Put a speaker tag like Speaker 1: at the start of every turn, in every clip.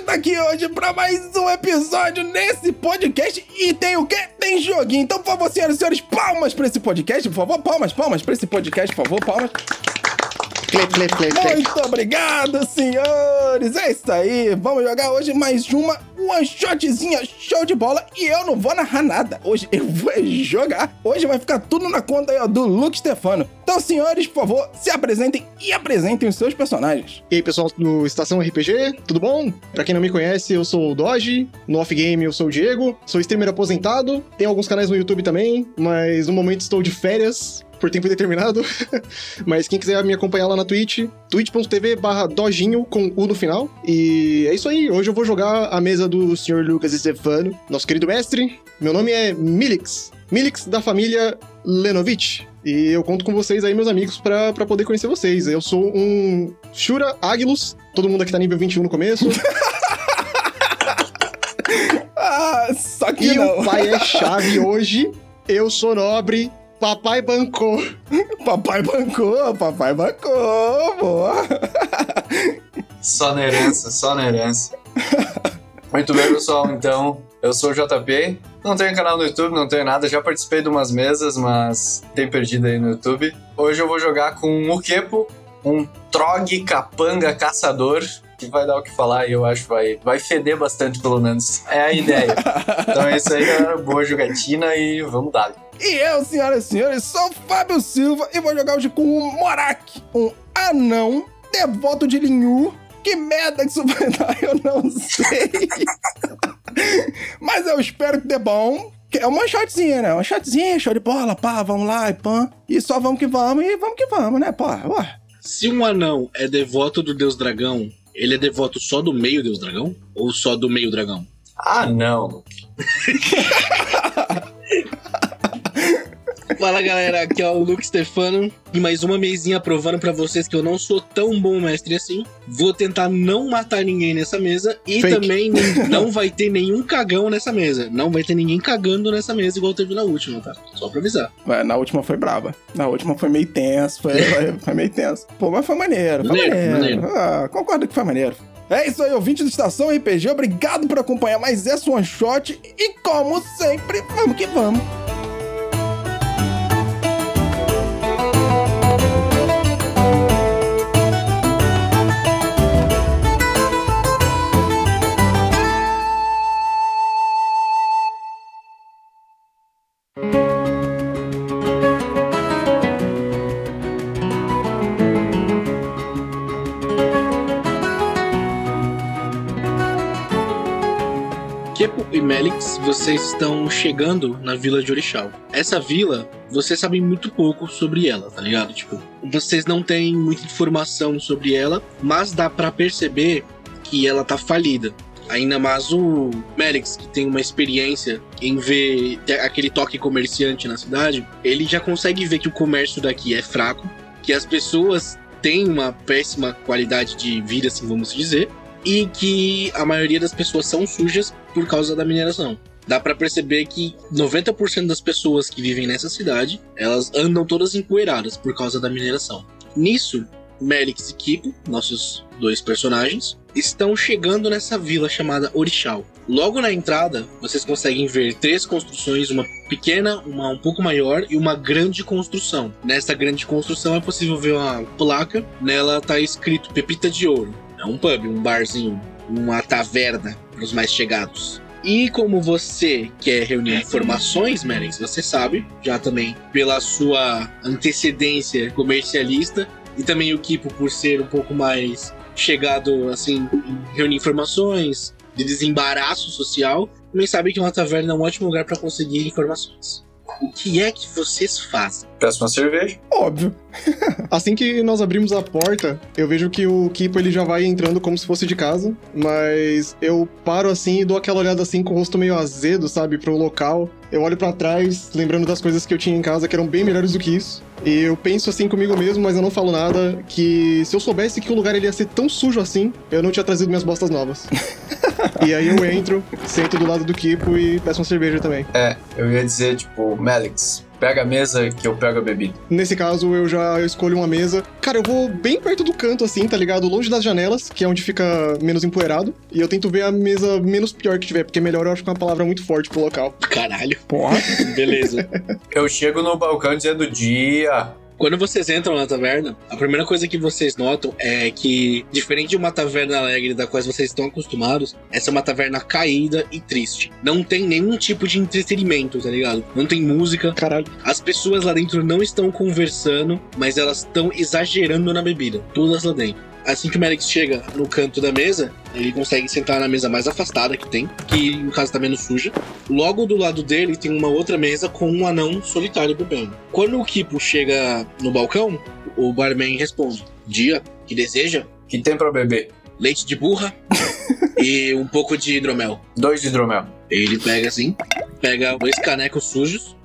Speaker 1: É tá para mais um episódio nesse podcast. E tem o quê? Tem joguinho. Então, por favor, senhoras e senhores, palmas pra esse podcast, por favor. Palmas, palmas pra esse podcast, por favor, palmas.
Speaker 2: Clip, clip, clip, clip.
Speaker 1: Muito obrigado, senhores! É isso aí! Vamos jogar hoje mais uma one shotzinha show de bola e eu não vou narrar nada. Hoje eu vou jogar. Hoje vai ficar tudo na conta aí, ó, do Luke Stefano. Então, senhores, por favor, se apresentem e apresentem os seus personagens.
Speaker 2: E aí, pessoal do Estação RPG, tudo bom? Pra quem não me conhece, eu sou o Doge, no off-game eu sou o Diego, sou streamer aposentado, tenho alguns canais no YouTube também, mas no momento estou de férias, por tempo determinado. Mas quem quiser me acompanhar lá na Twitch, twitch.tv barra dojinho com U no final. E é isso aí, hoje eu vou jogar a mesa do Sr. Lucas Stefano, nosso querido mestre. Meu nome é Milix, Milix da família Lenovich. E eu conto com vocês aí, meus amigos, pra pra poder conhecer vocês. Eu sou um Shura Agilus, todo mundo aqui tá nível 21 no começo,
Speaker 1: Ah, só que
Speaker 2: e
Speaker 1: não.
Speaker 2: o pai é chave hoje. Eu sou nobre, papai bancou.
Speaker 1: Papai bancou, papai bancou, boa.
Speaker 3: Só na herança, só na herança. Muito bem, pessoal. Então, eu sou o JP. Não tenho canal no YouTube, não tenho nada. Já participei de umas mesas, mas tem perdido aí no YouTube. Hoje eu vou jogar com o Kepo, um Trog Capanga Caçador, que vai dar o que falar e eu acho que vai, vai feder bastante, pelo menos. É a ideia. Então é isso aí, galera. Boa jogatina e vamos dar.
Speaker 1: E eu, senhoras e senhores, sou o Fábio Silva e vou jogar hoje com o Morak, um anão devoto de Linhu. Que merda que isso vai dar, eu não sei. Mas eu espero que dê bom. Que É uma shotzinha, né? Uma shotzinha, show de bola, pá, vamos lá e pã. E só vamos que vamos e vamos que vamos, né, pô? Ó.
Speaker 4: Se um anão é devoto do deus dragão, ele é devoto só do meio deus dragão? Ou só do meio dragão?
Speaker 3: Ah, não.
Speaker 4: Fala galera, aqui é o Luke Stefano e mais uma mesinha provando pra vocês que eu não sou tão bom mestre assim. Vou tentar não matar ninguém nessa mesa e
Speaker 2: Fake.
Speaker 4: também nem- não vai ter nenhum cagão nessa mesa. Não vai ter ninguém cagando nessa mesa igual teve na última, tá? Só pra avisar.
Speaker 1: Ué, Na última foi braba. Na última foi meio tenso, foi, foi- foi meio tenso. Pô, mas foi maneiro, foi
Speaker 4: É. Maneiro,
Speaker 1: maneiro.
Speaker 4: maneiro.
Speaker 1: Ah, concordo que foi maneiro. É isso aí, ouvinte do Estação RPG, obrigado por acompanhar mais essa one shot e como sempre, vamos que vamos.
Speaker 4: Kepo e Melix, vocês estão chegando na vila de Orixal. Essa vila, vocês sabem muito pouco sobre ela, tá ligado? Tipo, vocês não têm muita informação sobre ela, mas dá pra perceber que ela tá falida. Ainda mais o Melix, que tem uma experiência em ver te- aquele toque comerciante na cidade, ele já consegue ver que o comércio daqui é fraco, que as pessoas têm uma péssima qualidade de vida, assim vamos dizer e que a maioria das pessoas são sujas por causa da mineração. Dá pra perceber que 90% das pessoas que vivem nessa cidade, elas andam todas empoeiradas por causa da mineração. Nisso, Melix e Kipo, nossos dois personagens, estão chegando nessa vila chamada Orixal. Logo na entrada, vocês conseguem ver três construções, uma pequena, uma um pouco maior e uma grande construção. Nessa grande construção é possível ver uma placa, nela tá escrito Pepita de Ouro. É um pub, um barzinho, uma taverna para os mais chegados. E como você quer reunir informações, Merens, você sabe, já também pela sua antecedência comercialista e também o Kipo por ser um pouco mais chegado assim, em reunir informações, de desembaraço social, também sabe que uma taverna é um ótimo lugar para conseguir informações. O que é que vocês fazem?
Speaker 3: Peço uma cerveja.
Speaker 1: Óbvio.
Speaker 2: Assim que nós abrimos a porta, eu vejo que o Kipo ele já vai entrando como se fosse de casa, mas eu paro assim e dou aquela olhada assim com o rosto meio azedo, sabe, pro local. Eu olho pra trás, lembrando das coisas que eu tinha em casa que eram bem melhores do que isso. E eu penso assim comigo mesmo, mas eu não falo nada, que se eu soubesse que o lugar ele ia ser tão sujo assim, eu não tinha trazido minhas bostas novas. e aí eu entro, sento do lado do Kipo e peço uma cerveja também.
Speaker 3: Eu ia dizer, tipo, Melix, Pega a mesa que eu pego a bebida.
Speaker 2: Nesse caso, eu já escolho uma mesa. Cara, eu vou bem perto do canto, assim, tá ligado? Longe das janelas, que é onde fica menos empoeirado. E eu tento ver a mesa menos pior que tiver, porque melhor eu acho que é uma palavra muito forte pro local.
Speaker 4: Caralho,
Speaker 1: Porra.
Speaker 4: beleza.
Speaker 3: Eu chego no balcão dizendo dia.
Speaker 4: Quando vocês entram na taverna, a primeira coisa que vocês notam é que, diferente de uma taverna alegre da qual vocês estão acostumados, essa é uma taverna caída e triste. Não tem nenhum tipo de entretenimento, tá ligado? Não tem música,
Speaker 2: Caralho.
Speaker 4: As pessoas lá dentro não estão conversando, mas elas estão exagerando na bebida. Todas lá dentro. Assim que o Merix chega no canto da mesa, ele consegue sentar na mesa mais afastada que tem, que no caso tá menos suja. Logo do lado dele tem uma outra mesa com um anão solitário bebendo. Quando o Kipo chega no balcão, o barman responde: Dia, que deseja?
Speaker 3: Que tem pra beber?
Speaker 4: Leite de burra e um pouco de hidromel.
Speaker 3: Dois de hidromel.
Speaker 4: Ele pega assim, pega dois canecos sujos,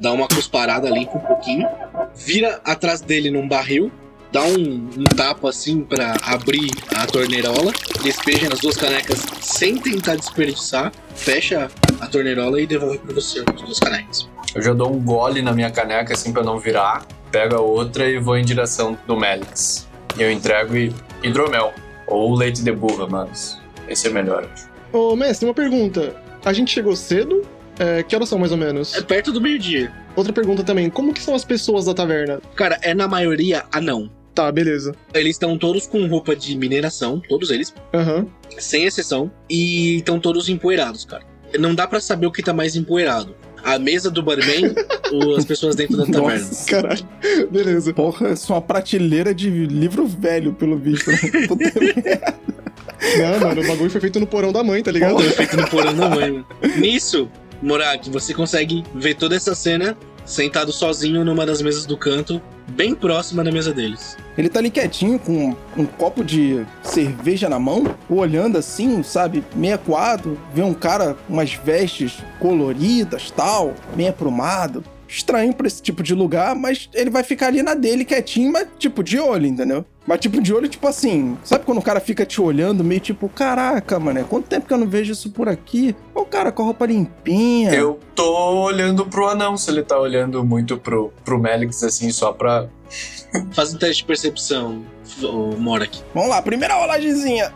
Speaker 4: dá uma cusparada, limpa um pouquinho, vira atrás dele num barril, dá um, um tapa assim pra abrir a torneirola, despeja nas duas canecas sem tentar desperdiçar, fecha a torneirola e devolve pra você as duas canecas.
Speaker 3: Eu já dou um gole na minha caneca assim pra não virar. Pego a outra e vou em direção do Melix. E eu entrego hi- hidromel. Ou leite de burra, mas esse é melhor. eu acho.
Speaker 2: Ô, mestre, uma pergunta. A gente chegou cedo? É, que horas são, mais ou menos?
Speaker 4: É perto do meio-dia.
Speaker 2: Outra pergunta também. Como que são as pessoas da taverna?
Speaker 4: Cara, é na maioria anão.
Speaker 2: Tá, beleza.
Speaker 4: Eles estão todos com roupa de mineração, todos eles.
Speaker 2: Aham.
Speaker 4: sem exceção, e estão todos empoeirados, cara. Não dá pra saber o que tá mais empoeirado. A mesa do barman ou as pessoas dentro da taverna.
Speaker 1: Nossa.
Speaker 2: Caralho. Beleza.
Speaker 1: Porra, isso é uma prateleira de livro velho, pelo visto. né? Puta merda.
Speaker 2: Não, mano, o bagulho foi feito no porão da mãe, tá ligado?
Speaker 4: Foi feito no porão da mãe, mano. Nisso, Morak, você consegue ver toda essa cena sentado sozinho numa das mesas do canto, bem próxima da mesa deles.
Speaker 1: Ele tá ali quietinho, com um copo de cerveja na mão, olhando assim, sabe, meio acuado, vê um cara com umas vestes coloridas, tal, meio aprumado. Estranho pra esse tipo de lugar, mas ele vai ficar ali na dele quietinho, mas tipo de olho, entendeu? Mas tipo de olho, tipo assim, sabe quando o cara fica te olhando meio tipo, caraca, mano, quanto tempo que eu não vejo isso por aqui? Olha o cara com a roupa limpinha.
Speaker 3: Eu tô olhando pro anão, se ele tá olhando muito pro, pro Melix assim, só pra.
Speaker 4: Faz um teste de percepção, ô, Morak.
Speaker 1: Vamos lá, primeira rolagemzinha.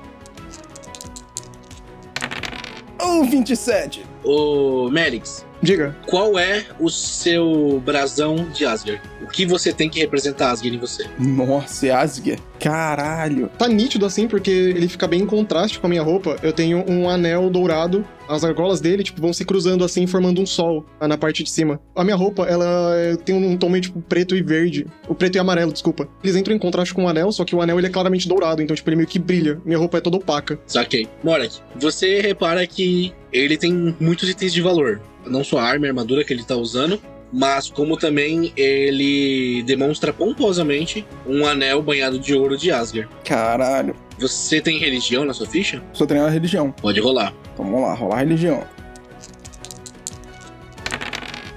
Speaker 1: Oh, 27.
Speaker 4: Ô, Melix,
Speaker 2: Diga.
Speaker 4: qual é o seu brasão de Asgard? O que você tem que representar Asgard em você?
Speaker 1: Nossa, é Asger. Caralho.
Speaker 2: Tá nítido assim, porque ele fica bem em contraste com a minha roupa. Eu tenho um anel dourado. As argolas dele, tipo, vão se cruzando assim, formando um sol ah, na parte de cima. A minha roupa, ela é, tem um tom meio, tipo, preto e verde. O preto e amarelo, desculpa. Eles entram em contraste com o anel, só que o anel, ele é claramente dourado. Então, tipo, ele meio que brilha. Minha roupa é toda opaca.
Speaker 4: Saquei. Morak, você repara que ele tem muitos itens de valor. Não só a arma e a armadura que ele tá usando, mas como também ele demonstra pomposamente um anel banhado de ouro de Asgard.
Speaker 1: Caralho.
Speaker 4: Você tem religião na sua ficha?
Speaker 1: Sou treinando a religião.
Speaker 4: Pode rolar.
Speaker 1: Então vamos lá, rolar a religião.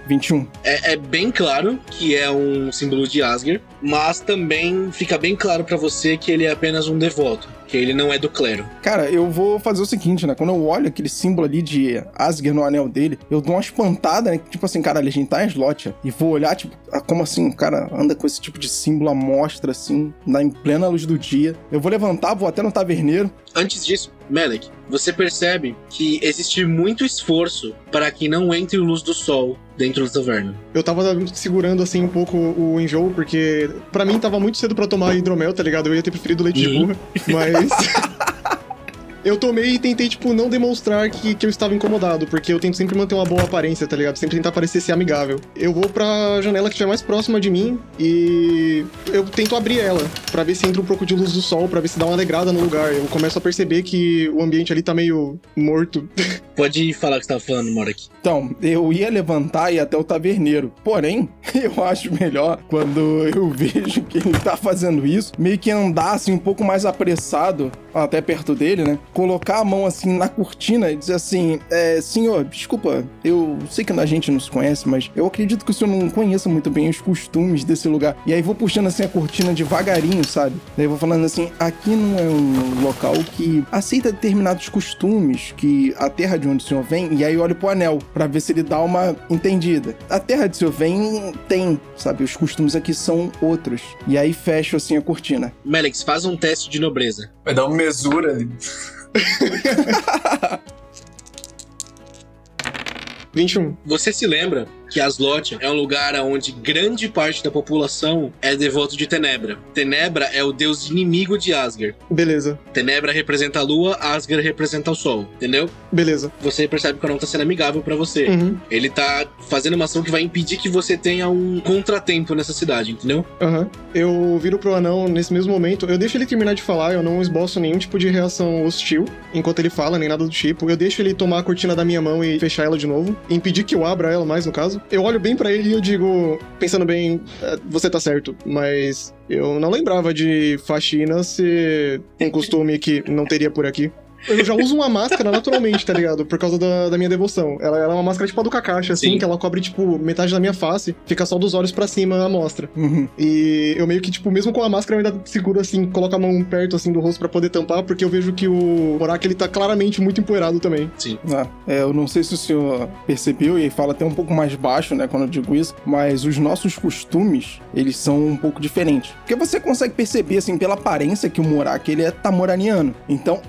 Speaker 1: 21.
Speaker 4: É, é bem claro que é um símbolo de Asgard, mas também fica bem claro pra você que ele é apenas um devoto, que ele não é do clero.
Speaker 1: Cara, eu vou fazer o seguinte, né? Quando eu olho aquele símbolo ali de Asger no anel dele, eu dou uma espantada, né? Tipo assim, cara, a gente tá em slot. E vou olhar, tipo, ah, como assim? O cara anda com esse tipo de símbolo à mostra, assim, na, em plena luz do dia. Eu vou levantar, vou até no taverneiro.
Speaker 4: Antes disso, Melek, você percebe que existe muito esforço para que não entre luz do sol dentro da taverna.
Speaker 2: Eu tava segurando assim um pouco o enjoo, porque pra mim tava muito cedo pra tomar hidromel, tá ligado? Eu ia ter preferido leite de
Speaker 4: Uhum.
Speaker 2: burra, mas. Eu tomei e tentei, tipo, não demonstrar que, que eu estava incomodado, porque eu tento sempre manter uma boa aparência, tá ligado? Sempre tentar parecer ser amigável. Eu vou pra janela que estiver mais próxima de mim e eu tento abrir ela, pra ver se entra um pouco de luz do sol, pra ver se dá uma alegrada no lugar. Eu começo a perceber que o ambiente ali tá meio morto.
Speaker 4: Pode falar o que você tava falando, Morak.
Speaker 1: Então, eu ia levantar e ir até o taverneiro. Porém, eu acho melhor quando eu vejo que ele tá fazendo isso, meio que andar assim um pouco mais apressado até perto dele, né? colocar a mão assim na cortina e dizer assim: é, Senhor, desculpa, eu sei que a gente não se conhece, mas eu acredito que o senhor não conheça muito bem os costumes desse lugar. E aí vou puxando assim a cortina devagarinho, sabe? Daí vou falando assim: aqui não é um local que aceita determinados costumes que a terra de onde o senhor vem. E aí olho pro anel pra ver se ele dá uma entendida. A terra de senhor vem tem, sabe? Os costumes aqui são outros. E aí fecho assim a cortina.
Speaker 4: Melix, faz um teste de nobreza.
Speaker 3: Vai dar uma mesura ali.
Speaker 2: 21.
Speaker 4: Você se lembra que Aslotia é um lugar onde grande parte da população é devoto de Tenebra. Tenebra é o deus inimigo de Asgard.
Speaker 2: Beleza,
Speaker 4: Tenebra representa a lua, Asgard representa o sol, entendeu?
Speaker 2: beleza.
Speaker 4: Você percebe que o anão tá sendo amigável pra você.
Speaker 2: Uhum,
Speaker 4: Ele tá fazendo uma ação que vai impedir que você tenha um contratempo nessa cidade, entendeu?
Speaker 2: aham. Eu viro pro anão nesse mesmo momento. Eu deixo ele terminar de falar, eu não esboço nenhum tipo de reação hostil enquanto ele fala, nem nada do tipo. Eu deixo ele tomar a cortina da minha mão e fechar ela de novo. Impedir que eu abra ela mais, no caso. Eu olho bem pra ele e eu digo, pensando bem, "É, você tá certo, mas eu não lembrava de faxina ser um costume que não teria por aqui. Eu já uso uma máscara naturalmente, tá ligado? Por causa da, da minha devoção. Ela, ela é uma máscara tipo a do Kakashi, assim,
Speaker 4: Sim.
Speaker 2: que ela cobre, tipo, metade da minha face, fica só dos olhos pra cima a mostra.
Speaker 1: Uhum.
Speaker 2: E eu meio que, tipo, mesmo com a máscara, eu ainda seguro, assim, coloco a mão perto, assim, do rosto pra poder tampar, porque eu vejo que o Moraka, ele tá claramente muito empoeirado também.
Speaker 1: Ah, é, eu não sei se o senhor percebeu, e fala até um pouco mais baixo, né, quando eu digo isso, mas os nossos costumes, eles são um pouco diferentes. Porque você consegue perceber, assim, pela aparência que o Morak, ele é tamoraniano. Então,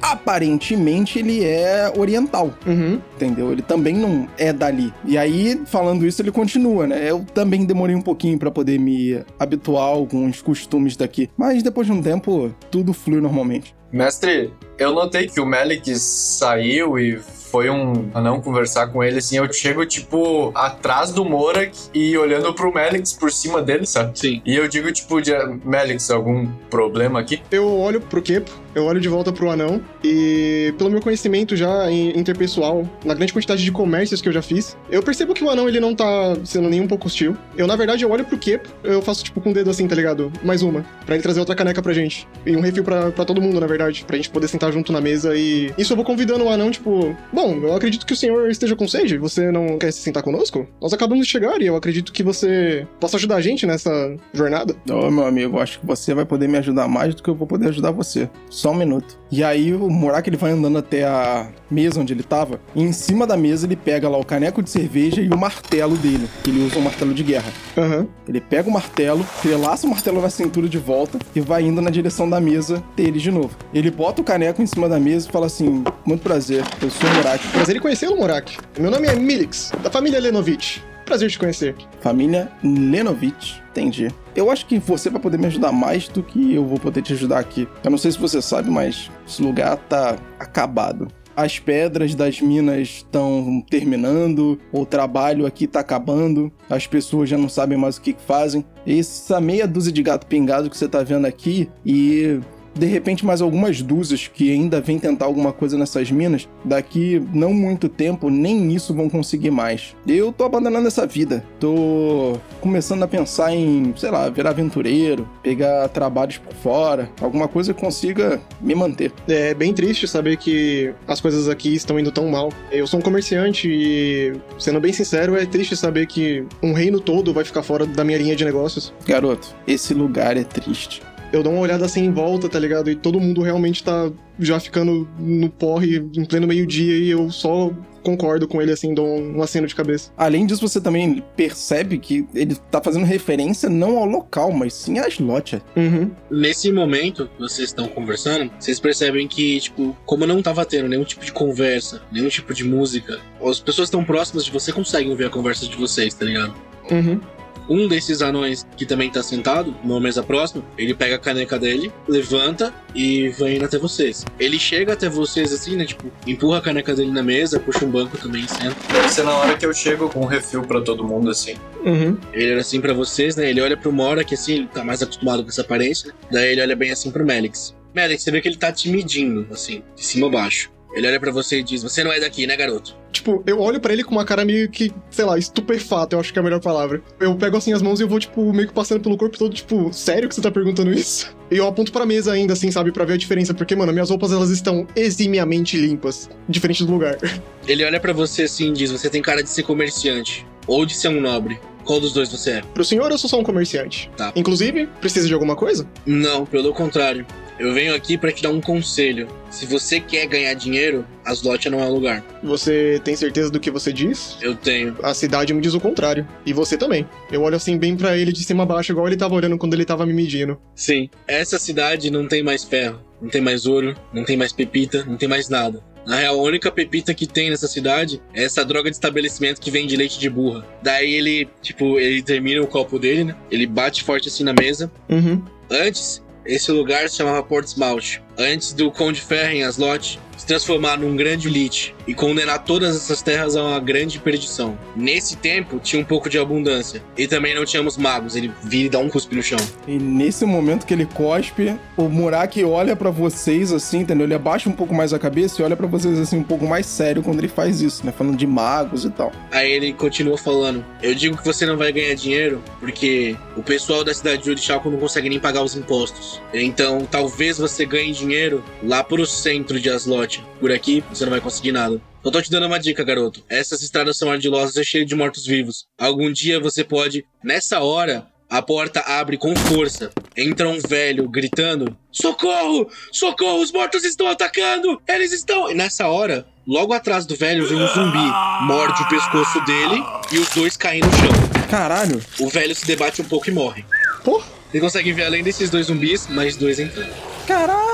Speaker 1: aparentemente, ele é oriental,
Speaker 2: Uhum.
Speaker 1: entendeu? Ele também não é dali. E aí, falando isso, ele continua, né? Eu também demorei um pouquinho pra poder me habituar a alguns costumes daqui. Mas depois de um tempo, tudo flui normalmente.
Speaker 3: Mestre, eu notei que o Melik saiu e foi um anão conversar com ele, assim, eu chego, tipo, atrás do Morak e olhando pro Melix por cima dele, sabe?
Speaker 4: Sim.
Speaker 3: E eu digo, tipo, de, Melix, algum problema aqui?
Speaker 2: Eu olho pro Kepo, eu olho de volta pro anão, e pelo meu conhecimento já em- interpessoal, na grande quantidade de comércios que eu já fiz, eu percebo que o anão ele não tá sendo nem um pouco hostil. Eu, na verdade, eu olho pro Kepo, eu faço tipo com o dedo assim, tá ligado? Mais uma, pra ele trazer outra caneca pra gente. E um refil pra, pra todo mundo, na verdade, pra gente poder sentar junto na mesa e. Isso eu vou convidando o anão, tipo, bom, eu acredito que o senhor esteja com sede, você não quer se sentar conosco? Nós acabamos de chegar e eu acredito que você possa ajudar a gente nessa jornada.
Speaker 1: Ô, meu amigo, acho que você vai poder me ajudar mais do que eu vou poder ajudar você. Só um minuto. E aí o Murak ele vai andando até a mesa onde ele tava, e em cima da mesa ele pega lá o caneco de cerveja e o martelo dele, que ele usa um martelo de guerra.
Speaker 2: Aham.
Speaker 1: Ele pega o martelo, entrelaça o martelo na cintura de volta e vai indo na direção da mesa dele de novo. Ele bota o caneco em cima da mesa e fala assim: Muito prazer, eu sou o Murak,
Speaker 2: Prazer em conhecê-lo, Morak. Meu nome é Milix, da família Lenovitch. Prazer te conhecer.
Speaker 1: família Lenovitch. Entendi. Eu acho que você vai poder me ajudar mais do que eu vou poder te ajudar aqui. Eu não sei se você sabe, mas esse lugar tá acabado. As pedras das minas estão terminando, o trabalho aqui tá acabando, as pessoas já não sabem mais o que que fazem. Essa meia dúzia de gato pingado que você tá vendo aqui e de repente mais algumas dúzias que ainda vêm tentar alguma coisa nessas minas, daqui não muito tempo nem isso vão conseguir mais. Eu tô abandonando essa vida, tô começando a pensar em, sei lá, virar aventureiro, pegar trabalhos por fora, alguma coisa que consiga me manter.
Speaker 2: É bem triste saber que as coisas aqui estão indo tão mal. Eu sou um comerciante e, sendo bem sincero, é triste saber que um reino todo vai ficar fora da minha linha de negócios.
Speaker 1: Garoto, esse lugar é triste.
Speaker 2: Eu dou uma olhada assim em volta, tá ligado? E todo mundo realmente tá já ficando no porre em pleno meio-dia e eu só concordo com ele assim, dou um aceno de cabeça.
Speaker 1: Além disso, você também percebe que ele tá fazendo referência não ao local, mas sim às lojas.
Speaker 2: Uhum.
Speaker 4: Nesse momento que vocês estão conversando, vocês percebem que, tipo, como não tava tendo nenhum tipo de conversa, nenhum tipo de música, as pessoas tão próximas de você conseguem ouvir a conversa de vocês, tá ligado?
Speaker 2: Uhum.
Speaker 4: Um desses anões que também tá sentado, numa mesa próxima, ele pega a caneca dele, levanta e vai indo até vocês. Ele chega até vocês assim, né? Tipo, empurra a caneca dele na mesa, puxa um banco também, e senta.
Speaker 3: Deve ser na hora que eu chego com um refil pra todo mundo, assim.
Speaker 2: Uhum.
Speaker 4: Ele olha assim pra vocês, né? Ele olha pro Mora, que assim, ele tá mais acostumado com essa aparência, né? Daí ele olha bem assim pro Melix. Melix, você vê que ele tá te medindo, assim, de cima a baixo. Ele olha pra você e diz: Você não é daqui, né, garoto?
Speaker 2: Tipo, eu olho pra ele com uma cara meio que, sei lá, estupefato, eu acho que é a melhor palavra. Eu pego assim as mãos e eu vou, tipo, meio que passando pelo corpo todo, tipo, sério que você tá perguntando isso? E eu aponto pra mesa ainda, assim, sabe, pra ver a diferença, porque, mano, minhas roupas elas estão eximiamente limpas, diferente do lugar.
Speaker 4: Ele olha pra você assim e diz: Você tem cara de ser comerciante ou de ser um nobre. Qual dos dois você é?
Speaker 2: Pro senhor, eu sou só um comerciante.
Speaker 4: Tá.
Speaker 2: Inclusive, precisa de alguma coisa?
Speaker 4: Não, pelo contrário. Eu venho aqui pra te dar um conselho. Se você quer ganhar dinheiro, as lotes não é lugar.
Speaker 2: Você tem certeza do que você diz?
Speaker 4: Eu tenho.
Speaker 2: A cidade me diz o contrário. E você também. Eu olho assim bem pra ele de cima a baixo, igual ele tava olhando quando ele tava me medindo.
Speaker 4: Sim. Essa cidade não tem mais ferro, não tem mais ouro, não tem mais pepita, não tem mais nada. Na real, a única pepita que tem nessa cidade é essa droga de estabelecimento que vende leite de burra. Daí ele, tipo, ele termina o copo dele, né? Ele bate forte assim na mesa.
Speaker 2: Uhum.
Speaker 4: Antes, esse lugar se chamava Portsmouth. Antes do Conde Ferren, Aslot, se transformar num grande lich e condenar todas essas terras a uma grande perdição. Nesse tempo, tinha um pouco de abundância. E também não tínhamos magos. Ele vira e dá um cuspe no chão.
Speaker 1: E nesse momento que ele cospe, o Muraki olha pra vocês assim, entendeu? Ele abaixa um pouco mais a cabeça e olha pra vocês assim um pouco mais sério quando ele faz isso, né? Falando de magos e tal.
Speaker 4: Aí ele continua falando: Eu digo que você não vai ganhar dinheiro porque o pessoal da cidade de Orixalco não consegue nem pagar os impostos. Então talvez você ganhe dinheiro lá pro centro de Aslot. Por aqui você não vai conseguir nada. Só tô te dando uma dica, garoto. Essas estradas são ardilosas e cheias de mortos-vivos. Algum dia você pode. Nessa hora, a porta abre com força. Entra um velho gritando: Socorro! Socorro! Os mortos estão atacando! Eles estão. E nessa hora, logo atrás do velho vem um zumbi. Morde o pescoço dele e os dois caem no chão.
Speaker 1: Caralho!
Speaker 4: O velho se debate um pouco e morre.
Speaker 2: Pô,
Speaker 4: Você consegue ver além desses dois zumbis, mais dois entrando.
Speaker 1: Caralho!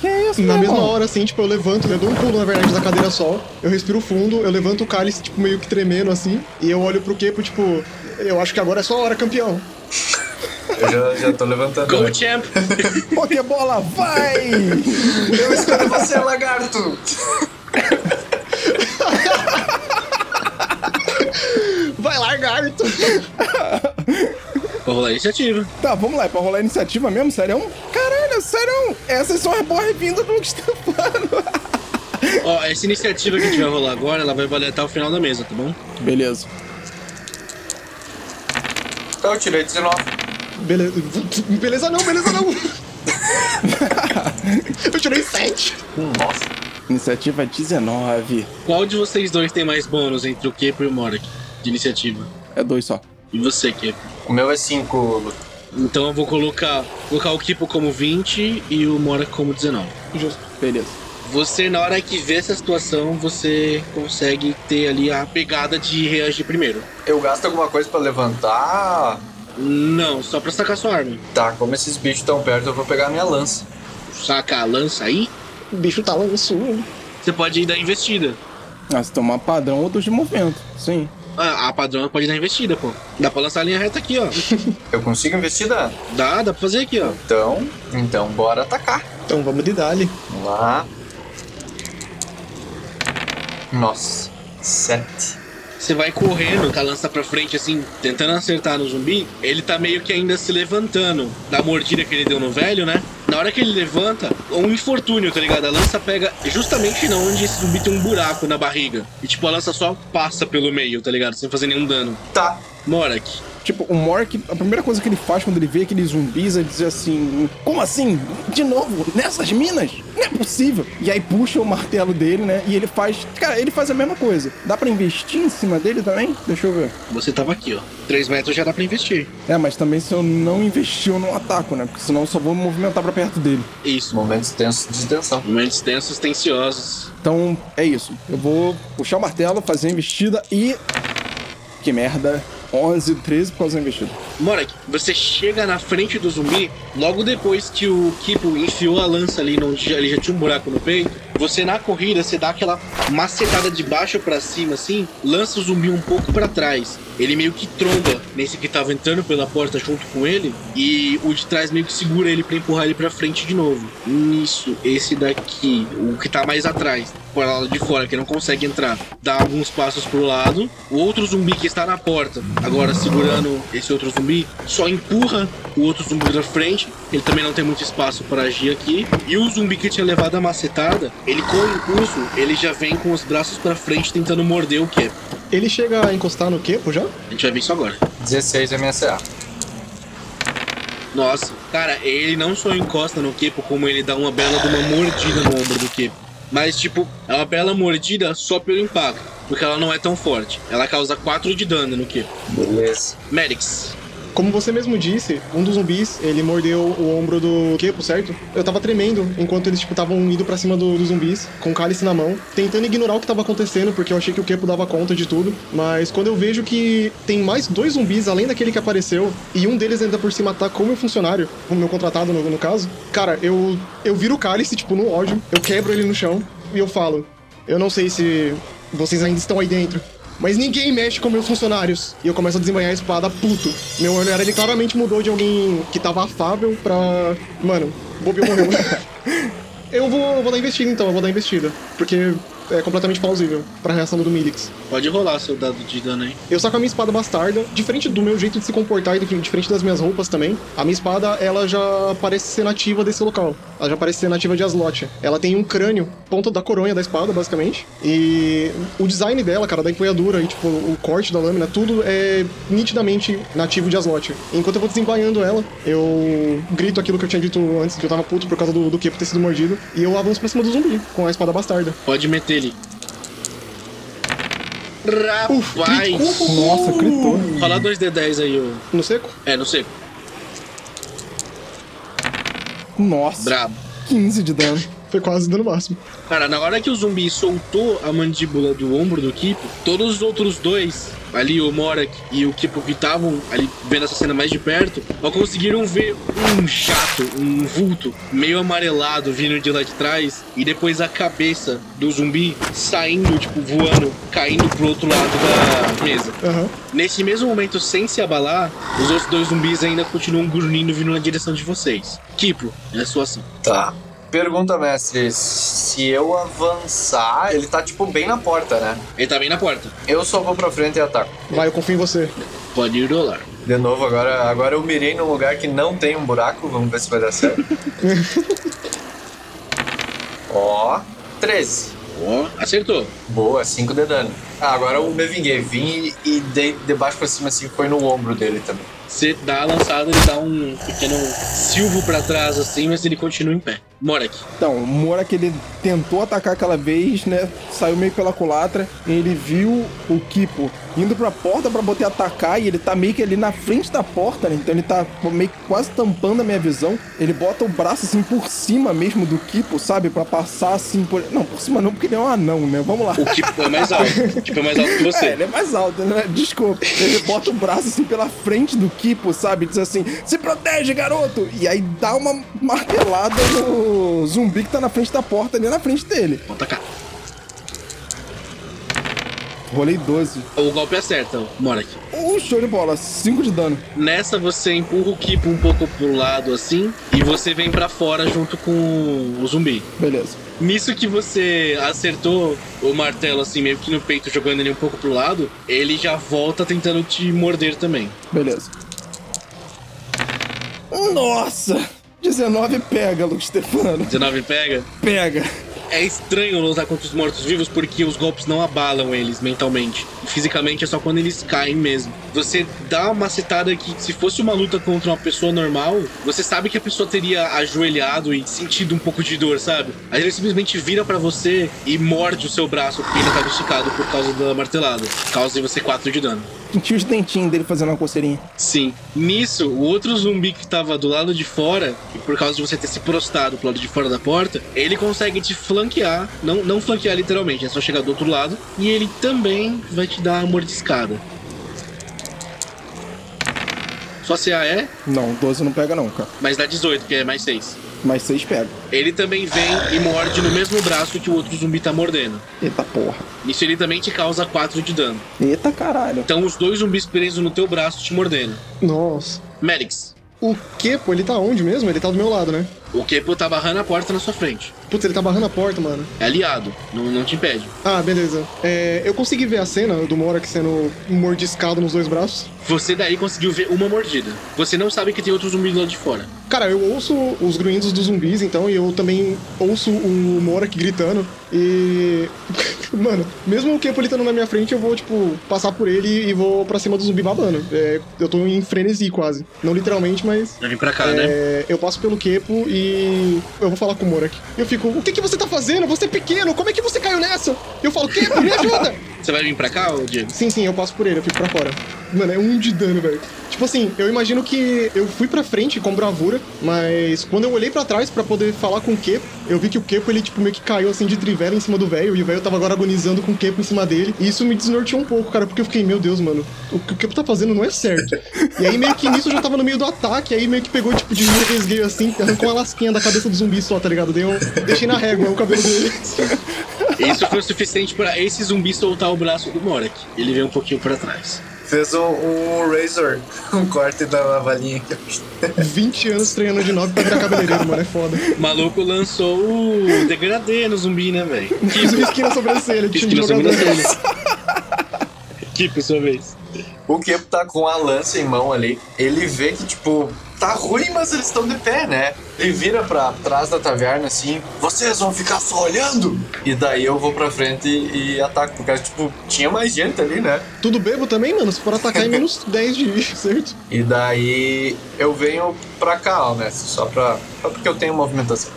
Speaker 1: Que é isso,
Speaker 2: na
Speaker 1: meu
Speaker 2: mesma
Speaker 1: irmão?
Speaker 2: hora, assim, tipo, eu levanto, eu dou um pulo, na verdade, da cadeira só. Eu respiro fundo, eu levanto o cálice, tipo, meio que tremendo, assim. E eu olho pro Kepo, tipo, eu acho que agora é só a hora, campeão.
Speaker 3: Eu já, já tô levantando.
Speaker 4: Go, champ!
Speaker 1: Pokébola, vai!
Speaker 3: Eu escolho você, lagarto!
Speaker 2: Vai lá, Garto!
Speaker 4: Vou rolar a iniciativa.
Speaker 1: tá, vamos lá, é pra rolar a iniciativa mesmo, sério? Caralho, sério! Essas são as boas-vindas do Stefano!
Speaker 4: Ó, essa iniciativa que a gente vai rolar agora, ela vai valer até o final da mesa, tá bom?
Speaker 1: Beleza.
Speaker 3: Eu tirei 19.
Speaker 2: Beleza. Beleza não, beleza não! eu tirei sete.
Speaker 3: Hum, Nossa.
Speaker 1: Iniciativa 19.
Speaker 4: Qual de vocês dois tem mais bônus entre o Kepo e o Morak de iniciativa?
Speaker 1: É dois só.
Speaker 4: E você, Kepo?
Speaker 3: O meu é 5, Lu.
Speaker 4: Então eu vou colocar, colocar o Kepo como 20 e o Morak como 19.
Speaker 1: Justo. Beleza.
Speaker 4: Você, na hora que vê essa situação, você consegue ter ali a pegada de reagir primeiro.
Speaker 3: Eu gasto alguma coisa pra levantar?
Speaker 4: Não, só pra sacar sua arma.
Speaker 3: Tá, como esses bichos tão perto, eu vou pegar a minha lança.
Speaker 4: Saca a lança aí,
Speaker 2: O bicho tá lançando.
Speaker 4: você pode dar investida.
Speaker 1: Ah, se tomar padrão, outros de movimento. Sim.
Speaker 4: Ah, a padrona pode dar investida, pô. Dá pra lançar a linha reta aqui, ó.
Speaker 3: Eu consigo investir, Dan?
Speaker 4: Dá, dá pra fazer aqui, ó.
Speaker 3: Então, então bora atacar.
Speaker 2: Então vamos de dali.
Speaker 3: Vamos lá. Nossa. 7.
Speaker 4: Você vai correndo com a lança pra frente, assim, tentando acertar no zumbi. Ele tá meio que ainda se levantando da mordida que ele deu no velho, né? Na hora que ele levanta, um infortúnio, tá ligado? A lança pega justamente na onde esse zumbi tem um buraco na barriga. E tipo, a lança só passa pelo meio, tá ligado? Sem fazer nenhum dano.
Speaker 3: Tá.
Speaker 4: Morak,
Speaker 1: Tipo, o Mork, a primeira coisa que ele faz quando ele vê aqueles zumbis é dizer assim: Como assim? De novo? Nessas minas? Não é possível. E aí puxa o martelo dele, né? E ele faz. Cara, ele faz a mesma coisa. Dá pra investir em cima dele também? Deixa eu ver.
Speaker 4: você tava aqui, ó. 3 metros já dá pra investir.
Speaker 1: É, mas também se eu não investir, eu não ataco, né? Porque senão eu só vou me movimentar pra perto dele.
Speaker 4: Isso.
Speaker 3: Momentos tensos de tensão.
Speaker 4: Momentos tensos, tenciosos.
Speaker 1: Então, é isso. Eu vou puxar o martelo, fazer a investida e. Que merda. 11, 13 por causa da investida.
Speaker 4: Morak, você chega na frente do zumbi logo depois que o Kipo enfiou a lança ali onde ele já tinha um buraco no peito. Você na corrida, você dá aquela macetada de baixo pra cima assim, lança o zumbi um pouco pra trás. Ele meio que tromba nesse que tava entrando pela porta junto com ele e o de trás meio que segura ele pra empurrar ele pra frente de novo. Nisso, esse daqui, o que tá mais atrás, por lá de fora, que não consegue entrar, dá alguns passos pro lado. O outro zumbi que está na porta, agora segurando esse outro zumbi, só empurra o outro zumbi da frente. Ele também não tem muito espaço para agir aqui. E o zumbi que tinha levado a macetada, ele com o impulso, ele já vem com os braços para frente tentando morder o Kepo.
Speaker 2: Ele chega a encostar no Kepo já?
Speaker 4: A gente vai ver isso agora.
Speaker 3: 16 MSA.
Speaker 4: Nossa, cara, ele não só encosta no Kepo, como ele dá uma bela de uma mordida no ombro do Kepo. Mas, tipo, é uma bela mordida só pelo impacto, porque ela não é tão forte. Ela causa 4 de dano no Kepo.
Speaker 3: Beleza.
Speaker 4: Merix,
Speaker 2: Como você mesmo disse, um dos zumbis, ele mordeu o ombro do Kepo, certo? Eu tava tremendo enquanto eles, tipo, estavam indo pra cima do- dos zumbis, com o cálice na mão, tentando ignorar o que tava acontecendo, porque eu achei que o Kepo dava conta de tudo. Mas quando eu vejo que tem mais dois zumbis, além daquele que apareceu, e um deles ainda por cima ataca o meu funcionário, o meu contratado, no, no caso, cara, eu, eu viro o cálice, tipo, no ódio, eu quebro ele no chão, e eu falo, eu não sei se vocês ainda estão aí dentro, mas ninguém mexe com meus funcionários. E eu começo a desembanhar a espada puto. Meu olhar, ele claramente mudou de alguém que tava afável pra... Mano, Bobi morreu. eu vou, vou dar investida então, eu vou dar investida. Porque é completamente plausível pra reação do Milix.
Speaker 4: pode rolar seu dado de dano aí.
Speaker 2: Eu saco a minha espada bastarda, diferente do meu jeito de se comportar e do que- diferente das minhas roupas também. A minha espada, ela já parece ser nativa desse local. Ela já parece ser nativa de Aslot. Ela tem um crânio, ponta da coronha da espada, basicamente. E o design dela, cara, da empunhadura e, tipo, o corte da lâmina, tudo é nitidamente nativo de Aslot. Enquanto eu vou desembainhando ela, eu grito aquilo que eu tinha dito antes, que eu tava puto por causa do, do Kepo ter sido mordido. E eu avanço pra cima do zumbi com a espada bastarda.
Speaker 4: Pode meter ele.
Speaker 2: Uf,
Speaker 4: Rapaz!
Speaker 2: critou.
Speaker 1: Nossa, gritou.
Speaker 4: Rolar 2D10 aí, ô.
Speaker 2: No seco?
Speaker 4: É, não sei.
Speaker 1: Nossa,
Speaker 4: Brabo.
Speaker 1: 15 de dano.
Speaker 2: Foi quase dando máximo.
Speaker 4: Cara, na hora que o zumbi soltou a mandíbula do ombro do Kipo, todos os outros dois, ali o Morak e o Kipo que estavam ali vendo essa cena mais de perto, só conseguiram ver um chato, um vulto meio amarelado vindo de lá de trás e depois a cabeça do zumbi saindo, tipo, voando, caindo pro outro lado da mesa.
Speaker 2: Aham.
Speaker 4: Nesse mesmo momento, sem se abalar, os outros dois zumbis ainda continuam grunhindo vindo na direção de vocês. Kipo, é a sua ação.
Speaker 3: Tá. Pergunta, mestre. Se eu avançar, ele tá tipo bem na porta, né?
Speaker 4: Ele tá bem na porta.
Speaker 3: Eu só vou pra frente e ataco.
Speaker 2: Vai, eu confio em você.
Speaker 4: Pode ir rolar.
Speaker 3: De novo, agora, agora eu mirei num lugar que não tem um buraco. Vamos ver se vai dar certo. Ó, 13.
Speaker 4: Ó, acertou.
Speaker 3: Boa, 5 de dano. Ah, agora eu me vinguei. Vim e, e dei de baixo pra cima assim, foi no ombro dele também.
Speaker 4: Você dá a lançada, ele dá um pequeno silvo pra trás assim, mas ele continua em pé. Morak,
Speaker 1: Então, o Mora que ele tentou atacar aquela vez, né? Saiu meio pela culatra. Ele viu o Kipo indo pra porta pra poder atacar e ele tá meio que ali na frente da porta, né? Então ele tá meio que quase tampando a minha visão. Ele bota o braço assim por cima mesmo do Kipo, sabe? Pra passar assim por. Não, por cima não, porque ele é um anão, né? Vamos lá.
Speaker 4: o tipo é mais alto. O tipo é mais alto que você.
Speaker 1: É, ele é mais alto, né? Desculpa. Ele bota o braço assim pela frente do Kipo, sabe? Diz assim: se protege, garoto! E aí dá uma martelada no zumbi que tá na frente da porta, ali na frente dele.
Speaker 4: Vou atacar.
Speaker 1: Rolei 12.
Speaker 4: O golpe acerta, Morak.
Speaker 1: Um show de bola, 5 de dano.
Speaker 4: Nessa você empurra o Kipo um pouco pro lado assim, e você vem pra fora junto com o zumbi.
Speaker 1: Beleza.
Speaker 4: Nisso que você acertou o martelo assim, meio que no peito, jogando ele um pouco pro lado, ele já volta tentando te morder também.
Speaker 1: Beleza. Nossa! 19 pega, Luke Stefano.
Speaker 4: 19 pega.
Speaker 1: Pega.
Speaker 4: É estranho lutar contra os mortos-vivos porque os golpes não abalam eles mentalmente. Fisicamente é só quando eles caem mesmo. Você dá uma citada que, se fosse uma luta contra uma pessoa normal, você sabe que a pessoa teria ajoelhado e sentido um pouco de dor, sabe? Aí ele simplesmente vira pra você e morde o seu braço porque ainda tava esticado por causa da martelada. Causa em você 4 de dano.
Speaker 1: Senti os dentinhos dele fazendo uma coceirinha.
Speaker 4: Sim. Nisso, o outro zumbi que tava do lado de fora, e por causa de você ter se prostado pro lado de fora da porta, ele consegue te flanquear. Não, não flanquear literalmente, é só chegar do outro lado. E ele também vai te dar uma mordiscada. Sua CA é,
Speaker 1: Não, 12 não pega, não, cara.
Speaker 4: mas dá 18, que é mais 6.
Speaker 1: Mas 6 pega.
Speaker 4: Ele também vem e morde no mesmo braço que o outro zumbi tá mordendo.
Speaker 1: Eita porra.
Speaker 4: Nisso ele também te causa 4 de dano.
Speaker 1: Eita caralho.
Speaker 4: Então os dois zumbis presos no teu braço te mordendo.
Speaker 2: Nossa.
Speaker 4: Merix,
Speaker 2: O Kepo, ele tá onde mesmo? Ele tá do meu lado, né?
Speaker 4: O Kepo tá barrando a porta na sua frente.
Speaker 2: Putz, ele tá barrando a porta, mano.
Speaker 4: É aliado, não, não te impede.
Speaker 2: Ah, beleza. É, eu consegui ver a cena do Morak sendo mordiscado nos dois braços.
Speaker 4: Você daí conseguiu ver uma mordida. Você não sabe que tem outro zumbi do lado de fora.
Speaker 2: Cara, eu ouço os grunhidos dos zumbis, então, e eu também ouço o Morak gritando. E. Mano, mesmo o Kepo ele estando na minha frente, eu vou, tipo, passar por ele e vou pra cima do zumbi babando. É, eu tô em frenesi quase. Não literalmente, mas.
Speaker 4: Vai vir pra cá, né?
Speaker 2: É, eu passo pelo Kepo e eu vou falar com o Morak. Eu fico, o que, que você tá fazendo? Você é pequeno, como é que você caiu nessa? Eu falo, Kepo, me ajuda!
Speaker 4: Você vai vir pra cá, ô Diego?
Speaker 2: sim, sim, eu passo por ele, eu fico pra fora. Mano, é um de dano, velho. Tipo assim, eu imagino que eu fui pra frente com bravura, mas quando eu olhei pra trás pra poder falar com o Kepo, eu vi que o Kepo, ele tipo meio que caiu assim de trivela em cima do velho, e o velho tava agora agonizando com o Kepo em cima dele, e isso me desnorteou um pouco, cara, porque eu fiquei, meu Deus, mano, o que o Kepo tá fazendo não é certo. E aí meio que nisso eu já tava no meio do ataque, aí meio que pegou tipo de mim, resguei assim, arrancou uma lasquinha da cabeça do zumbi só, tá ligado? Dei um- deixei na régua o cabelo dele.
Speaker 4: Isso foi o suficiente pra esse zumbi soltar o braço do Morak. Ele veio um pouquinho pra trás.
Speaker 3: Fez um, um razor, um corte da valinha.
Speaker 2: 20 anos treinando de novo pra virar cabeleireiro, mano, é foda.
Speaker 4: O maluco lançou o degradê no zumbi, né, velho?
Speaker 2: Fiz um esquina sobrancelha, tipo de
Speaker 4: Esquina
Speaker 2: jogador.
Speaker 4: sobrancelha. Tipo, sua vez.
Speaker 3: O Kepo tá com a lança em mão ali. Ele vê que, tipo, tá ruim, mas eles estão de pé, né? Ele vira pra trás da taverna assim: Vocês vão ficar só olhando? E daí eu vou pra frente e, e ataco, porque, tipo, tinha mais gente ali, né?
Speaker 2: Tudo bebo também, mano? Se for atacar em menos 10 de certo?
Speaker 3: E daí eu venho pra cá, ó, mestre, só pra. Só porque eu tenho movimentação.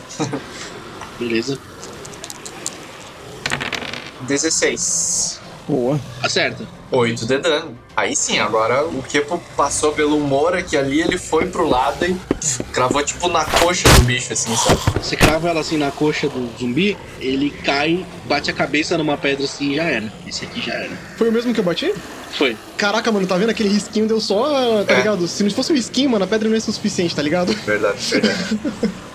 Speaker 4: Beleza.
Speaker 3: 16.
Speaker 1: Boa.
Speaker 4: Acerta.
Speaker 3: 8 de dano. Aí sim, agora o Kepo passou pelo Mora, que ali ele foi pro lado e cravou tipo na coxa do bicho, assim, sabe?
Speaker 4: Você crava ela assim na coxa do zumbi, ele cai, bate a cabeça numa pedra assim e já era. Esse aqui já era.
Speaker 2: Foi o mesmo que eu bati?
Speaker 4: Foi.
Speaker 2: Caraca, mano, tá vendo? Aquele risquinho deu só, tá
Speaker 3: É.
Speaker 2: ligado? Se não fosse um risquinho, mano, a pedra não ia ser o suficiente, tá ligado?
Speaker 3: Verdade, verdade.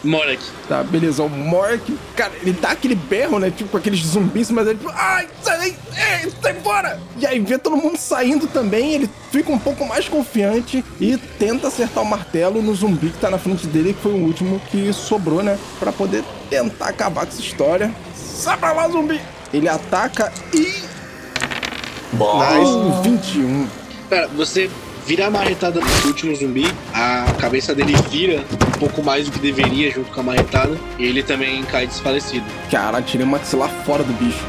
Speaker 4: Morak.
Speaker 1: Tá, beleza. O Mork, cara, ele dá aquele berro, né? Tipo, com aqueles zumbis, mas ele, tipo, ai, sai daí, ei, sai fora! E aí vê todo mundo saindo também, ele fica um pouco mais confiante e tenta acertar o martelo no zumbi que tá na frente dele, que foi o último que sobrou, né? Pra poder tentar acabar com essa história. Sai pra lá, zumbi! Ele ataca e.
Speaker 3: Bom.
Speaker 1: Oh, 21.
Speaker 4: Cara, você vira a marretada do último zumbi, a cabeça dele vira um pouco mais do que deveria junto com a marretada, e ele também cai desfalecido.
Speaker 1: Cara, tirei o maxilar fora do bicho.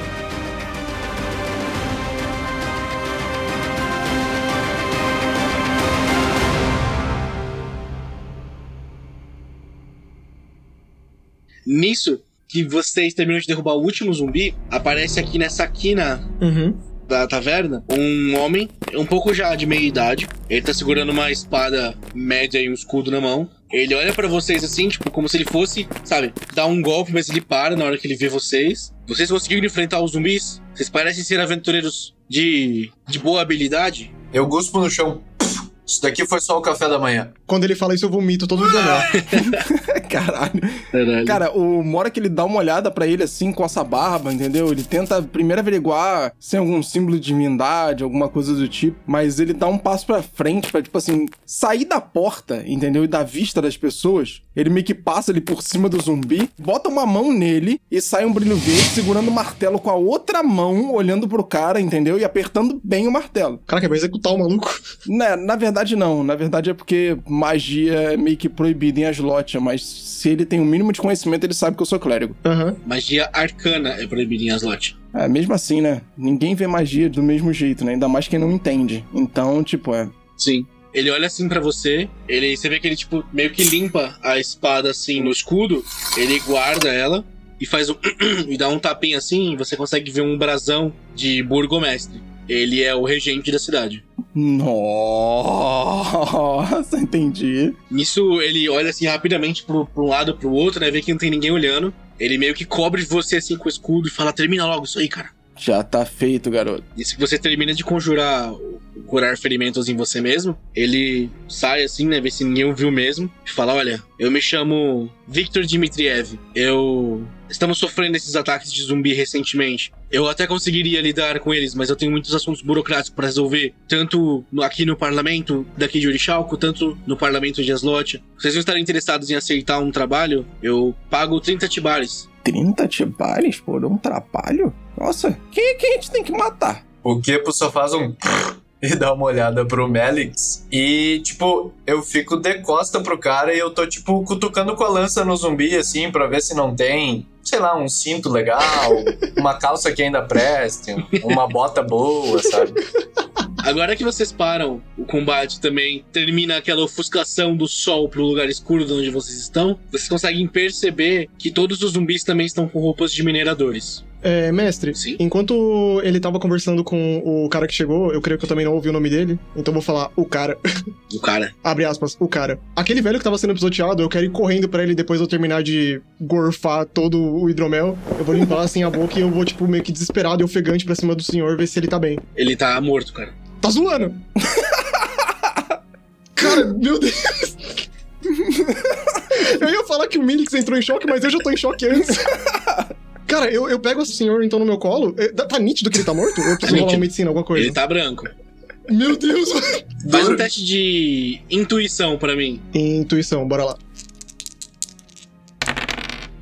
Speaker 4: Nisso que vocês terminam de derrubar o último zumbi, aparece aqui nessa quina
Speaker 2: Uhum.
Speaker 4: da taverna um homem, um pouco já de meia idade. Ele tá segurando uma espada média e um escudo na mão. Ele olha pra vocês assim, tipo, como se ele fosse, sabe, dar um golpe, mas ele para na hora que ele vê vocês. Vocês conseguiram enfrentar os zumbis? Vocês parecem ser aventureiros de, de boa habilidade?
Speaker 3: Eu guspo no chão. Isso daqui foi só o café da manhã.
Speaker 2: Quando ele fala isso, eu vomito todo mundo
Speaker 1: Caralho.
Speaker 4: Caralho.
Speaker 1: Cara, o Mora que ele dá uma olhada pra ele assim com essa barba, entendeu? Ele tenta primeiro averiguar se é algum símbolo de divindade, alguma coisa do tipo, mas ele dá um passo pra frente pra, tipo assim, sair da porta, entendeu? E da vista das pessoas. Ele meio que passa ali por cima do zumbi, bota uma mão nele e sai um brilho verde segurando o martelo com a outra mão, olhando pro cara, entendeu? E apertando bem o martelo.
Speaker 2: Caraca, vai executar o maluco.
Speaker 1: Na, na verdade, não. Na verdade, é porque magia é meio que proibida em Aslotia, mas se ele tem o mínimo de conhecimento, ele sabe que eu sou clérigo.
Speaker 2: Aham.
Speaker 4: Magia arcana é proibida em Aslot.
Speaker 1: É, mesmo assim, né? Ninguém vê magia do mesmo jeito, né? Ainda mais quem não entende. Então, tipo, é.
Speaker 4: Sim. Ele olha assim pra você, ele, você vê que ele tipo meio que limpa a espada assim no escudo, ele guarda ela e faz um e dá um tapinha assim, e você consegue ver um brasão de burgomestre. Ele é o regente da cidade.
Speaker 1: Nossa, entendi.
Speaker 4: Nisso ele olha assim rapidamente pro, pro lado pro outro, né, vê que não tem ninguém olhando. Ele meio que cobre você assim com o escudo e fala: "Termina logo isso aí, cara".
Speaker 1: Já tá feito, garoto.
Speaker 4: Nisso que você termina de conjurar o- curar ferimentos em você mesmo, ele sai assim, né? Vê se ninguém o viu mesmo. E fala: Olha, eu me chamo Victor Dmitriev. Eu Estamos sofrendo esses ataques de zumbi recentemente. Eu até conseguiria lidar com eles, mas eu tenho muitos assuntos burocráticos para resolver, tanto no- aqui no parlamento daqui de Orixalco, tanto no parlamento de Aslotia. Vocês não estarem interessados em aceitar um trabalho? Eu pago 30 tibares.
Speaker 1: 30 tibares por um trabalho? Nossa, quem é que a gente tem que matar?
Speaker 3: O Kepo só faz um e dá uma olhada pro Melix. E, tipo, eu fico de costa pro cara e eu tô, tipo, cutucando com a lança no zumbi, assim, pra ver se não tem, sei lá, um cinto legal, uma calça que ainda preste, uma bota boa, sabe?
Speaker 4: Agora que vocês param o combate também, termina aquela ofuscação do sol pro lugar escuro de onde vocês estão, vocês conseguem perceber que todos os zumbis também estão com roupas de mineradores.
Speaker 2: É, mestre,
Speaker 4: Sim.
Speaker 2: enquanto ele tava conversando com o cara que chegou, eu creio que eu também não ouvi o nome dele, então vou falar o cara.
Speaker 4: O cara.
Speaker 2: Abre aspas, o cara. Aquele velho que tava sendo pisoteado, eu quero ir correndo pra ele depois de eu terminar de gorfar todo o hidromel. Eu vou limpar assim a boca e eu vou, tipo, meio que desesperado e ofegante pra cima do senhor ver se ele tá bem.
Speaker 4: Ele tá morto, cara.
Speaker 2: Tá zoando! Cara, meu Deus! Eu ia falar que o Milix entrou em choque, mas eu já tô em choque antes. Cara, eu, eu pego o senhor então no meu colo. É, dá- Tá nítido que ele tá morto? Ou eu preciso rolar uma
Speaker 4: nítido.
Speaker 2: medicina, alguma coisa?
Speaker 1: é.
Speaker 4: Ele tá branco.
Speaker 2: Meu Deus!
Speaker 4: Faz um teste de intuição pra mim.
Speaker 2: Intuição, bora lá.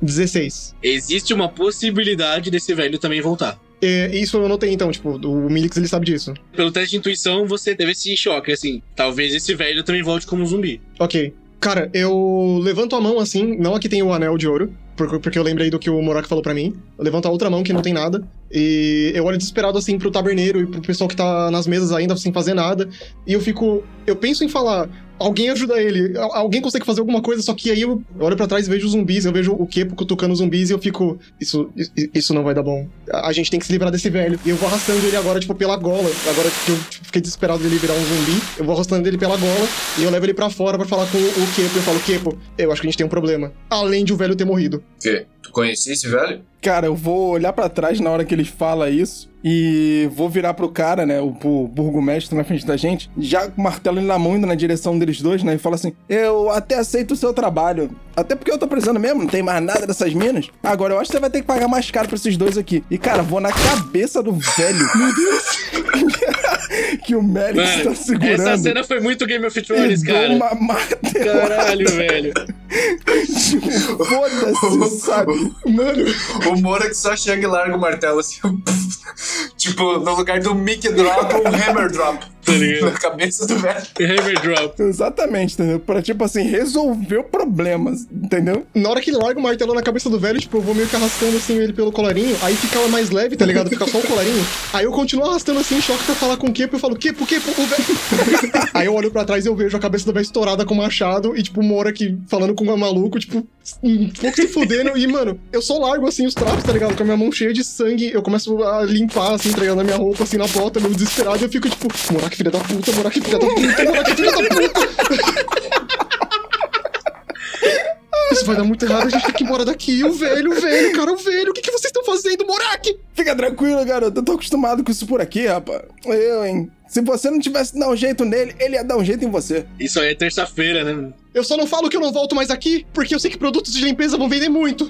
Speaker 2: 16.
Speaker 4: Existe uma possibilidade desse velho também voltar.
Speaker 2: É, isso eu notei então, tipo, o Milix ele sabe disso.
Speaker 4: Pelo teste de intuição, você teve esse choque, assim. Talvez esse velho também volte como um zumbi.
Speaker 2: Ok. Cara, eu levanto a mão assim, não aqui tem o anel de ouro, por- porque eu lembrei do que o Morak falou pra mim. Eu levanto a outra mão que não tem nada, e eu olho desesperado assim pro taberneiro e pro pessoal que tá nas mesas ainda sem fazer nada, e eu fico. Eu penso em falar, alguém ajuda ele, al- alguém consegue fazer alguma coisa, só que aí eu olho pra trás e vejo os zumbis, eu vejo o Kepo cutucando os zumbis e eu fico, isso, i- isso não vai dar bom. A a gente tem que se livrar desse velho. E eu vou arrastando ele agora, tipo, pela gola. Agora que eu tipo, fiquei desesperado dele virar um zumbi, eu vou arrastando ele pela gola. E eu levo ele pra fora pra falar com o Kepo. Eu falo, Kepo, eu acho que a gente tem um problema. Além de o velho ter morrido.
Speaker 3: quê? Tu conhecia esse velho?
Speaker 1: Cara, eu vou olhar pra trás na hora que ele fala isso e vou virar pro cara, né, o pro burgomestre na frente da gente, já com o martelo na mão indo na direção deles dois, né, e fala assim: "Eu até aceito o seu trabalho, até porque eu tô precisando mesmo, não tem mais nada dessas minas. Agora eu acho que você vai ter que pagar mais caro pra esses dois aqui". E cara, vou na cabeça do velho. Meu Deus. que o Merix tá segurando.
Speaker 4: essa cena foi muito Game of
Speaker 1: e
Speaker 4: Thrones, cara.
Speaker 1: dou uma martelada.
Speaker 4: Caralho, velho.
Speaker 1: Tipo, foda-se, sabe?
Speaker 2: Mano,
Speaker 3: O Mora que só chega e larga o martelo assim. tipo, no lugar do Mickey Drop, um Hammer Drop.
Speaker 4: Tá
Speaker 3: Na
Speaker 4: ligado?
Speaker 3: cabeça do velho.
Speaker 4: Hammer drop.
Speaker 1: Exatamente, entendeu? Pra, tipo assim, resolver problemas, entendeu?
Speaker 2: na hora que ele larga o martelo na cabeça do velho, tipo, eu vou meio que arrastando assim ele pelo colarinho. Aí fica mais leve, tá ligado? Fica só o colarinho. Aí eu continuo arrastando assim, em choque pra falar com o Kepo. Eu falo, Kepo, Kepo, o velho. aí eu olho pra trás e eu vejo a cabeça do velho estourada com o machado. E, tipo, o Mora aqui falando com o maluco, tipo, um pouco se fudendo. E, mano, eu só largo assim os trapos, tá ligado? Com a minha mão cheia de sangue. Eu começo a limpar, assim, tá ligado? A minha roupa, assim, na bota, meio desesperado. E eu fico, tipo, Morak, filha da puta, Morak, filha da puta, Morak, filha da puta. Isso vai dar muito errado, a gente tem que ir embora daqui. O velho, o velho, cara, o velho, o que, que vocês estão fazendo, Morak?
Speaker 1: Fica tranquilo, garoto. Eu tô acostumado com isso por aqui, rapaz. Eu, hein? Se você não tivesse dado um jeito nele, ele ia dar um jeito em você.
Speaker 4: Isso aí é terça-feira, né?
Speaker 2: Eu só não falo que eu não volto mais aqui, porque eu sei que produtos de limpeza vão vender muito.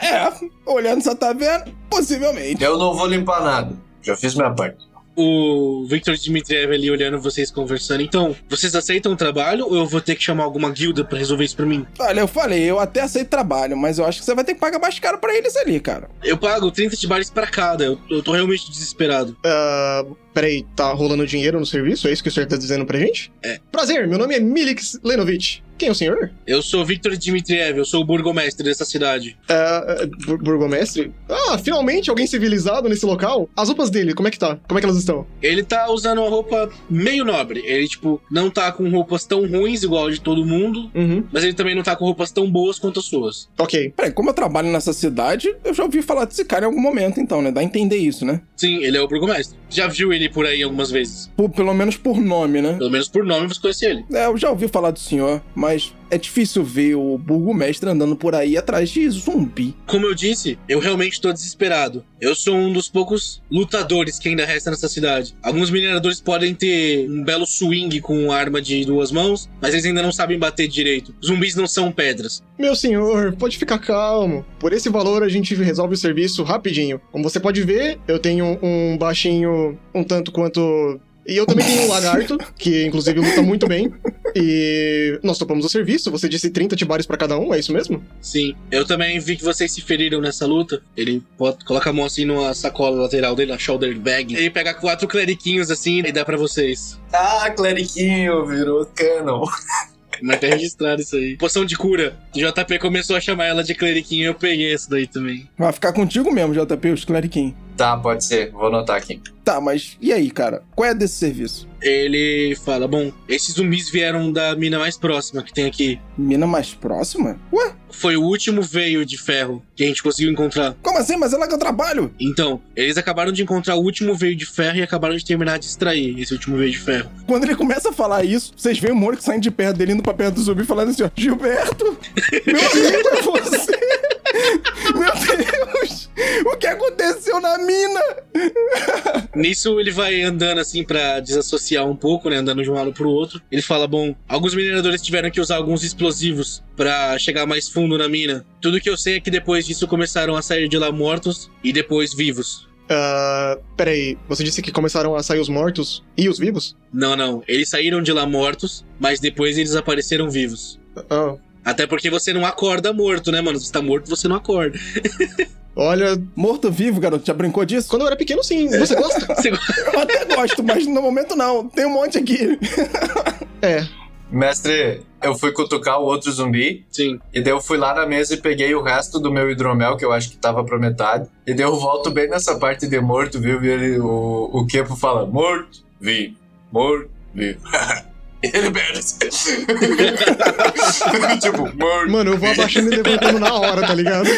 Speaker 1: É, olhando essa taverna, possivelmente.
Speaker 3: Eu não vou limpar nada. Já fiz minha parte.
Speaker 4: O Victor Dmitriev ali olhando vocês conversando. Então, vocês aceitam o trabalho ou eu vou ter que chamar alguma guilda pra resolver isso pra mim?
Speaker 1: Olha, eu falei, eu até aceito trabalho, mas eu acho que você vai ter que pagar mais caro pra eles ali, cara.
Speaker 4: Eu pago 30 tibares pra cada. Eu, eu tô realmente desesperado.
Speaker 2: Ah, peraí, tá rolando dinheiro no serviço? É isso que o senhor tá dizendo pra gente?
Speaker 4: É.
Speaker 2: Prazer, meu nome é Milix Lenovitch. Quem é o senhor?
Speaker 4: Eu sou Victor Dmitriev, eu sou o burgomestre dessa cidade.
Speaker 2: Ah, ah, bur- burgomestre? Ah, finalmente alguém civilizado nesse local. As roupas dele, como é que tá? Como é que elas estão?
Speaker 4: Ele tá usando uma roupa meio nobre. Ele, tipo, não tá com roupas tão ruins igual a de todo mundo,
Speaker 2: Uhum.
Speaker 4: mas ele também não tá com roupas tão boas quanto as suas.
Speaker 2: Ok.
Speaker 1: Peraí, como eu trabalho nessa cidade, eu já ouvi falar desse cara em algum momento, então, né? Dá a entender isso, né?
Speaker 4: Sim, ele é o burgomestre. Já viu ele por aí algumas vezes.
Speaker 1: Por- pelo menos por nome, né?
Speaker 4: Pelo menos por nome você conhece ele.
Speaker 1: É, eu já ouvi falar do senhor, mas mas é difícil ver o Burgo Mestre andando por aí atrás de zumbi.
Speaker 4: Como eu disse, eu realmente tô desesperado. Eu sou um dos poucos lutadores que ainda resta nessa cidade. Alguns mineradores podem ter um belo swing com arma de duas mãos, mas eles ainda não sabem bater direito. Zumbis não são pedras.
Speaker 2: Meu senhor, pode ficar calmo. Por esse valor a gente resolve o serviço rapidinho. Como você pode ver, eu tenho um baixinho um tanto quanto. E eu também tenho um lagarto, que inclusive luta muito bem. E nós topamos o serviço. Você disse 30 tibares pra cada um, é isso mesmo?
Speaker 4: Sim, eu também vi que vocês se feriram nessa luta. Ele bota- coloca a mão assim numa sacola lateral dele, na shoulder bag. Ele pega quatro cleriquinhos assim e dá pra vocês.
Speaker 3: Ah, Cleriquinho, virou canon.
Speaker 4: Mas tá registrado isso aí. Poção de cura. O JP começou a chamar ela de cleriquinho eu peguei essa daí também.
Speaker 1: Vai ficar contigo mesmo, JP, os cleriquinhos.
Speaker 3: Tá, pode ser, vou anotar aqui.
Speaker 1: Tá, mas e aí, cara? Qual é desse serviço?
Speaker 4: Ele fala: Bom, esses zumbis vieram da mina mais próxima que tem aqui.
Speaker 1: Mina mais próxima? Ué,
Speaker 4: Foi o último veio de ferro que a gente conseguiu encontrar.
Speaker 1: como assim? Mas é lá que eu trabalho.
Speaker 4: Então, eles acabaram de encontrar o último veio de ferro e acabaram de terminar de extrair esse último veio de ferro.
Speaker 1: Quando ele começa a falar isso, vocês veem o Moro que saindo de perto dele, indo pra perto do zumbi, falando assim, ó, Gilberto, meu amigo, é você! Meu Deus! O que aconteceu na mina?
Speaker 4: Nisso ele vai andando assim pra desassociar um pouco, né, andando de um lado pro outro. Ele fala: "Bom, alguns mineradores tiveram que usar alguns explosivos pra chegar mais fundo na mina. Tudo que eu sei é que depois disso começaram a sair de lá mortos e depois vivos."
Speaker 2: Ah, peraí, você disse que começaram a sair os mortos e os vivos?
Speaker 4: Não, não. Eles saíram de lá mortos, mas depois eles apareceram vivos.
Speaker 2: Ah,
Speaker 4: Até porque você não acorda morto, né, mano? Se você tá morto, você não acorda.
Speaker 2: olha,
Speaker 1: Morto-vivo, garoto, já brincou disso?
Speaker 2: quando eu era pequeno, sim. Você gosta?
Speaker 4: Você-
Speaker 1: Eu até gosto, mas no momento não. Tem um monte aqui.
Speaker 2: É,
Speaker 3: Mestre, eu fui cutucar o outro zumbi,
Speaker 4: Sim.
Speaker 3: e daí eu fui lá na mesa e peguei o resto do meu hidromel, que eu acho que tava pra metade, e daí eu volto bem nessa parte de morto, viu? E ele, o, o Kepo fala, morto, vivo, morto, vivo. ele perde. tipo, morto.
Speaker 2: Mano, eu vou abaixando e levantando na hora, tá ligado?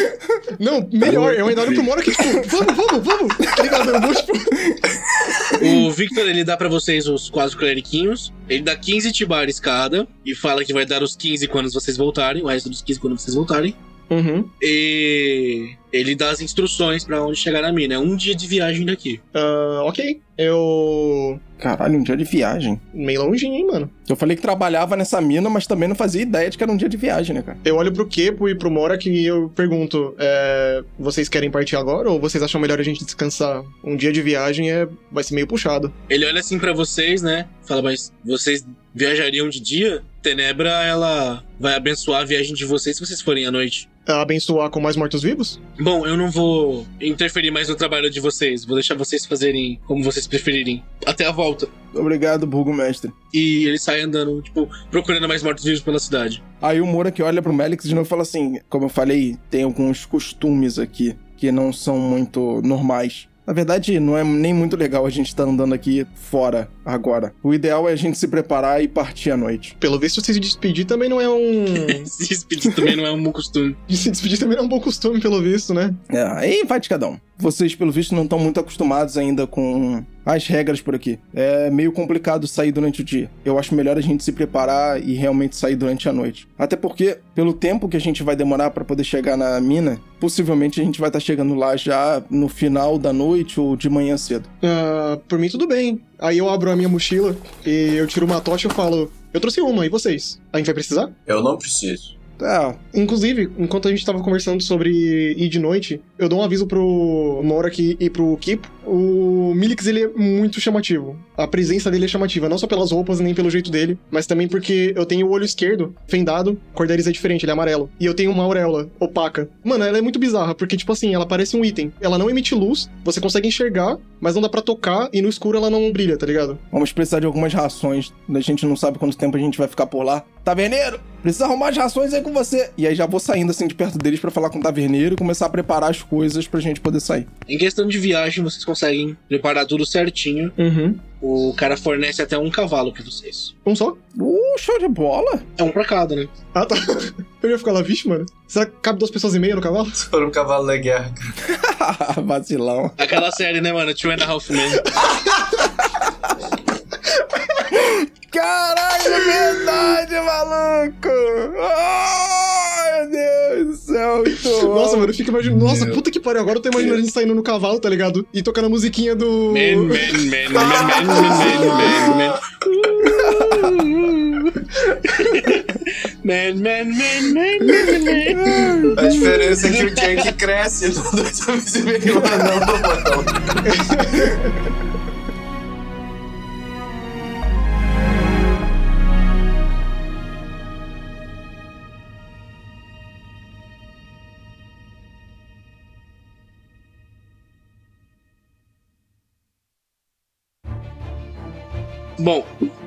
Speaker 2: Não, melhor, eu ainda olho pro Moro que, tipo, vamos, vamos, vamos, tá ligado? Eu vou, tipo,
Speaker 4: O Victor, ele dá pra vocês os quatro cleriquinhos. Ele dá 15 tibares cada e fala que vai dar os 15 quando vocês voltarem, o resto dos 15 quando vocês voltarem.
Speaker 2: Uhum.
Speaker 4: E ele dá as instruções pra onde chegar na mina. É um dia de viagem daqui.
Speaker 2: Ah, ok. Eu.
Speaker 1: Caralho, um dia de viagem.
Speaker 2: Meio longinho, hein, mano.
Speaker 1: Eu falei que trabalhava nessa mina, mas também não fazia ideia de que era um dia de viagem, né, cara?
Speaker 2: Eu olho pro Kepo e pro Mora que eu pergunto: é, vocês querem partir agora ou vocês acham melhor a gente descansar? Um dia de viagem é, vai ser meio puxado.
Speaker 4: Ele olha assim pra vocês, né? Fala, mas vocês viajariam de dia? Tenebra, ela vai abençoar a viagem de vocês se vocês forem à noite.
Speaker 2: Ah, Abençoar com mais mortos-vivos?
Speaker 4: Bom, eu não vou interferir mais no trabalho de vocês. Vou deixar vocês fazerem como vocês preferirem. Até a volta.
Speaker 1: Obrigado, burgomestre.
Speaker 4: E ele sai andando, tipo, procurando mais mortos-vivos pela cidade.
Speaker 1: Aí o Moura que olha pro Melix de novo e fala assim: Como eu falei, tem alguns costumes aqui que não são muito normais. Na verdade, não é nem muito legal a gente estar andando aqui fora agora. O ideal é a gente se preparar e partir à noite.
Speaker 2: Pelo visto, se despedir também não é um.
Speaker 4: Se despedir também não é um bom costume.
Speaker 2: se despedir também não é um bom costume, pelo visto, né?
Speaker 1: É, aí vai de cada um. Vocês, pelo visto, não estão muito acostumados ainda com as regras por aqui. É meio complicado sair durante o dia. Eu acho melhor a gente se preparar e realmente sair durante a noite. Até porque, pelo tempo que a gente vai demorar pra poder chegar na mina, possivelmente a gente vai estar chegando lá já no final da noite ou de manhã cedo.
Speaker 2: Ah, por mim, tudo bem. Aí eu abro a minha mochila e eu tiro uma tocha e eu falo: Eu trouxe uma, e vocês? A gente vai precisar?
Speaker 3: Eu não preciso.
Speaker 1: Tá,
Speaker 2: Inclusive, enquanto a gente tava conversando sobre ir de noite, eu dou um aviso pro Mora aqui e pro Kip. O Milix, ele é muito chamativo. A presença dele é chamativa, não só pelas roupas, nem pelo jeito dele, mas também porque eu tenho o olho esquerdo fendado, a cor deles é diferente, ele é amarelo. E eu tenho uma auréola opaca. Mano, ela é muito bizarra, porque, tipo assim, ela parece um item. Ela não emite luz, você consegue enxergar, mas não dá pra tocar, e no escuro ela não brilha, tá ligado?
Speaker 1: vamos precisar de algumas rações. A gente não sabe quanto tempo a gente vai ficar por lá. Taverneiro, precisa arrumar as rações aí com você. E aí já vou saindo assim de perto deles pra falar com o taverneiro e começar a preparar as coisas pra gente poder sair.
Speaker 4: Em questão de viagem, vocês conseguem preparar tudo certinho.
Speaker 2: Uhum.
Speaker 4: O cara fornece até um cavalo pra vocês.
Speaker 2: Um só?
Speaker 1: Uh, show de bola!
Speaker 4: É um pra cada, né?
Speaker 2: Ah, tá. Eu ia ficar lá, vixe, mano. Será que cabe duas pessoas e meia no cavalo?
Speaker 3: Se for um cavalo da guerra.
Speaker 1: Vacilão.
Speaker 4: Aquela série, né, mano? Two and a Half Men.
Speaker 1: Caralho, é verdade, maluco!
Speaker 2: imaginando. Nossa,
Speaker 3: Meu
Speaker 2: puta que pariu, agora eu tô imaginando a gente saindo no cavalo, tá ligado? E tocando a musiquinha do.
Speaker 4: Man, man, man, man, man, man, man, man, man. Man, man, man, man, man, man.
Speaker 3: A diferença é que o Jack cresce ele não dá dois e meio anão no botão.
Speaker 4: Bom,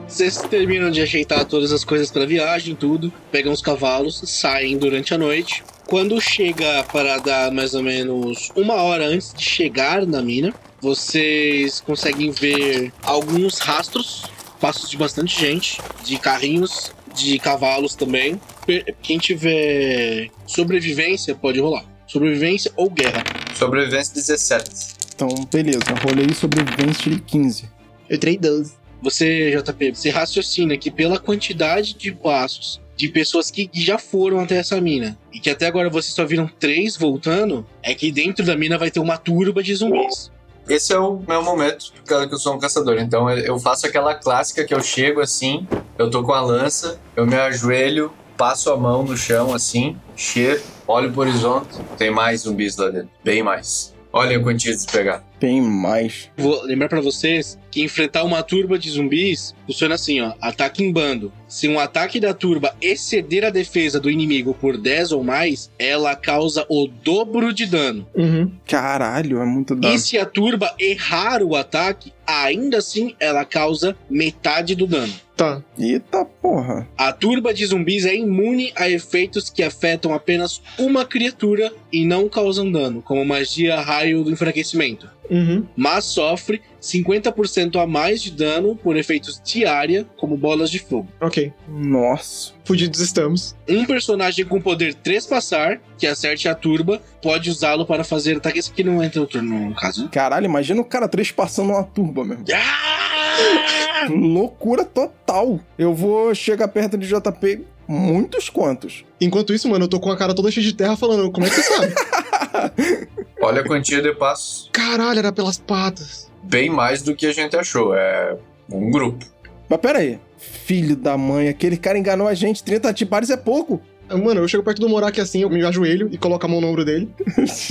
Speaker 4: vocês terminam de ajeitar todas as coisas pra viagem, tudo, pegam os cavalos, saem durante a noite. Quando chega para dar mais ou menos uma hora antes de chegar na mina, vocês conseguem ver alguns rastros, passos de bastante gente, de carrinhos, de cavalos também. Per- Quem tiver sobrevivência pode rolar. Sobrevivência ou guerra.
Speaker 3: Sobrevivência 17.
Speaker 1: Então, beleza. Rolei sobrevivência de 15.
Speaker 2: Eu tirei 12.
Speaker 4: Você, JP, você raciocina que pela quantidade de passos de pessoas que já foram até essa mina e que até agora vocês só viram três voltando, é que dentro da mina vai ter uma turba de zumbis.
Speaker 3: Esse é o meu momento, por causa que eu sou um caçador. Então eu- eu faço aquela clássica que eu chego assim, eu tô com a lança, eu me ajoelho, passo a mão no chão assim, cheiro, olho pro horizonte, tem mais zumbis lá dentro, bem mais. Olha a quantia de se pegar.
Speaker 1: Bem mais.
Speaker 4: Vou lembrar pra vocês que enfrentar uma turba de zumbis funciona assim, ó, ataque em bando. Se um ataque da turba exceder a defesa do inimigo por 10 ou mais, ela causa o dobro de dano.
Speaker 2: Uhum.
Speaker 1: Caralho, é muito dano.
Speaker 4: E se a turba errar o ataque, ainda assim ela causa metade do dano.
Speaker 2: Tá.
Speaker 1: Eita porra.
Speaker 4: A turba de zumbis é imune a efeitos que afetam apenas uma criatura e não causam dano, como magia raio do enfraquecimento,
Speaker 2: Uhum.
Speaker 4: mas sofre 50% a mais de dano por efeitos de área, como bolas de fogo.
Speaker 2: Ok.
Speaker 1: Nossa.
Speaker 2: Fugidos estamos.
Speaker 4: Um personagem com poder trespassar, que acerte a turba, pode usá-lo para fazer ataque. Esse aqui não entra no turno, no caso. né?
Speaker 1: Caralho, imagina o cara trespassando uma turba, meu. irmão.
Speaker 4: Ah!
Speaker 1: Loucura total. Eu vou chegar perto de JP muitos quantos.
Speaker 2: Enquanto isso, mano, eu tô com a cara toda cheia de terra falando, como é que você sabe?
Speaker 3: Olha a quantia de passos,
Speaker 2: Caralho, era pelas patas.
Speaker 3: bem mais do que a gente achou. É um grupo.
Speaker 1: Mas pera aí. Filho da mãe, aquele cara enganou a gente. 30 atibares é pouco.
Speaker 2: Ah, Mano, eu chego perto do Morak assim, eu me ajoelho e coloco a mão no ombro dele.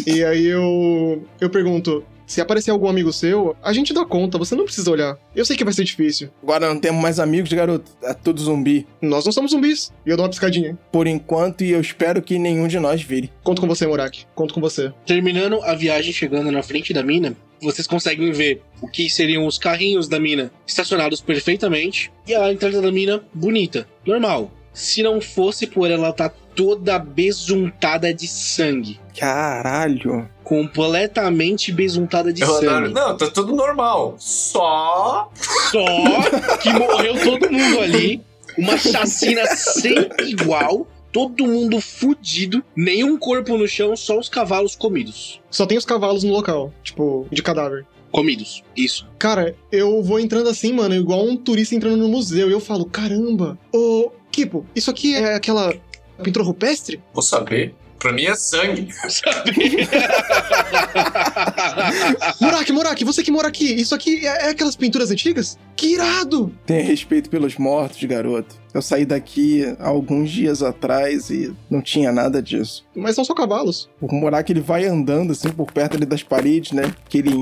Speaker 2: e aí eu. Eu pergunto: se aparecer algum amigo seu, a gente dá conta, você não precisa olhar. Eu sei que vai ser difícil.
Speaker 1: Agora não temos mais amigos, garoto. É tudo zumbi.
Speaker 2: Nós não somos zumbis. E eu dou uma piscadinha.
Speaker 1: Por enquanto, e eu espero que nenhum de nós vire.
Speaker 2: Conto com você, Morak. Conto com você.
Speaker 4: Terminando a viagem, chegando na frente da mina, vocês conseguem ver o que seriam os carrinhos da mina estacionados perfeitamente e a entrada da mina bonita, normal. Se não fosse por ela estar toda besuntada de sangue,
Speaker 1: Caralho.
Speaker 4: completamente besuntada de
Speaker 3: Eu
Speaker 4: sangue,
Speaker 3: adoro. Não, tá tudo normal. Só.
Speaker 4: só que morreu todo mundo ali, uma chacina sem igual, todo mundo fudido, nenhum corpo no chão, só os cavalos comidos.
Speaker 2: Só tem os cavalos no local, tipo, de cadáver.
Speaker 4: Comidos, isso.
Speaker 2: Cara, eu vou entrando assim, mano, igual um turista entrando no museu. E eu falo: caramba, ô, Kipo, isso aqui é aquela pintura rupestre?
Speaker 3: Vou saber. Pra mim é sangue.
Speaker 2: Morak, Morak, você que mora aqui, isso aqui é, é aquelas pinturas antigas? Que irado!
Speaker 1: Tenha respeito pelos mortos, garoto. Eu saí daqui há alguns dias atrás e não tinha nada disso.
Speaker 2: Mas são só cavalos.
Speaker 1: O buraco ele vai andando assim por perto ali das paredes, né? Que ele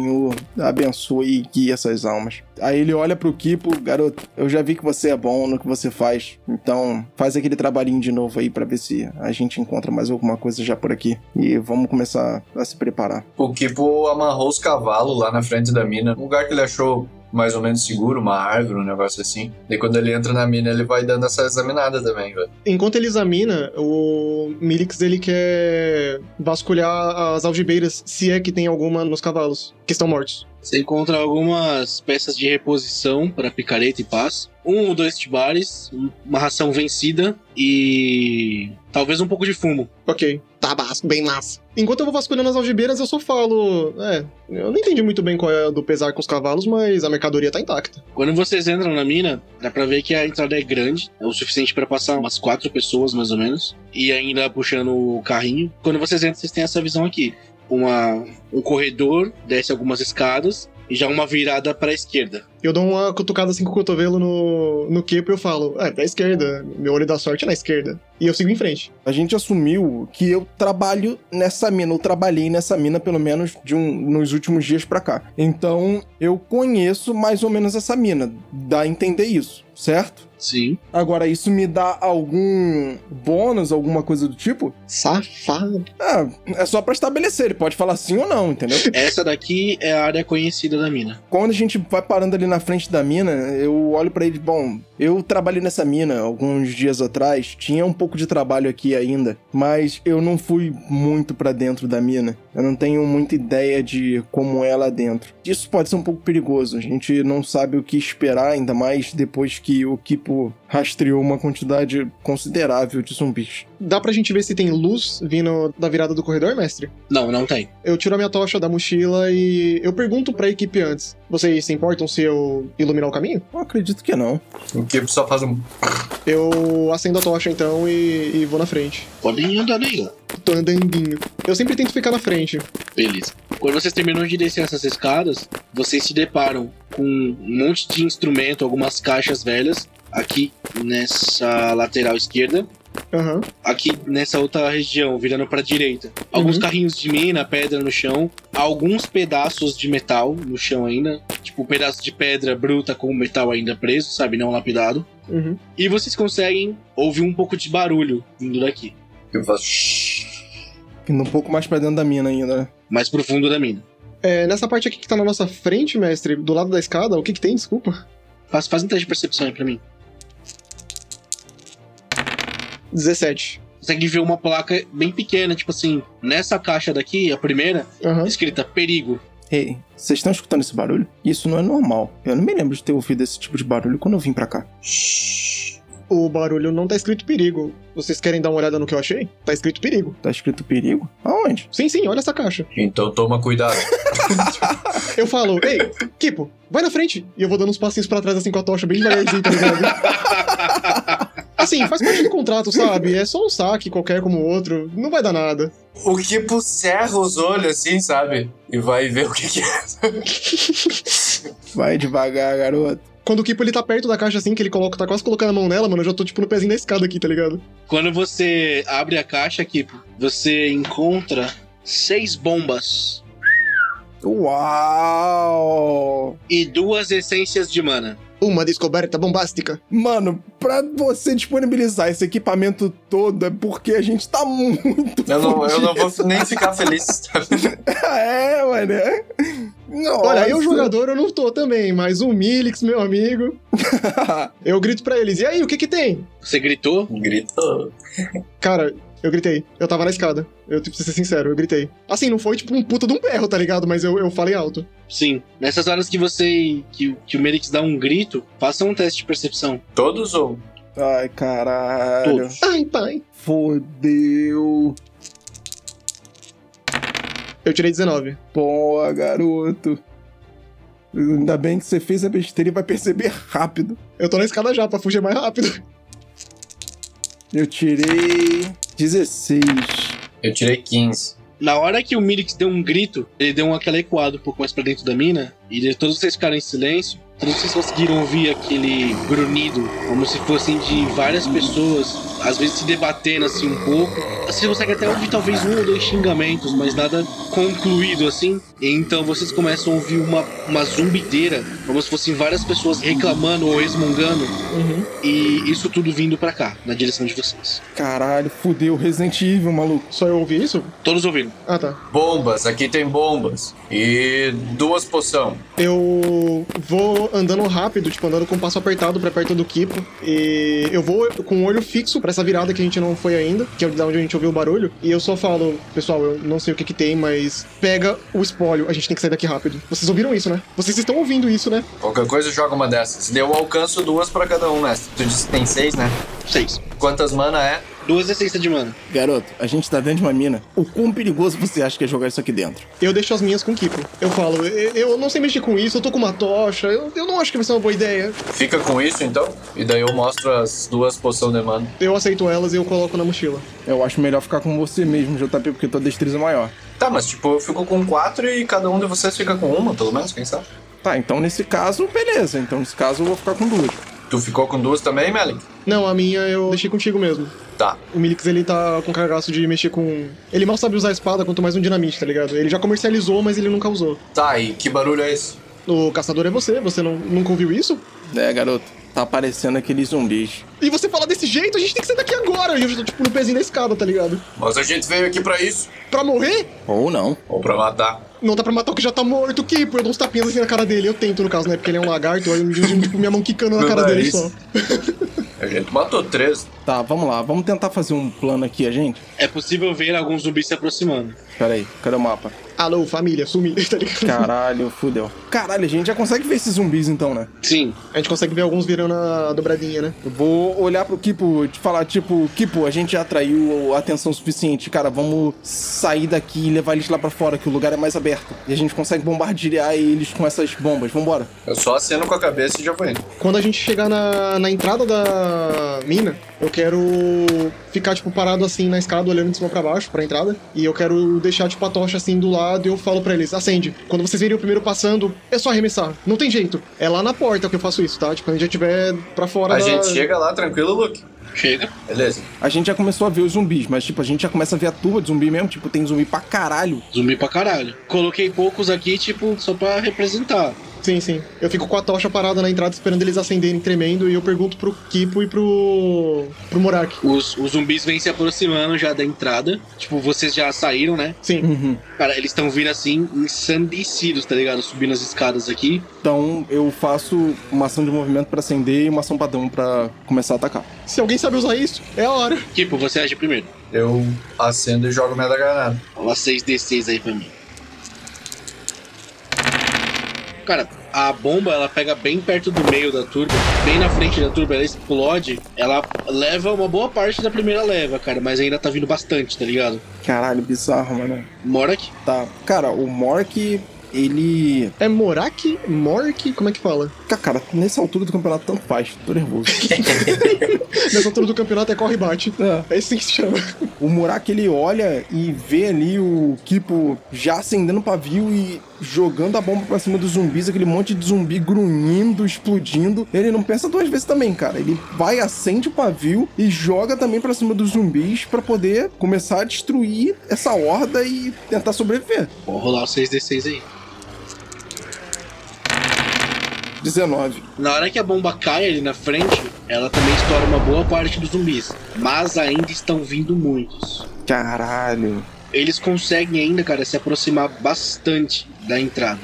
Speaker 1: abençoe e guie essas almas. Aí ele olha pro Kipo, garoto, eu já vi que você é bom no que você faz. Então, faz aquele trabalhinho de novo aí pra ver se a gente encontra mais alguma coisa já por aqui. E vamos começar a se preparar.
Speaker 3: O Kipo amarrou os cavalos lá na frente da mina, um lugar que ele achou mais ou menos seguro, uma árvore, um negócio assim. E quando ele entra na mina, ele vai dando essa examinada também, velho.
Speaker 2: Enquanto ele examina, o Milix ele quer vasculhar as algibeiras, se é que tem alguma nos cavalos, que estão mortos.
Speaker 4: Você encontra algumas peças de reposição para picareta e paz. Um ou dois tibares, um- uma ração vencida e talvez um pouco de fumo.
Speaker 2: Ok. tabasco bem massa. Enquanto eu vou vasculhando as algibeiras, eu só falo. É, eu não entendi muito bem qual é a do pesar com os cavalos, mas a mercadoria tá intacta.
Speaker 4: Quando vocês entram na mina, dá pra ver que a entrada é grande, é o suficiente pra passar umas quatro pessoas, mais ou menos, e ainda puxando o carrinho. Quando vocês entram, vocês têm essa visão aqui. Uma, um corredor, desce algumas escadas, e já uma virada pra esquerda.
Speaker 2: Eu dou uma cutucada assim com o cotovelo no, no quepo e eu falo, é, pra esquerda. Meu olho da sorte é na esquerda. E eu sigo em frente.
Speaker 1: A gente assumiu que eu trabalho nessa mina, ou trabalhei nessa mina pelo menos de um, nos últimos dias pra cá. Então eu conheço mais ou menos essa mina, dá a entender isso, certo?
Speaker 4: Sim.
Speaker 1: Agora, isso me dá algum bônus, alguma coisa do tipo?
Speaker 2: Safado.
Speaker 1: Ah, é só pra estabelecer, ele pode falar sim ou não, entendeu?
Speaker 4: Essa daqui é a área conhecida da mina.
Speaker 1: Quando a gente vai parando ali na frente da mina, eu olho pra ele, bom, eu trabalhei nessa mina alguns dias atrás, tinha um pouco de trabalho aqui ainda, mas eu não fui muito pra dentro da mina. Eu não tenho muita ideia de como é lá dentro. Isso pode ser um pouco perigoso, a gente não sabe o que esperar, ainda mais depois que o Kipo rastreou uma quantidade considerável de zumbis.
Speaker 2: Dá pra gente ver se tem luz vindo da virada do corredor, mestre?
Speaker 4: Não, não tem.
Speaker 2: Eu tiro a minha tocha da mochila e eu pergunto pra equipe antes. Vocês se importam se eu iluminar o caminho?
Speaker 1: Eu acredito que não.
Speaker 3: O que só faz um.
Speaker 2: Eu acendo a tocha então e, e vou na frente.
Speaker 4: Podem andar aí, ó.
Speaker 2: Tô andandinho. Eu sempre tento ficar na frente.
Speaker 4: Beleza. Quando vocês terminam de descer essas escadas, vocês se deparam com um monte de instrumento, algumas caixas velhas, aqui nessa lateral esquerda,
Speaker 2: Aham.
Speaker 4: aqui nessa outra região, virando pra direita. Alguns
Speaker 2: Uhum.
Speaker 4: carrinhos de mina, pedra no chão, alguns pedaços de metal no chão ainda, tipo pedaço de pedra bruta com o metal ainda preso, sabe, não lapidado.
Speaker 2: Uhum.
Speaker 4: E vocês conseguem ouvir um pouco de barulho vindo daqui,
Speaker 3: Que faz. shhh.
Speaker 1: Indo um pouco mais pra dentro da mina ainda, né?
Speaker 4: mais profundo da mina.
Speaker 2: É, nessa parte aqui que tá na nossa frente, mestre, do lado da escada, o que que tem? Desculpa.
Speaker 4: Faz, faz um teste de percepção aí pra mim.
Speaker 2: 17.
Speaker 4: Consegue ver uma placa bem pequena, tipo assim, nessa caixa daqui, a primeira,
Speaker 2: Aham.
Speaker 4: escrita perigo.
Speaker 1: Ei, vocês estão escutando esse barulho? Isso não é normal. Eu não me lembro de ter ouvido esse tipo de barulho quando eu vim pra cá.
Speaker 3: Shhh.
Speaker 2: O barulho não tá escrito perigo. Vocês querem dar uma olhada no que eu achei? Tá escrito perigo.
Speaker 1: Tá escrito perigo? Aonde?
Speaker 2: Sim, sim, olha essa caixa.
Speaker 3: Então toma cuidado.
Speaker 2: Eu falo, ei, Kipo, vai na frente. E eu vou dando uns passinhos pra trás assim com a tocha, bem devagarzinho, tá ligado? Assim, faz parte do contrato, sabe? É só um saque qualquer como o outro. Não vai dar nada.
Speaker 3: O Kipo cerra os olhos assim, sabe? E vai ver o que, que é.
Speaker 1: Vai devagar, garoto.
Speaker 2: Quando o Kipo ele tá perto da caixa assim, que ele coloca, tá quase colocando a mão nela, mano, eu já tô tipo no pezinho da escada aqui, tá ligado?
Speaker 4: Quando você abre a caixa aqui, você encontra seis bombas
Speaker 1: Uau!
Speaker 4: e duas essências de mana.
Speaker 2: Uma descoberta bombástica.
Speaker 1: Mano, pra você disponibilizar esse equipamento todo é porque a gente tá muito.
Speaker 3: Eu não, eu não
Speaker 1: fudido.
Speaker 3: vou nem ficar feliz. sabe?
Speaker 1: é, mano. é. Nossa.
Speaker 2: Olha, eu jogador eu não tô também, mas o Milix, meu amigo. Eu grito pra eles, e aí, o que que tem?
Speaker 4: Você gritou?
Speaker 3: Gritou.
Speaker 2: Cara, eu gritei. Eu tava na escada. Eu tipo, preciso ser sincero, eu gritei. Assim, não foi tipo um puta de um berro, tá ligado? Mas eu, eu falei alto.
Speaker 4: Sim. Nessas horas que você. que, que o Merix dá um grito, faça um teste de percepção.
Speaker 3: Todos ou
Speaker 1: Ai, caralho.
Speaker 4: Todos.
Speaker 2: Ai, pai.
Speaker 1: Fodeu.
Speaker 2: Eu tirei 19.
Speaker 1: Boa, garoto. Ainda bem que você fez a besteira e vai perceber rápido.
Speaker 2: Eu tô na escada já pra fugir mais rápido.
Speaker 1: Eu tirei 16.
Speaker 3: Eu tirei 15.
Speaker 4: Na hora que o Mirix deu um grito, ele deu um aquela ecoada um pouco mais pra dentro da mina, e de- todos vocês ficaram em silêncio. Todos vocês conseguiram ouvir aquele grunhido, como se fossem de várias pessoas, às vezes se debatendo assim um pouco. Você consegue até ouvir talvez um ou dois xingamentos, mas nada concluído assim. E então vocês começam a ouvir uma, uma zumbideira, como se fossem várias pessoas reclamando ou resmungando,
Speaker 2: Uhum.
Speaker 4: e isso tudo vindo pra cá, na direção de vocês.
Speaker 1: Caralho, fudeu, Resident Evil, maluco.
Speaker 2: Só eu ouvi isso?
Speaker 4: Todos ouviram.
Speaker 2: Ah, tá.
Speaker 3: Bombas, aqui tem bombas. E duas poção.
Speaker 2: Eu vou andando rápido, tipo, andando com o passo apertado pra perto do Kipo. E eu vou com o olho fixo pra essa virada que a gente não foi ainda, que é da onde a gente ouviu o barulho. E eu só falo, pessoal, eu não sei o que que tem, mas pega o espólio. A gente tem que sair daqui rápido. Vocês ouviram isso, né? Vocês estão ouvindo isso, né?
Speaker 3: Qualquer coisa joga um, uma dessas. Deu alcanço duas pra cada um, mestre. Tu disse que tem seis, né?
Speaker 4: Seis.
Speaker 3: Quantas mana é?
Speaker 4: Duas essências de mana.
Speaker 1: Garoto, a gente tá dentro de uma mina. O quão perigoso você acha que é jogar isso aqui dentro?
Speaker 2: Eu deixo as minhas com o Kiko. Eu falo, eu, eu não sei mexer com isso, eu tô com uma tocha, eu, eu não acho que vai ser uma boa ideia.
Speaker 3: Fica com isso então, e daí eu mostro as duas poções de mana.
Speaker 2: Eu aceito elas e eu coloco na mochila.
Speaker 1: Eu acho melhor ficar com você mesmo, JP, porque tua destreza é maior.
Speaker 3: Tá, mas tipo, eu fico com quatro e cada um de vocês fica com uma, pelo menos, quem sabe?
Speaker 1: Tá, então nesse caso, beleza. Então nesse caso eu vou ficar com duas.
Speaker 3: Tu ficou com duas também, Melik?
Speaker 2: Não, a minha eu deixei contigo mesmo.
Speaker 3: Tá.
Speaker 2: O Milix, ele tá com cagaço de mexer com... Ele mal sabe usar a espada, quanto mais um dinamite, tá ligado? Ele já comercializou, mas ele nunca usou.
Speaker 3: Tá, e que barulho é esse?
Speaker 2: O caçador é você, você não, nunca ouviu isso?
Speaker 1: É, garoto, tá aparecendo aqueles zumbis.
Speaker 2: E você fala desse jeito, a gente tem que sair daqui agora! E eu já tô, tipo, no pezinho da escada, tá ligado?
Speaker 3: Mas a gente veio aqui pra isso.
Speaker 2: Pra morrer?
Speaker 1: Ou não.
Speaker 3: Ou pra matar.
Speaker 2: Não dá pra matar o que já tá morto, que por eu dou uns tapinhas assim na cara dele. Eu tento, no caso, né? Porque ele é um lagarto, aí eu digo, tipo, minha mão quicando na
Speaker 3: Meu
Speaker 2: cara dele
Speaker 3: nariz.
Speaker 2: só.
Speaker 3: A gente matou três.
Speaker 1: Tá, vamos lá. Vamos tentar fazer um plano aqui, a gente.
Speaker 4: É possível ver alguns zumbis se aproximando.
Speaker 1: Pera aí, cadê o mapa?
Speaker 2: Alô, família, sumi, tá ligado?
Speaker 1: Caralho, fudeu. Caralho, a gente já consegue ver esses zumbis então, né?
Speaker 4: Sim.
Speaker 2: A gente consegue ver alguns virando a dobradinha, né?
Speaker 1: Eu vou olhar pro Kipo e te falar, tipo, Kipo, a gente já atraiu a atenção suficiente, cara, vamos sair daqui e levar eles lá pra fora, que o lugar é mais aberto. E a gente consegue bombardear eles com essas bombas. Vambora.
Speaker 3: Eu só aceno com a cabeça e já vou indo.
Speaker 2: Quando a gente chegar na, na entrada da mina, eu quero ficar, tipo, parado assim na escada, olhando de cima pra baixo, pra entrada. E eu quero deixar, tipo, a tocha assim do lado e eu falo pra eles, acende. Quando vocês virem o primeiro passando, é só arremessar. Não tem jeito. É lá na porta que eu faço isso, tá? Tipo, quando a gente já tiver pra fora
Speaker 3: A
Speaker 2: da-
Speaker 3: gente chega lá tranquilo, Luke.
Speaker 4: Chega.
Speaker 3: Beleza.
Speaker 1: A gente já começou a ver os zumbis, mas, tipo, a gente já começa a ver a turba de zumbi mesmo. Tipo, tem zumbi pra caralho.
Speaker 4: Zumbi pra caralho. Coloquei poucos aqui, tipo, só pra representar.
Speaker 2: Sim, sim. Eu fico com a tocha parada na entrada esperando eles acenderem tremendo e eu pergunto pro Kipo e pro. pro Morak.
Speaker 4: Os, os zumbis vêm se aproximando já da entrada. Tipo, vocês já saíram, né?
Speaker 2: Sim.
Speaker 1: Uhum.
Speaker 4: Cara, eles estão vindo assim, ensandecidos, tá ligado? Subindo as escadas aqui.
Speaker 1: Então, eu faço uma ação de movimento pra acender e uma ação padrão pra começar a atacar.
Speaker 2: Se alguém sabe usar isso, é a hora.
Speaker 4: Tipo, você age primeiro.
Speaker 3: Eu acendo e jogo minha da granada.
Speaker 4: Rola 6d6 aí pra mim. Cara, a bomba ela pega bem perto do meio da turba, bem na frente da turba, ela explode, ela leva uma boa parte da primeira leva, cara, mas ainda tá vindo bastante, tá ligado?
Speaker 1: Caralho, bizarro, mano.
Speaker 4: Morak,
Speaker 1: Tá. Cara, o Mork, ele.
Speaker 2: É Morak? Mork? Como é que fala?
Speaker 1: Ca- Cara, nessa altura do campeonato tanto faz. Tô nervoso.
Speaker 2: Nessa altura do campeonato é corre e bate.
Speaker 1: é.
Speaker 2: É assim que se chama.
Speaker 1: O Murak ele olha e vê ali o Kipo já acendendo o pavio e jogando a bomba pra cima dos zumbis, aquele monte de zumbi grunhindo, explodindo. Ele não pensa duas vezes também, cara. Ele vai, acende o pavio e joga também pra cima dos zumbis pra poder começar a destruir essa horda e tentar sobreviver.
Speaker 4: vou rolar o 6d6 aí.
Speaker 1: 19.
Speaker 4: Na hora que a bomba cai ali na frente, ela também estoura uma boa parte dos zumbis, mas ainda estão vindo muitos.
Speaker 1: Caralho.
Speaker 4: Eles conseguem ainda, cara, se aproximar bastante da entrada.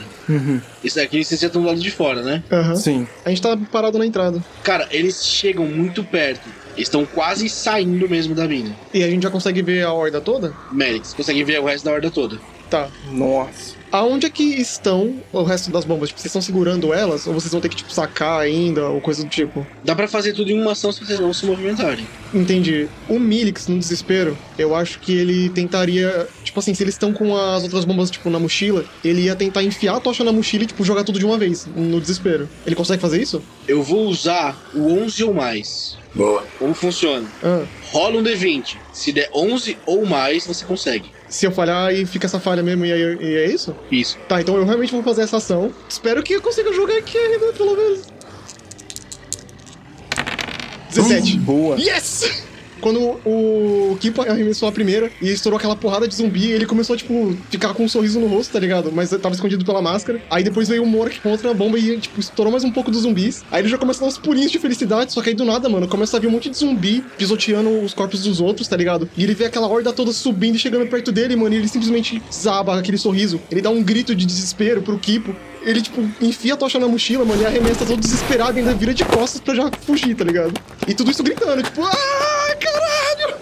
Speaker 4: Isso aqui vocês já estão do lado de fora, né?
Speaker 2: Aham.
Speaker 1: Sim.
Speaker 2: A gente tá parado na entrada.
Speaker 4: Cara, eles chegam muito perto. Estão quase saindo mesmo da mina.
Speaker 2: E a gente já consegue ver a horda toda?
Speaker 4: Merix, consegue ver o resto da horda toda.
Speaker 2: Tá.
Speaker 1: Nossa.
Speaker 2: Aonde é que estão o resto das bombas? Tipo, vocês estão segurando elas? Ou vocês vão ter que, tipo, sacar ainda? Ou coisa do tipo?
Speaker 4: Dá pra fazer tudo em uma ação se vocês não se movimentarem.
Speaker 2: Entendi. O Milix, no desespero, eu acho que ele tentaria. Tipo assim, se eles estão com as outras bombas, tipo, na mochila, ele ia tentar enfiar a tocha na mochila e, tipo, jogar tudo de uma vez, no desespero. Ele consegue fazer isso?
Speaker 4: Eu vou usar o 11 ou mais.
Speaker 3: Boa.
Speaker 4: Como funciona?
Speaker 2: Ah,
Speaker 4: Rola um D20. Se der 11 ou mais, você consegue.
Speaker 2: se eu falhar, aí fica essa falha mesmo e, aí, e é isso?
Speaker 4: Isso.
Speaker 2: Tá, então eu realmente vou fazer essa ação. Espero que eu consiga jogar aqui ainda, pelo menos.
Speaker 1: Hum,
Speaker 2: 17.
Speaker 1: boa.
Speaker 2: Yes! Quando o Kipa arremessou a primeira e estourou aquela porrada de zumbi, ele começou, tipo, ficar com um sorriso no rosto, tá ligado? Mas tava escondido pela máscara. Aí depois veio o Morak com outra bomba e, tipo, estourou mais um pouco dos zumbis. Aí ele já começa a dar uns pulinhos de felicidade, só que aí do nada, mano, começa a vir um monte de zumbi pisoteando os corpos dos outros, tá ligado? E ele vê aquela horda toda subindo e chegando perto dele, mano, e ele simplesmente zaba aquele sorriso. Ele dá um grito de desespero pro Kipo. Ele, tipo, enfia a tocha na mochila, mano, e arremessa todo desesperado e ainda vira de costas pra já fugir, tá ligado? E tudo isso gritando, tipo, ah, caralho!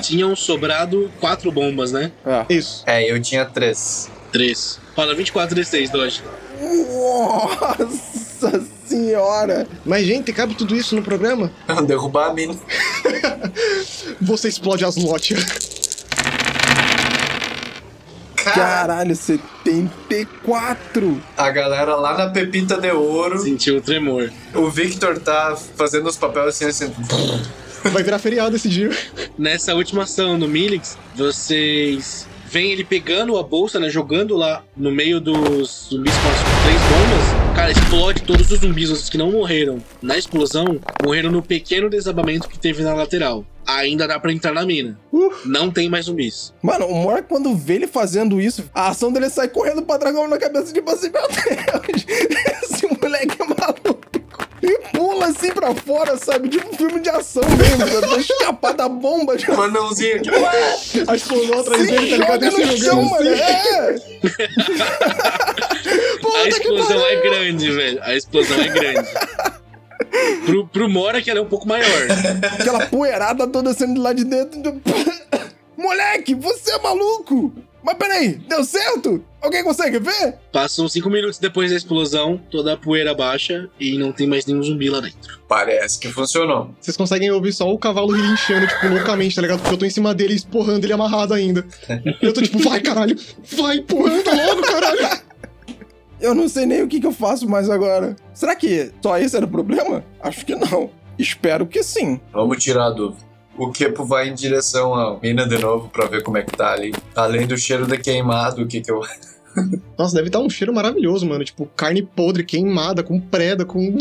Speaker 4: Tinham sobrado 4 bombas, né?
Speaker 1: É.
Speaker 2: Isso.
Speaker 3: É, eu tinha três.
Speaker 4: 3. Rola 24 D6, Dodge.
Speaker 1: Nossa senhora!
Speaker 2: Mas, gente, cabe tudo isso no programa?
Speaker 3: Derrubar a mina.
Speaker 2: Você explode as lotes.
Speaker 3: Cara,
Speaker 1: Caralho, 74!
Speaker 3: a galera lá na Pepita de Ouro.
Speaker 4: Sentiu o tremor.
Speaker 3: O Victor tá fazendo os papéis assim, assim.
Speaker 2: Vai virar feriado esse dia.
Speaker 4: Nessa última ação no Milix, vocês veem ele pegando a bolsa, né? Jogando lá no meio dos zumbis com as três bombas. Cara, explode todos os zumbis, os que não morreram na explosão, morreram no pequeno desabamento que teve na lateral. Ainda dá pra entrar na mina.
Speaker 2: Uh.
Speaker 4: Não tem mais zumbis.
Speaker 1: Mano, o Mor, quando vê ele fazendo isso, a ação dele sai correndo pra dragão na cabeça, tipo assim, meu Deus, esse moleque é maluco. E pula assim pra fora, sabe? Tipo um filme de ação mesmo, sabe? Pra escapar da bomba. Tipo,
Speaker 3: Manãozinho aqui. ué!
Speaker 2: A explosão atrás
Speaker 1: se
Speaker 2: dele, tá ligado?
Speaker 1: joga no
Speaker 2: Ele se
Speaker 1: chão,
Speaker 2: jogando
Speaker 1: mano.
Speaker 2: assim.
Speaker 1: É.
Speaker 4: a
Speaker 1: Puta que
Speaker 4: explosão
Speaker 1: pariu.
Speaker 4: é grande, velho. A explosão é grande. Pro, pro Mora, que era um pouco maior. é.
Speaker 1: Aquela poeirada toda saindo lá de dentro. tipo, Moleque, você é maluco! Mas peraí, deu certo? Alguém consegue ver?
Speaker 4: Passam cinco minutos depois da explosão, toda a poeira baixa e não tem mais nenhum zumbi lá dentro.
Speaker 3: Parece que funcionou.
Speaker 2: Vocês conseguem ouvir só o cavalo relinchando, tipo, loucamente, tá ligado? Porque eu tô em cima dele, esporrando ele amarrado ainda. Eu tô tipo, vai, caralho! Vai, empurrando logo, caralho!
Speaker 1: Eu não sei nem o que, que eu faço mais agora. Será que só esse era o problema? Acho que não. Espero que sim.
Speaker 3: Vamos tirar a dúvida. O Kepo vai em direção à mina de novo pra ver como é que tá ali. Além do cheiro de queimado, o que que eu.
Speaker 2: Nossa, deve estar um cheiro maravilhoso, mano. Tipo, carne podre, queimada, com preda, com.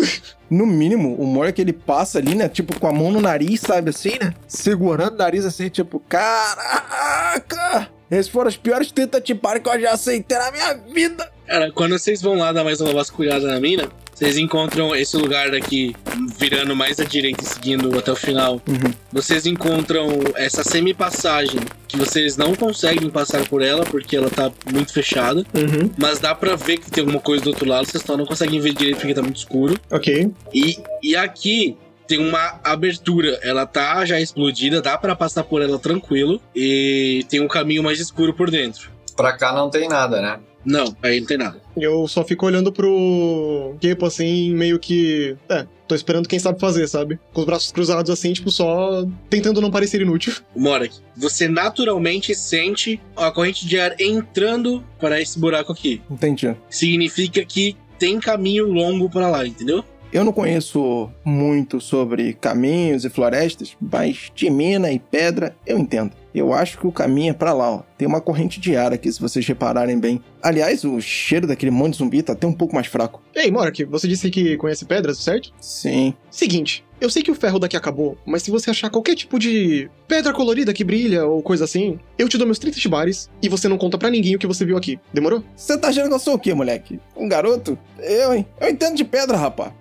Speaker 1: No mínimo, o humor que ele passa ali, né? Tipo, com a mão no nariz, sabe assim, né? Segurando o nariz assim, tipo, caraca! Essas foram as piores tentativas que eu já aceitei na minha vida!
Speaker 4: Cara, quando vocês vão lá dar mais uma vasculhada na mina, vocês encontram esse lugar daqui virando mais à direita e seguindo até o final.
Speaker 1: Uhum.
Speaker 4: Vocês encontram essa semi-passagem que vocês não conseguem passar por ela porque ela tá muito fechada,
Speaker 2: Uhum.
Speaker 4: mas dá pra ver que tem alguma coisa do outro lado, vocês só não conseguem ver direito porque tá muito escuro.
Speaker 2: Ok.
Speaker 4: E, e aqui tem uma abertura. Ela tá já explodida, dá pra passar por ela tranquilo. E tem um caminho mais escuro por dentro.
Speaker 3: Pra cá não tem nada, né?
Speaker 4: Não, aí não tem nada.
Speaker 2: Eu só fico olhando pro Kepo assim, meio que. É, tô esperando quem sabe fazer, sabe? Com os braços cruzados assim, tipo, só tentando não parecer inútil.
Speaker 4: Morak, você naturalmente sente a corrente de ar entrando para esse buraco aqui.
Speaker 1: Entendi.
Speaker 4: Significa que tem caminho longo pra lá, entendeu?
Speaker 1: Eu não conheço muito sobre caminhos e florestas, mas de mina e pedra eu entendo. Eu acho que o caminho é pra lá, ó. Tem uma corrente de ar aqui, se vocês repararem bem. Aliás, o cheiro daquele monte de zumbi tá até um pouco mais fraco.
Speaker 2: Ei, Morak, você disse que conhece pedras, certo?
Speaker 1: Sim.
Speaker 2: Seguinte, eu sei que o ferro daqui acabou, mas se você achar qualquer tipo de pedra colorida que brilha ou coisa assim, eu te dou meus 30 bares e você não conta pra ninguém o que você viu aqui. Demorou?
Speaker 1: Você tá achando que eu sou o quê, moleque? Um garoto? Eu, hein? Eu entendo de pedra, rapá.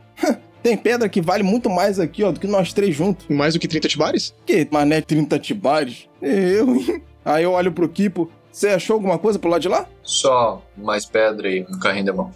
Speaker 1: Tem pedra que vale muito mais aqui, ó, do que nós três juntos.
Speaker 2: Mais do que 30 tibares?
Speaker 1: Que mané 30 tibares? Eu, hein? Aí eu olho pro Kipo. Você achou alguma coisa pro lado de lá?
Speaker 3: Só mais pedra e um carrinho de mão.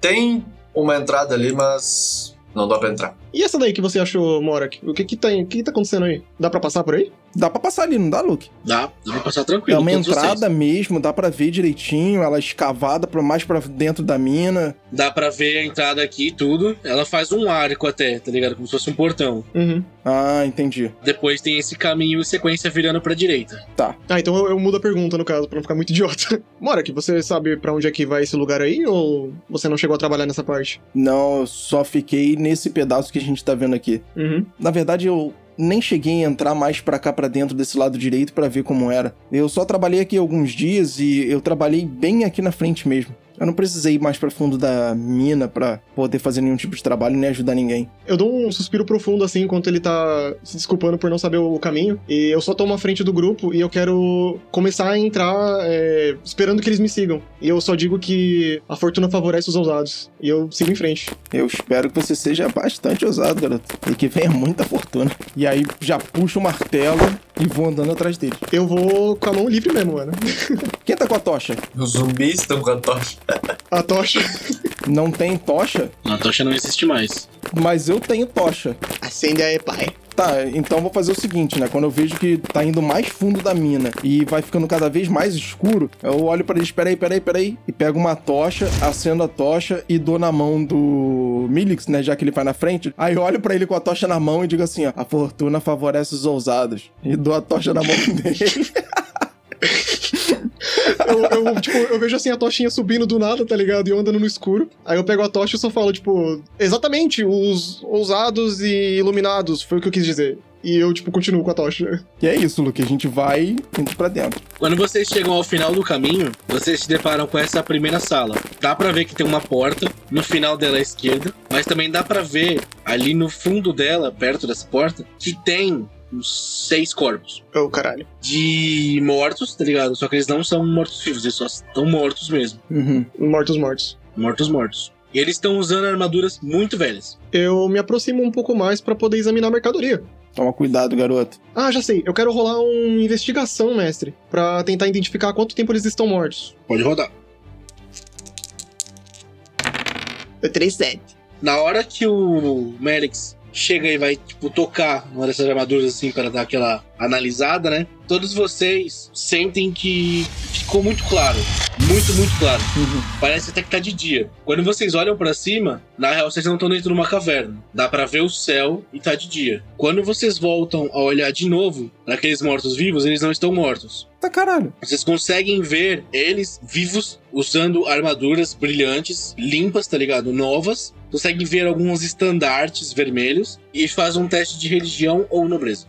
Speaker 3: Tem uma entrada ali, mas não dá pra entrar.
Speaker 2: E essa daí que você achou, Morak? O que que tá, o que que tá acontecendo aí? Dá pra passar por aí?
Speaker 1: Dá pra passar ali, não dá, Luke?
Speaker 4: Dá, dá pra passar tranquilo.
Speaker 1: É uma
Speaker 4: todos vocês.
Speaker 1: entrada mesmo, dá pra ver direitinho, ela é escavada pra mais pra dentro da mina.
Speaker 4: Dá pra ver a entrada aqui e tudo. Ela faz um arco até, tá ligado? Como se fosse um portão.
Speaker 2: Uhum.
Speaker 1: Ah, entendi.
Speaker 4: Depois tem esse caminho em sequência virando pra direita.
Speaker 2: Ah, então eu, eu mudo a pergunta, no caso, pra não ficar muito idiota. Morak, você sabe pra onde é que vai esse lugar aí ou você não chegou a trabalhar nessa parte?
Speaker 1: Não, eu só fiquei nesse pedaço que a gente tá vendo aqui.
Speaker 2: Uhum.
Speaker 1: Na verdade, eu nem cheguei a entrar mais pra cá pra dentro desse lado direito pra ver como era. Eu só trabalhei aqui alguns dias e eu trabalhei bem aqui na frente mesmo. Eu não precisei ir mais pra fundo da mina pra poder fazer nenhum tipo de trabalho nem ajudar ninguém.
Speaker 2: Eu dou um suspiro profundo assim enquanto ele tá se desculpando por não saber o caminho. E eu só tomo a frente do grupo e eu quero começar a entrar é, esperando que eles me sigam. E eu só digo que a fortuna favorece os ousados. E eu sigo em frente.
Speaker 1: Eu espero que você seja bastante ousado, garoto. E que venha muita fortuna. E aí já puxa o martelo e vou andando atrás dele.
Speaker 2: Eu vou com a mão livre mesmo, mano.
Speaker 1: Quem tá com a tocha?
Speaker 3: Os zumbis estão com a tocha.
Speaker 2: A tocha.
Speaker 1: Não tem tocha,
Speaker 4: A tocha não existe mais.
Speaker 1: mas eu tenho tocha.
Speaker 2: Acende aí, pai.
Speaker 1: Tá, então vou fazer o seguinte, né? Quando eu vejo que tá indo mais fundo da mina e vai ficando cada vez mais escuro, eu olho pra eles, peraí, peraí, peraí, e pego uma tocha, acendo a tocha e dou na mão do Milix, né? Já que ele vai na frente. Aí eu olho pra ele com a tocha na mão e digo assim, ó, a fortuna favorece os ousados. E dou a tocha na mão dele.
Speaker 2: Eu, eu, tipo, eu vejo assim a tochinha subindo do nada, tá ligado? E eu andando no escuro. Aí eu pego a tocha e só falo, tipo, exatamente, os ousados e iluminados, foi o que eu quis dizer. E eu, tipo, continuo com a tocha.
Speaker 1: e é isso, Luke, a gente vai indo pra dentro.
Speaker 4: Quando vocês chegam ao final do caminho, vocês se deparam com essa primeira sala. Dá pra ver que tem uma porta no final dela à esquerda, mas também dá pra ver ali no fundo dela, perto dessa porta, que tem uns seis corpos
Speaker 2: Ô, caralho.
Speaker 4: de mortos, tá ligado? Só que eles não são mortos vivos, eles só estão mortos mesmo,
Speaker 1: Uhum.
Speaker 2: Mortos, mortos.
Speaker 4: mortos mortos. E eles estão usando armaduras muito velhas.
Speaker 2: Eu me aproximo um pouco mais pra poder examinar a mercadoria.
Speaker 1: Toma cuidado, garoto.
Speaker 2: Ah, já sei. Eu quero rolar uma investigação, mestre, Pra tentar identificar quanto tempo eles estão mortos.
Speaker 4: Pode rodar.
Speaker 2: É 3, 7.
Speaker 4: Na hora que o Merix chega e vai, tipo, tocar numa dessas armaduras, assim, para dar aquela analisada, né? Todos vocês sentem que ficou muito claro. Muito, muito claro.
Speaker 1: Uhum.
Speaker 4: Parece até que tá de dia. Quando vocês olham pra cima, na real vocês não estão dentro de uma caverna. Dá pra ver o céu e tá de dia. Quando vocês voltam a olhar de novo para aqueles mortos-vivos, eles não estão mortos.
Speaker 1: Tá caralho.
Speaker 4: Vocês conseguem ver eles vivos, usando armaduras brilhantes, limpas, tá ligado? Novas. Conseguem ver alguns estandartes vermelhos e faz um teste de religião ou nobreza.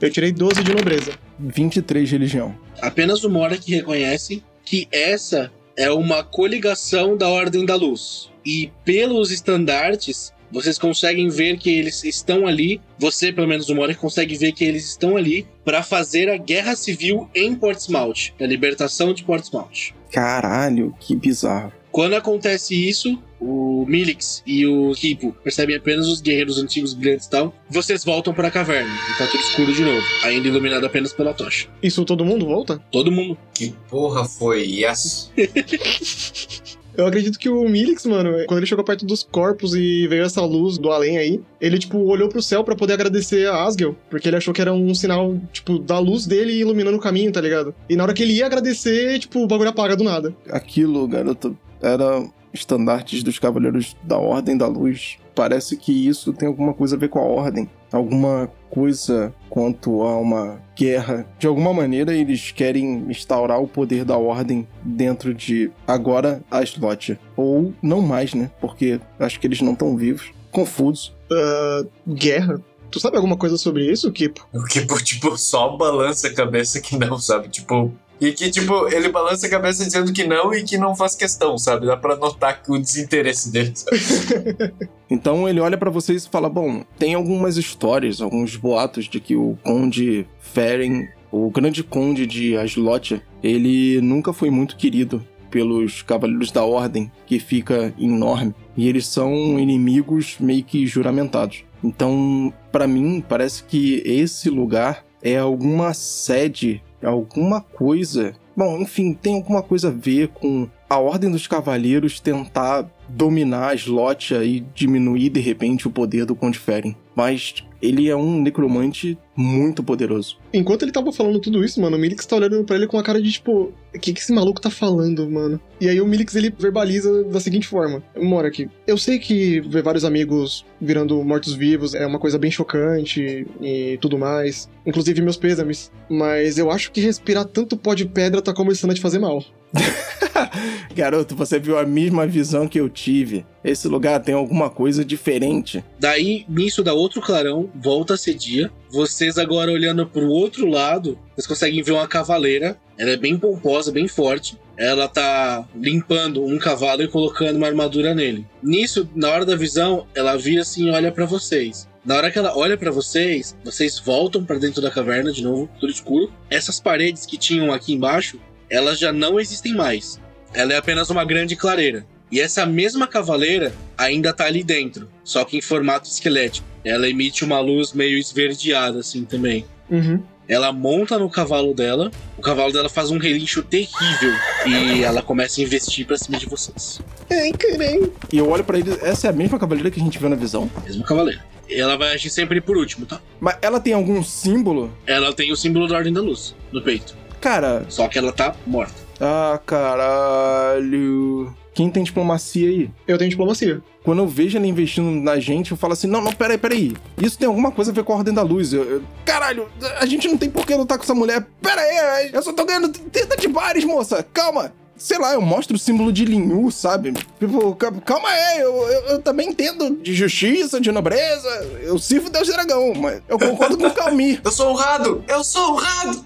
Speaker 2: Eu tirei 12 de nobreza.
Speaker 1: 23 de religião.
Speaker 4: Apenas o Mora que reconhece que essa é uma coligação da Ordem da Luz. E pelos estandartes, vocês conseguem ver que eles estão ali, você, pelo menos o Mora, consegue ver que eles estão ali para fazer a guerra civil em Portsmouth, a libertação de Portsmouth.
Speaker 1: Caralho, que bizarro.
Speaker 4: Quando acontece isso, o Milix e o Kipo percebem apenas os guerreiros antigos brilhantes e tal. Vocês voltam pra caverna e tá tudo escuro de novo, ainda iluminado apenas pela tocha.
Speaker 2: Isso todo mundo volta?
Speaker 4: Todo mundo.
Speaker 3: Que porra foi yes?
Speaker 2: Eu acredito que o Milix, mano, quando ele chegou perto dos corpos e veio essa luz do além aí, ele, tipo, olhou pro céu pra poder agradecer a Asgel, porque ele achou que era um sinal, tipo, da luz dele iluminando o caminho, tá ligado? E na hora que ele ia agradecer, tipo, o bagulho apaga do nada.
Speaker 1: aquilo, garoto, era estandartes dos Cavaleiros da Ordem da Luz. Parece que isso tem alguma coisa a ver com a Ordem. Alguma coisa quanto a uma guerra. De alguma maneira, eles querem instaurar o poder da Ordem dentro de agora a Slot. Ou não mais, né? Porque acho que eles não estão vivos. Confuso.
Speaker 2: Guerra? Tu sabe alguma coisa sobre isso, Kipo?
Speaker 3: O que, tipo, só balança a cabeça que não, sabe? Tipo. E que, tipo, ele balança a cabeça dizendo que não e que não faz questão, sabe? Dá pra notar que o desinteresse dele. Sabe?
Speaker 1: Então ele olha pra vocês e fala: Bom, tem algumas histórias, alguns boatos de que o Conde Feren, o grande conde de Aslotia, ele nunca foi muito querido pelos Cavaleiros da Ordem, que fica enorme. E eles são inimigos meio que juramentados. Então, pra mim, parece que esse lugar é alguma sede, alguma coisa. Bom, enfim, tem alguma coisa a ver com a Ordem dos Cavaleiros tentar dominar a Slotia e diminuir de repente o poder do Conde Feren. Mas ele é um necromante muito poderoso.
Speaker 2: Enquanto ele tava falando tudo isso, mano, o Milix tá olhando pra ele com a cara de, tipo, o que, que esse maluco tá falando, mano? E aí o Milix, ele verbaliza da seguinte forma. Mora aqui, eu sei que ver vários amigos virando mortos-vivos é uma coisa bem chocante e tudo mais. Inclusive meus pêsames. Mas eu acho que respirar tanto pó de pedra tá começando a te fazer mal.
Speaker 1: Garoto, você viu a mesma visão que eu tive. Esse lugar tem alguma coisa diferente.
Speaker 4: Daí, nisso dá outro clarão, volta a ser dia. Vocês agora olhando pro outro lado, vocês conseguem ver uma cavaleira. Ela é bem pomposa, bem forte. Ela tá limpando um cavalo e colocando uma armadura nele. Nisso, na hora da visão, ela vira assim e olha pra vocês. Na hora que ela olha pra vocês, vocês voltam pra dentro da caverna de novo, tudo escuro. Essas paredes que tinham aqui embaixo, elas já não existem mais. Ela é apenas uma grande clareira. E essa mesma cavaleira ainda tá ali dentro, só que em formato esquelético. Ela emite uma luz meio esverdeada, assim também.
Speaker 2: Uhum.
Speaker 4: Ela monta no cavalo dela, o cavalo dela faz um relincho terrível e ela começa a investir pra cima de vocês.
Speaker 2: Ai, caralho.
Speaker 1: E eu olho pra ele, essa é a mesma cavaleira que a gente viu na visão.
Speaker 4: Mesmo cavaleiro. Ela vai agir sempre por último, tá?
Speaker 1: Mas ela tem algum símbolo?
Speaker 4: Ela tem o símbolo da Ordem da Luz no peito,
Speaker 1: Cara,
Speaker 4: só que ela tá morta.
Speaker 1: ah, caralho. Quem tem diplomacia aí?
Speaker 2: Eu tenho diplomacia.
Speaker 1: Quando eu vejo ela investindo na gente, eu falo assim: não, não, peraí, peraí. Isso tem alguma coisa a ver com a Ordem da Luz. Eu- eu- caralho, a gente não tem por que lutar com essa mulher. Pera aí, eu só tô ganhando 30 de bares, moça. Calma. Sei lá, eu mostro o símbolo de Linhu, sabe? Tipo, ca- calma aí, eu, eu, eu também entendo de justiça, de nobreza. Eu sirvo Deus Dragão, mas eu concordo com o Calmir.
Speaker 3: Eu sou honrado! Eu sou honrado!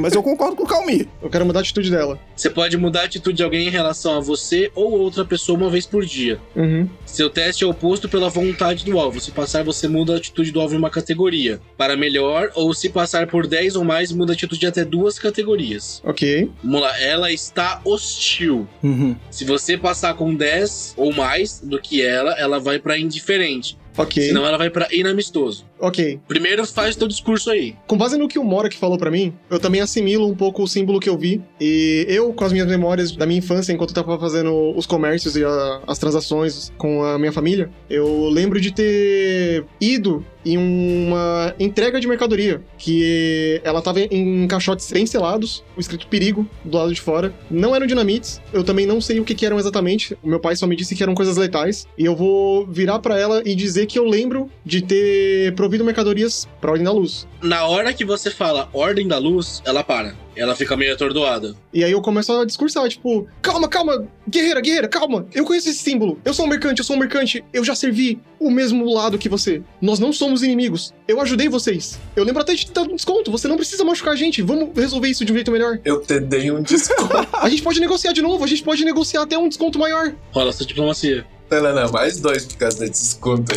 Speaker 1: Mas eu concordo com o Calmir.
Speaker 2: Eu quero mudar a atitude dela.
Speaker 4: Você pode mudar a atitude de alguém em relação a você ou outra pessoa uma vez por dia.
Speaker 2: Uhum.
Speaker 4: Seu teste é oposto pela vontade do alvo. Se passar, você muda a atitude do alvo em uma categoria para melhor, ou se passar por 10 ou mais, muda a atitude de até duas categorias.
Speaker 2: Ok.
Speaker 4: Vamos lá, ela está hostil.
Speaker 1: Uhum.
Speaker 4: Se você passar com 10 ou mais do que ela, ela vai pra indiferente.
Speaker 2: Ok.
Speaker 4: Senão ela vai pra inamistoso.
Speaker 2: Ok.
Speaker 4: Primeiro faz teu discurso aí.
Speaker 2: Com base no que o Mora que falou pra mim, eu também assimilo um pouco o símbolo que eu vi. E eu, com as minhas memórias da minha infância, enquanto eu tava fazendo os comércios e a- as transações com a minha família, eu lembro de ter ido em uma entrega de mercadoria, que ela tava em caixotes bem selados, o escrito perigo do lado de fora. Não eram dinamites, eu também não sei o que, que eram exatamente. O meu pai só me disse que eram coisas letais. E eu vou virar pra ela e dizer que eu lembro de ter provido mercadorias pra Ordem da Luz.
Speaker 4: Na hora que você fala Ordem da Luz, ela para. Ela fica meio atordoada.
Speaker 2: E aí eu começo a discursar, tipo, calma, calma, guerreira, guerreira, calma. Eu conheço esse símbolo. Eu sou um mercante, eu sou um mercante. Eu já servi o mesmo lado que você. Nós não somos inimigos. Eu ajudei vocês. Eu lembro até de te dar um desconto. Você não precisa machucar a gente. Vamos resolver isso de um jeito melhor.
Speaker 3: Eu te dei um desconto.
Speaker 2: A gente pode negociar de novo, a gente pode negociar até um desconto maior.
Speaker 4: Rola sua diplomacia.
Speaker 3: não, não, não, mais dois por causa desse desconto.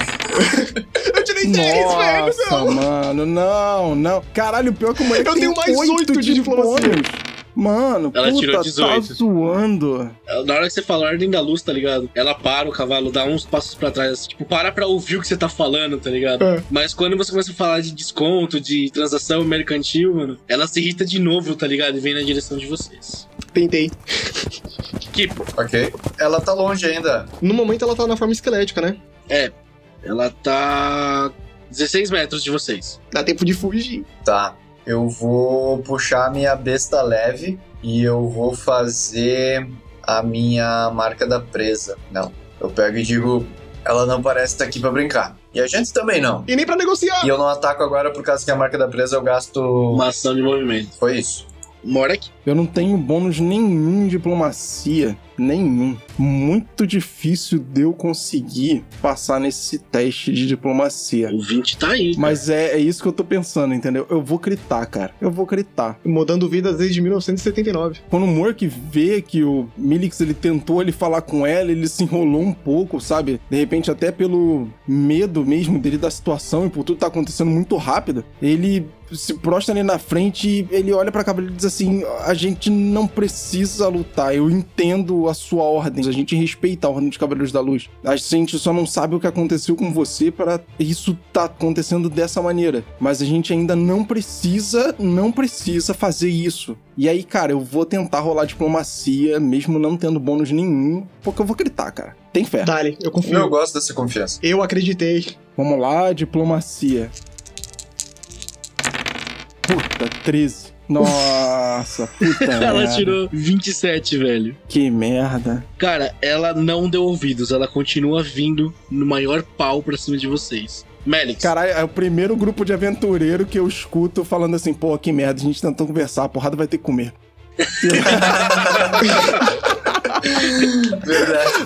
Speaker 2: Eu tirei 10, velho.
Speaker 1: Nossa, mano, não, não. Caralho, pior é que o moleque
Speaker 2: Eu
Speaker 1: tem
Speaker 2: tenho mais
Speaker 1: oito
Speaker 2: oito de diplomacia.
Speaker 1: bônus. Mano,
Speaker 4: Ela
Speaker 1: puta,
Speaker 4: tirou
Speaker 1: tá
Speaker 4: 18.
Speaker 1: zoando.
Speaker 4: Na hora que você fala Ordem da Luz, tá ligado? Ela para o cavalo, dá uns passos pra trás, assim, tipo, para pra ouvir o que você tá falando, tá ligado?
Speaker 2: É.
Speaker 4: Mas quando você começa a falar de desconto, de transação mercantil, mano, ela se irrita de novo, tá ligado? E vem na direção de vocês.
Speaker 2: Tentei.
Speaker 4: Kipo,
Speaker 3: Ok. Ela tá longe ainda.
Speaker 2: No momento ela tá na forma esquelética, né?
Speaker 4: ela tá 16 metros de vocês.
Speaker 2: Dá tempo de fugir.
Speaker 3: Tá. Eu vou puxar a minha besta leve e eu vou fazer a minha marca da presa. Não. Eu pego e digo, ela não parece estar aqui pra brincar. E a gente também não.
Speaker 2: E nem pra negociar.
Speaker 3: E eu não ataco agora por causa que a marca da presa eu gasto.
Speaker 4: Uma ação de movimento.
Speaker 3: Foi isso.
Speaker 4: Morek,
Speaker 1: Eu não tenho bônus nenhum em diplomacia. Nenhum. Muito difícil de eu conseguir passar nesse teste de diplomacia.
Speaker 4: o 20 tá aí.
Speaker 1: Mas é, é isso que eu tô pensando, entendeu? Eu vou gritar, cara. Eu vou gritar.
Speaker 2: Mudando vidas desde 1979.
Speaker 1: Quando o Mork vê que o Milix ele tentou ele falar com ela, ele se enrolou um pouco, sabe? De repente, até pelo medo mesmo dele da situação e por tudo tá acontecendo muito rápido, ele se prostra ali na frente e ele olha pra cabelo e diz assim: A gente não precisa lutar, eu entendo a sua ordem, a gente respeita a ordem dos Cavaleiros da Luz. A gente só não sabe o que aconteceu com você para isso tá acontecendo dessa maneira. Mas a gente ainda não precisa, não precisa fazer isso. E aí, cara, eu vou tentar rolar diplomacia, mesmo não tendo bônus nenhum, porque eu vou gritar, cara. Tem fé.
Speaker 2: Dale, eu confio.
Speaker 3: Eu gosto dessa confiança.
Speaker 2: Eu acreditei.
Speaker 1: Vamos lá, diplomacia. Puta, 13. Nossa, puta.
Speaker 4: Ela
Speaker 1: merda.
Speaker 4: tirou 27, velho.
Speaker 1: Que merda.
Speaker 4: Cara, ela não deu ouvidos, ela continua vindo no maior pau pra cima de vocês. Melix,
Speaker 1: Caralho, é o primeiro grupo de aventureiro que eu escuto falando assim, pô, que merda, a gente tentou conversar, a porrada vai ter que comer.
Speaker 3: Verdade.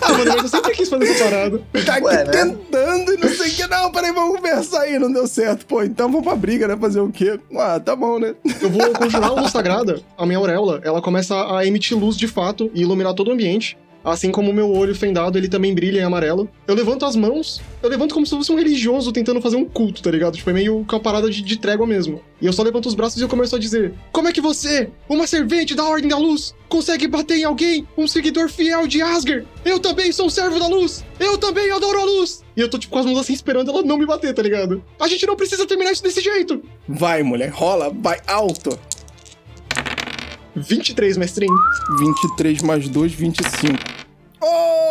Speaker 2: Ah, mano, mas eu sempre quis fazer essa parada.
Speaker 1: Tá aqui
Speaker 3: Ué, né?
Speaker 1: tentando e não sei o que. Não, peraí, vamos conversar aí, não deu certo. Pô, então vamos pra briga, né? Fazer o quê? Ah, tá bom, né?
Speaker 2: Eu vou conjurar a luz sagrada, a minha auréola, ela começa a emitir luz de fato e iluminar todo o ambiente. Assim como o meu olho fendado, ele também brilha em amarelo. Eu levanto as mãos, eu levanto como se fosse um religioso tentando fazer um culto, tá ligado? Tipo, é meio com a parada de, de trégua mesmo. E eu só levanto os braços e eu começo a dizer: Como é que você, uma servente da Ordem da Luz, consegue bater em alguém, um seguidor fiel de Asger? Eu também sou um servo da luz! Eu também adoro a luz! E eu tô, tipo, com as mãos assim esperando ela não me bater, tá ligado? A gente não precisa terminar isso desse jeito!
Speaker 1: Vai, mulher, rola, vai alto.
Speaker 2: 23, mestrinho.
Speaker 1: 23 mais 2, 25.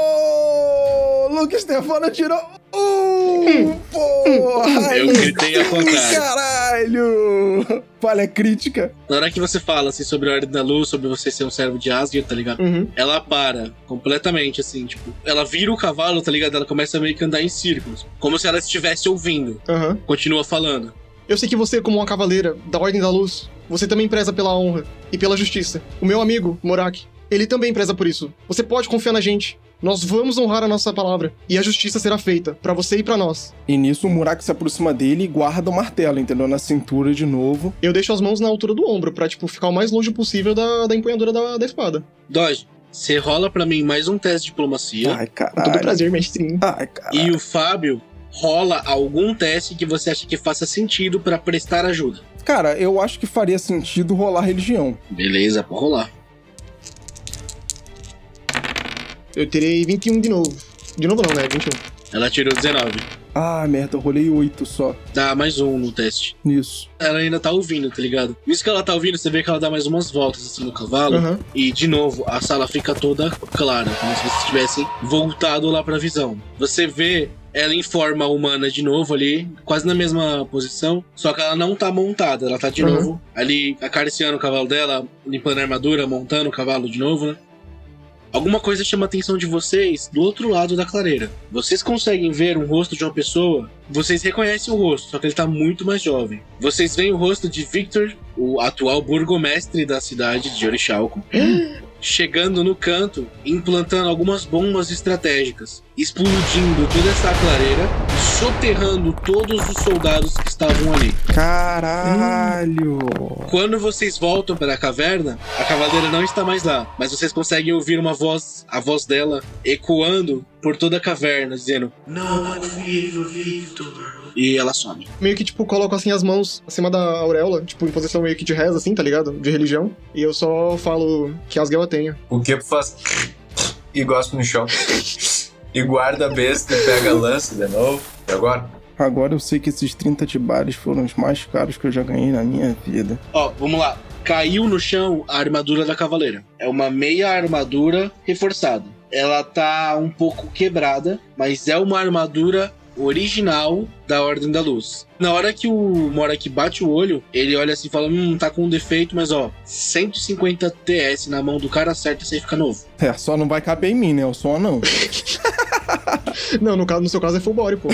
Speaker 1: Oh! Luke Stefano tirou um! Porra!
Speaker 4: Eu gritei ao contrário.
Speaker 1: Caralho! Falha crítica.
Speaker 4: Na hora que você fala, assim, sobre a Ordem da Luz, sobre você ser um servo de Asgard, tá ligado?
Speaker 2: Uhum.
Speaker 4: Ela para completamente, assim, tipo... Ela vira o cavalo, tá ligado? Ela começa a meio que andar em círculos. Como se ela estivesse ouvindo.
Speaker 2: Aham.
Speaker 4: Continua falando.
Speaker 2: Eu sei que você, como uma cavaleira da Ordem da Luz, você também preza pela honra e pela justiça. O meu amigo, Morak, ele também preza por isso. Você pode confiar na gente. Nós vamos honrar a nossa palavra e a justiça será feita pra você e pra nós.
Speaker 1: E nisso o Murak se aproxima dele e guarda o martelo, entendeu? Na cintura de novo.
Speaker 2: Eu deixo as mãos na altura do ombro pra, tipo, ficar o mais longe possível da, da empunhadura da, da espada.
Speaker 4: Dodge, você rola pra mim mais um teste de diplomacia.
Speaker 1: Ai,
Speaker 2: Com todo
Speaker 1: caralho.
Speaker 2: prazer, mestrinho.
Speaker 1: Ai, caralho.
Speaker 4: E o Fábio rola algum teste que você acha que faça sentido pra prestar ajuda.
Speaker 1: Cara, eu acho que faria sentido rolar religião.
Speaker 4: Beleza, pode rolar.
Speaker 2: Eu tirei 21 de novo. De novo não, né? 21.
Speaker 4: Ela tirou 19.
Speaker 1: Ah, merda, eu rolei 8 só.
Speaker 4: Dá mais um no teste.
Speaker 1: Nisso.
Speaker 4: Ela ainda tá ouvindo, tá ligado? Nisso que ela tá ouvindo, você vê que ela dá mais umas voltas assim no cavalo.
Speaker 2: Aham.
Speaker 4: E, de novo, a sala fica toda clara, como se vocês tivessem voltado lá pra visão. Você vê ela em forma humana de novo ali, quase na mesma posição, só que ela não tá montada, ela tá de
Speaker 2: Uhum.
Speaker 4: novo ali acariciando o cavalo dela, limpando a armadura, montando o cavalo de novo, né? Alguma coisa chama a atenção de vocês do outro lado da clareira. Vocês conseguem ver um rosto de uma pessoa, vocês reconhecem o rosto, só que ele tá muito mais jovem. Vocês veem o rosto de Victor, o atual burgomestre da cidade de Orixalco, chegando no canto, implantando algumas bombas estratégicas, explodindo toda essa clareira, soterrando todos os soldados que estavam ali.
Speaker 1: Caralho!
Speaker 4: Quando vocês voltam para a caverna, a cavaleira não está mais lá, mas vocês conseguem ouvir uma voz, a voz dela ecoando por toda a caverna, dizendo: Não é vivo, Victor. E ela some.
Speaker 2: Meio que, tipo, coloco assim as mãos acima da auréola, tipo, em posição meio que de reza, assim, tá ligado? De religião. E eu só falo que as eu tenho.
Speaker 3: O Kepo faz e gosta no chão. E guarda a besta e pega a lança de novo. E agora?
Speaker 1: Agora eu sei que esses 30 tibares foram os mais caros que eu já ganhei na minha vida.
Speaker 4: Ó, vamos lá. Caiu no chão a armadura da cavaleira. É uma meia armadura reforçada. Ela tá um pouco quebrada, mas é uma armadura original da Ordem da Luz. Na hora que o Morak bate o olho, ele olha assim e fala: Hum, tá com um defeito, mas ó, 150 TS na mão do cara certo, isso aí fica novo.
Speaker 1: É, só não vai caber em mim, né? Eu sou anão.
Speaker 2: Não, no, caso, no seu caso é full body, pô.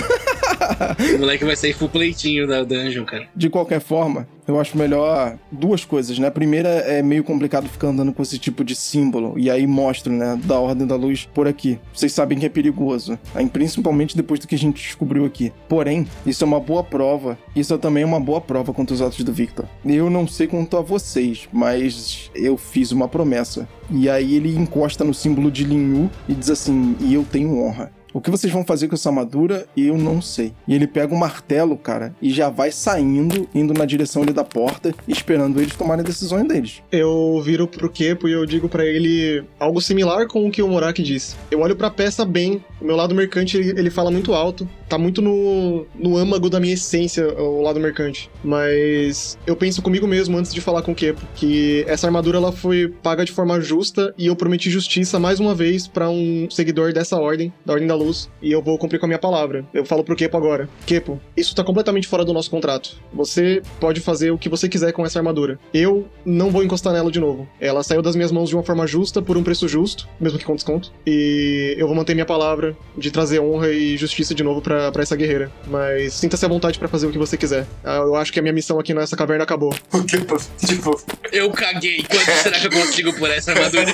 Speaker 4: O moleque vai sair full pleitinho da dungeon, cara.
Speaker 1: De qualquer forma, eu acho melhor duas coisas, né? A primeira é meio complicado ficar andando com esse tipo de símbolo, e aí mostro, né, da Ordem da Luz por aqui. Vocês sabem que é perigoso, aí principalmente depois do que a gente descobriu aqui. Porém, isso é uma boa prova, isso também é uma boa prova contra os atos do Victor. Eu não sei quanto a vocês, mas eu fiz uma promessa. E aí ele encosta no símbolo de Linhu e diz assim, e eu tenho honra. O que vocês vão fazer com essa armadura, eu não sei. E ele pega o martelo, cara, e já vai saindo, indo na direção ali da porta, esperando eles tomarem a decisão deles.
Speaker 2: Eu viro pro Kepo e eu digo pra ele algo similar com o que o Morak disse. Eu olho pra peça bem, o meu lado mercante ele, ele fala muito alto, tá muito no, no âmago da minha essência o lado mercante. Mas eu penso comigo mesmo antes de falar com o Kepo que essa armadura ela foi paga de forma justa e eu prometi justiça mais uma vez pra um seguidor dessa ordem, da Ordem da Luz, e eu vou cumprir com a minha palavra. Eu falo pro Kepo agora. Kepo, isso tá completamente fora do nosso contrato. Você pode fazer o que você quiser com essa armadura. Eu não vou encostar nela de novo. Ela saiu das minhas mãos de uma forma justa, por um preço justo, mesmo que com desconto. E eu vou manter minha palavra de trazer honra e justiça de novo pra pra essa guerreira. Mas sinta-se à vontade pra fazer o que você quiser. Ah, Eu acho que a minha missão aqui nessa caverna acabou.
Speaker 3: O Kepo, tipo,
Speaker 4: Eu caguei. Quanto será que eu consigo por essa armadura?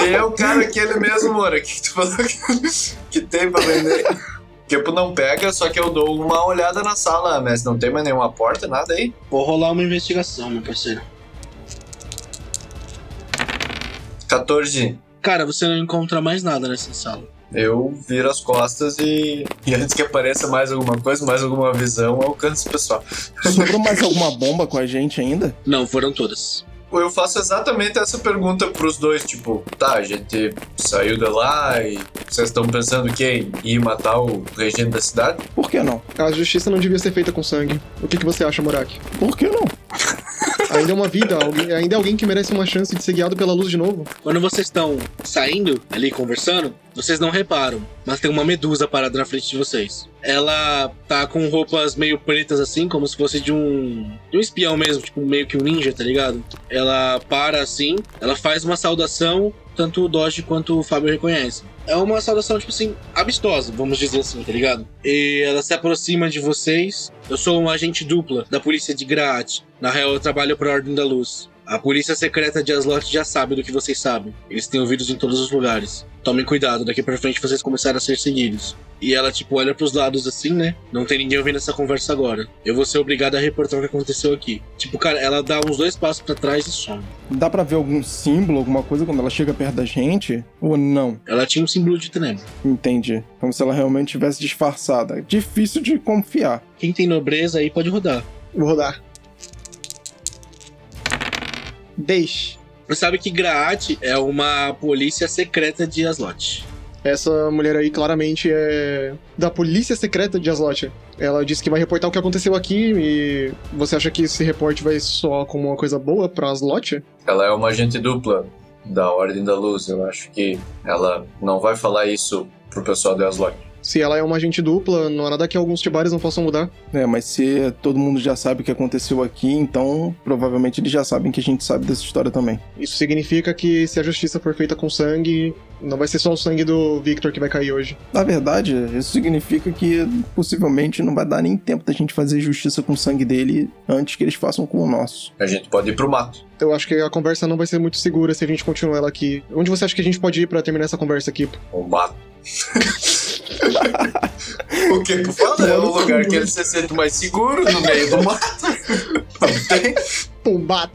Speaker 3: quem é o cara que ele mesmo, Moura, que tu falou que, que tem pra vender? Kepo não pega, só que eu dou uma olhada na sala, mas não tem mais nenhuma porta, nada aí.
Speaker 4: Vou rolar uma investigação, meu parceiro.
Speaker 3: 14.
Speaker 4: Cara, você não encontra mais nada nessa sala.
Speaker 3: Eu viro as costas e, e antes que apareça mais alguma coisa, mais alguma visão, eu alcanço o pessoal.
Speaker 1: Sobrou mais alguma bomba com a gente ainda?
Speaker 4: Não, foram todas.
Speaker 3: Eu faço exatamente essa pergunta pros dois, tipo, tá, a gente saiu de lá e vocês estão pensando o quê? Em ir matar o regente da cidade?
Speaker 1: Por que não?
Speaker 2: A justiça não devia ser feita com sangue. O que, que você acha, Morak?
Speaker 1: Por que não?
Speaker 2: Ainda é uma vida, alguém- ainda é alguém que merece uma chance de ser guiado pela luz de novo.
Speaker 4: Quando vocês estão saindo ali conversando, vocês não reparam, mas tem uma medusa parada na frente de vocês. Ela tá com roupas meio pretas assim, como se fosse de um, de um espião mesmo, tipo meio que um ninja, tá ligado? Ela para assim, ela faz uma saudação, tanto o Dodge quanto o Fábio reconhecem. É uma saudação, tipo assim, amistosa, vamos dizer assim, tá ligado? E ela se aproxima de vocês. Eu sou um agente dupla da polícia de Graat. Na real, eu trabalho pra Ordem da Luz. A polícia secreta de Aslot já sabe do que vocês sabem. Eles têm ouvidos em todos os lugares. Tomem cuidado, daqui pra frente vocês começarem a ser seguidos. E ela, tipo, olha pros lados assim, né? Não tem ninguém ouvindo essa conversa agora. Eu vou ser obrigado a reportar o que aconteceu aqui. Tipo, cara, ela dá uns dois passos pra trás e some.
Speaker 1: Dá pra ver algum símbolo, alguma coisa quando ela chega perto da gente? Ou não?
Speaker 4: Ela tinha um símbolo de trem.
Speaker 1: Entendi. Como se ela realmente tivesse disfarçada. Difícil de confiar.
Speaker 4: Quem tem nobreza aí pode rodar.
Speaker 2: Vou rodar. Deixe.
Speaker 4: Você sabe que Graat é uma polícia secreta de Aslot.
Speaker 2: Essa mulher aí claramente é da polícia secreta de Aslot. Ela disse que vai reportar o que aconteceu aqui e você acha que esse reporte vai só como uma coisa boa pra Aslot?
Speaker 3: Ela é uma agente dupla da Ordem da Luz. Eu acho que ela não vai falar isso pro pessoal de Aslok.
Speaker 2: Se ela é uma agente dupla, não há nada que alguns tibares não possam mudar.
Speaker 1: É, mas se todo mundo já sabe o que aconteceu aqui, então provavelmente eles já sabem que a gente sabe dessa história também.
Speaker 2: Isso significa que se a justiça for feita com sangue, não vai ser só o sangue do Victor que vai cair hoje.
Speaker 1: Na verdade, isso significa que possivelmente não vai dar nem tempo da gente fazer justiça com o sangue dele antes que eles façam com o nosso.
Speaker 3: A gente pode ir pro mato.
Speaker 2: Eu acho que a conversa não vai ser muito segura se a gente continuar ela aqui. Onde você acha que a gente pode ir pra terminar essa conversa aqui?
Speaker 3: O mato. o que tu fala? É um lugar que ele se sente mais seguro no meio do mato. Não tem?
Speaker 2: Pombata!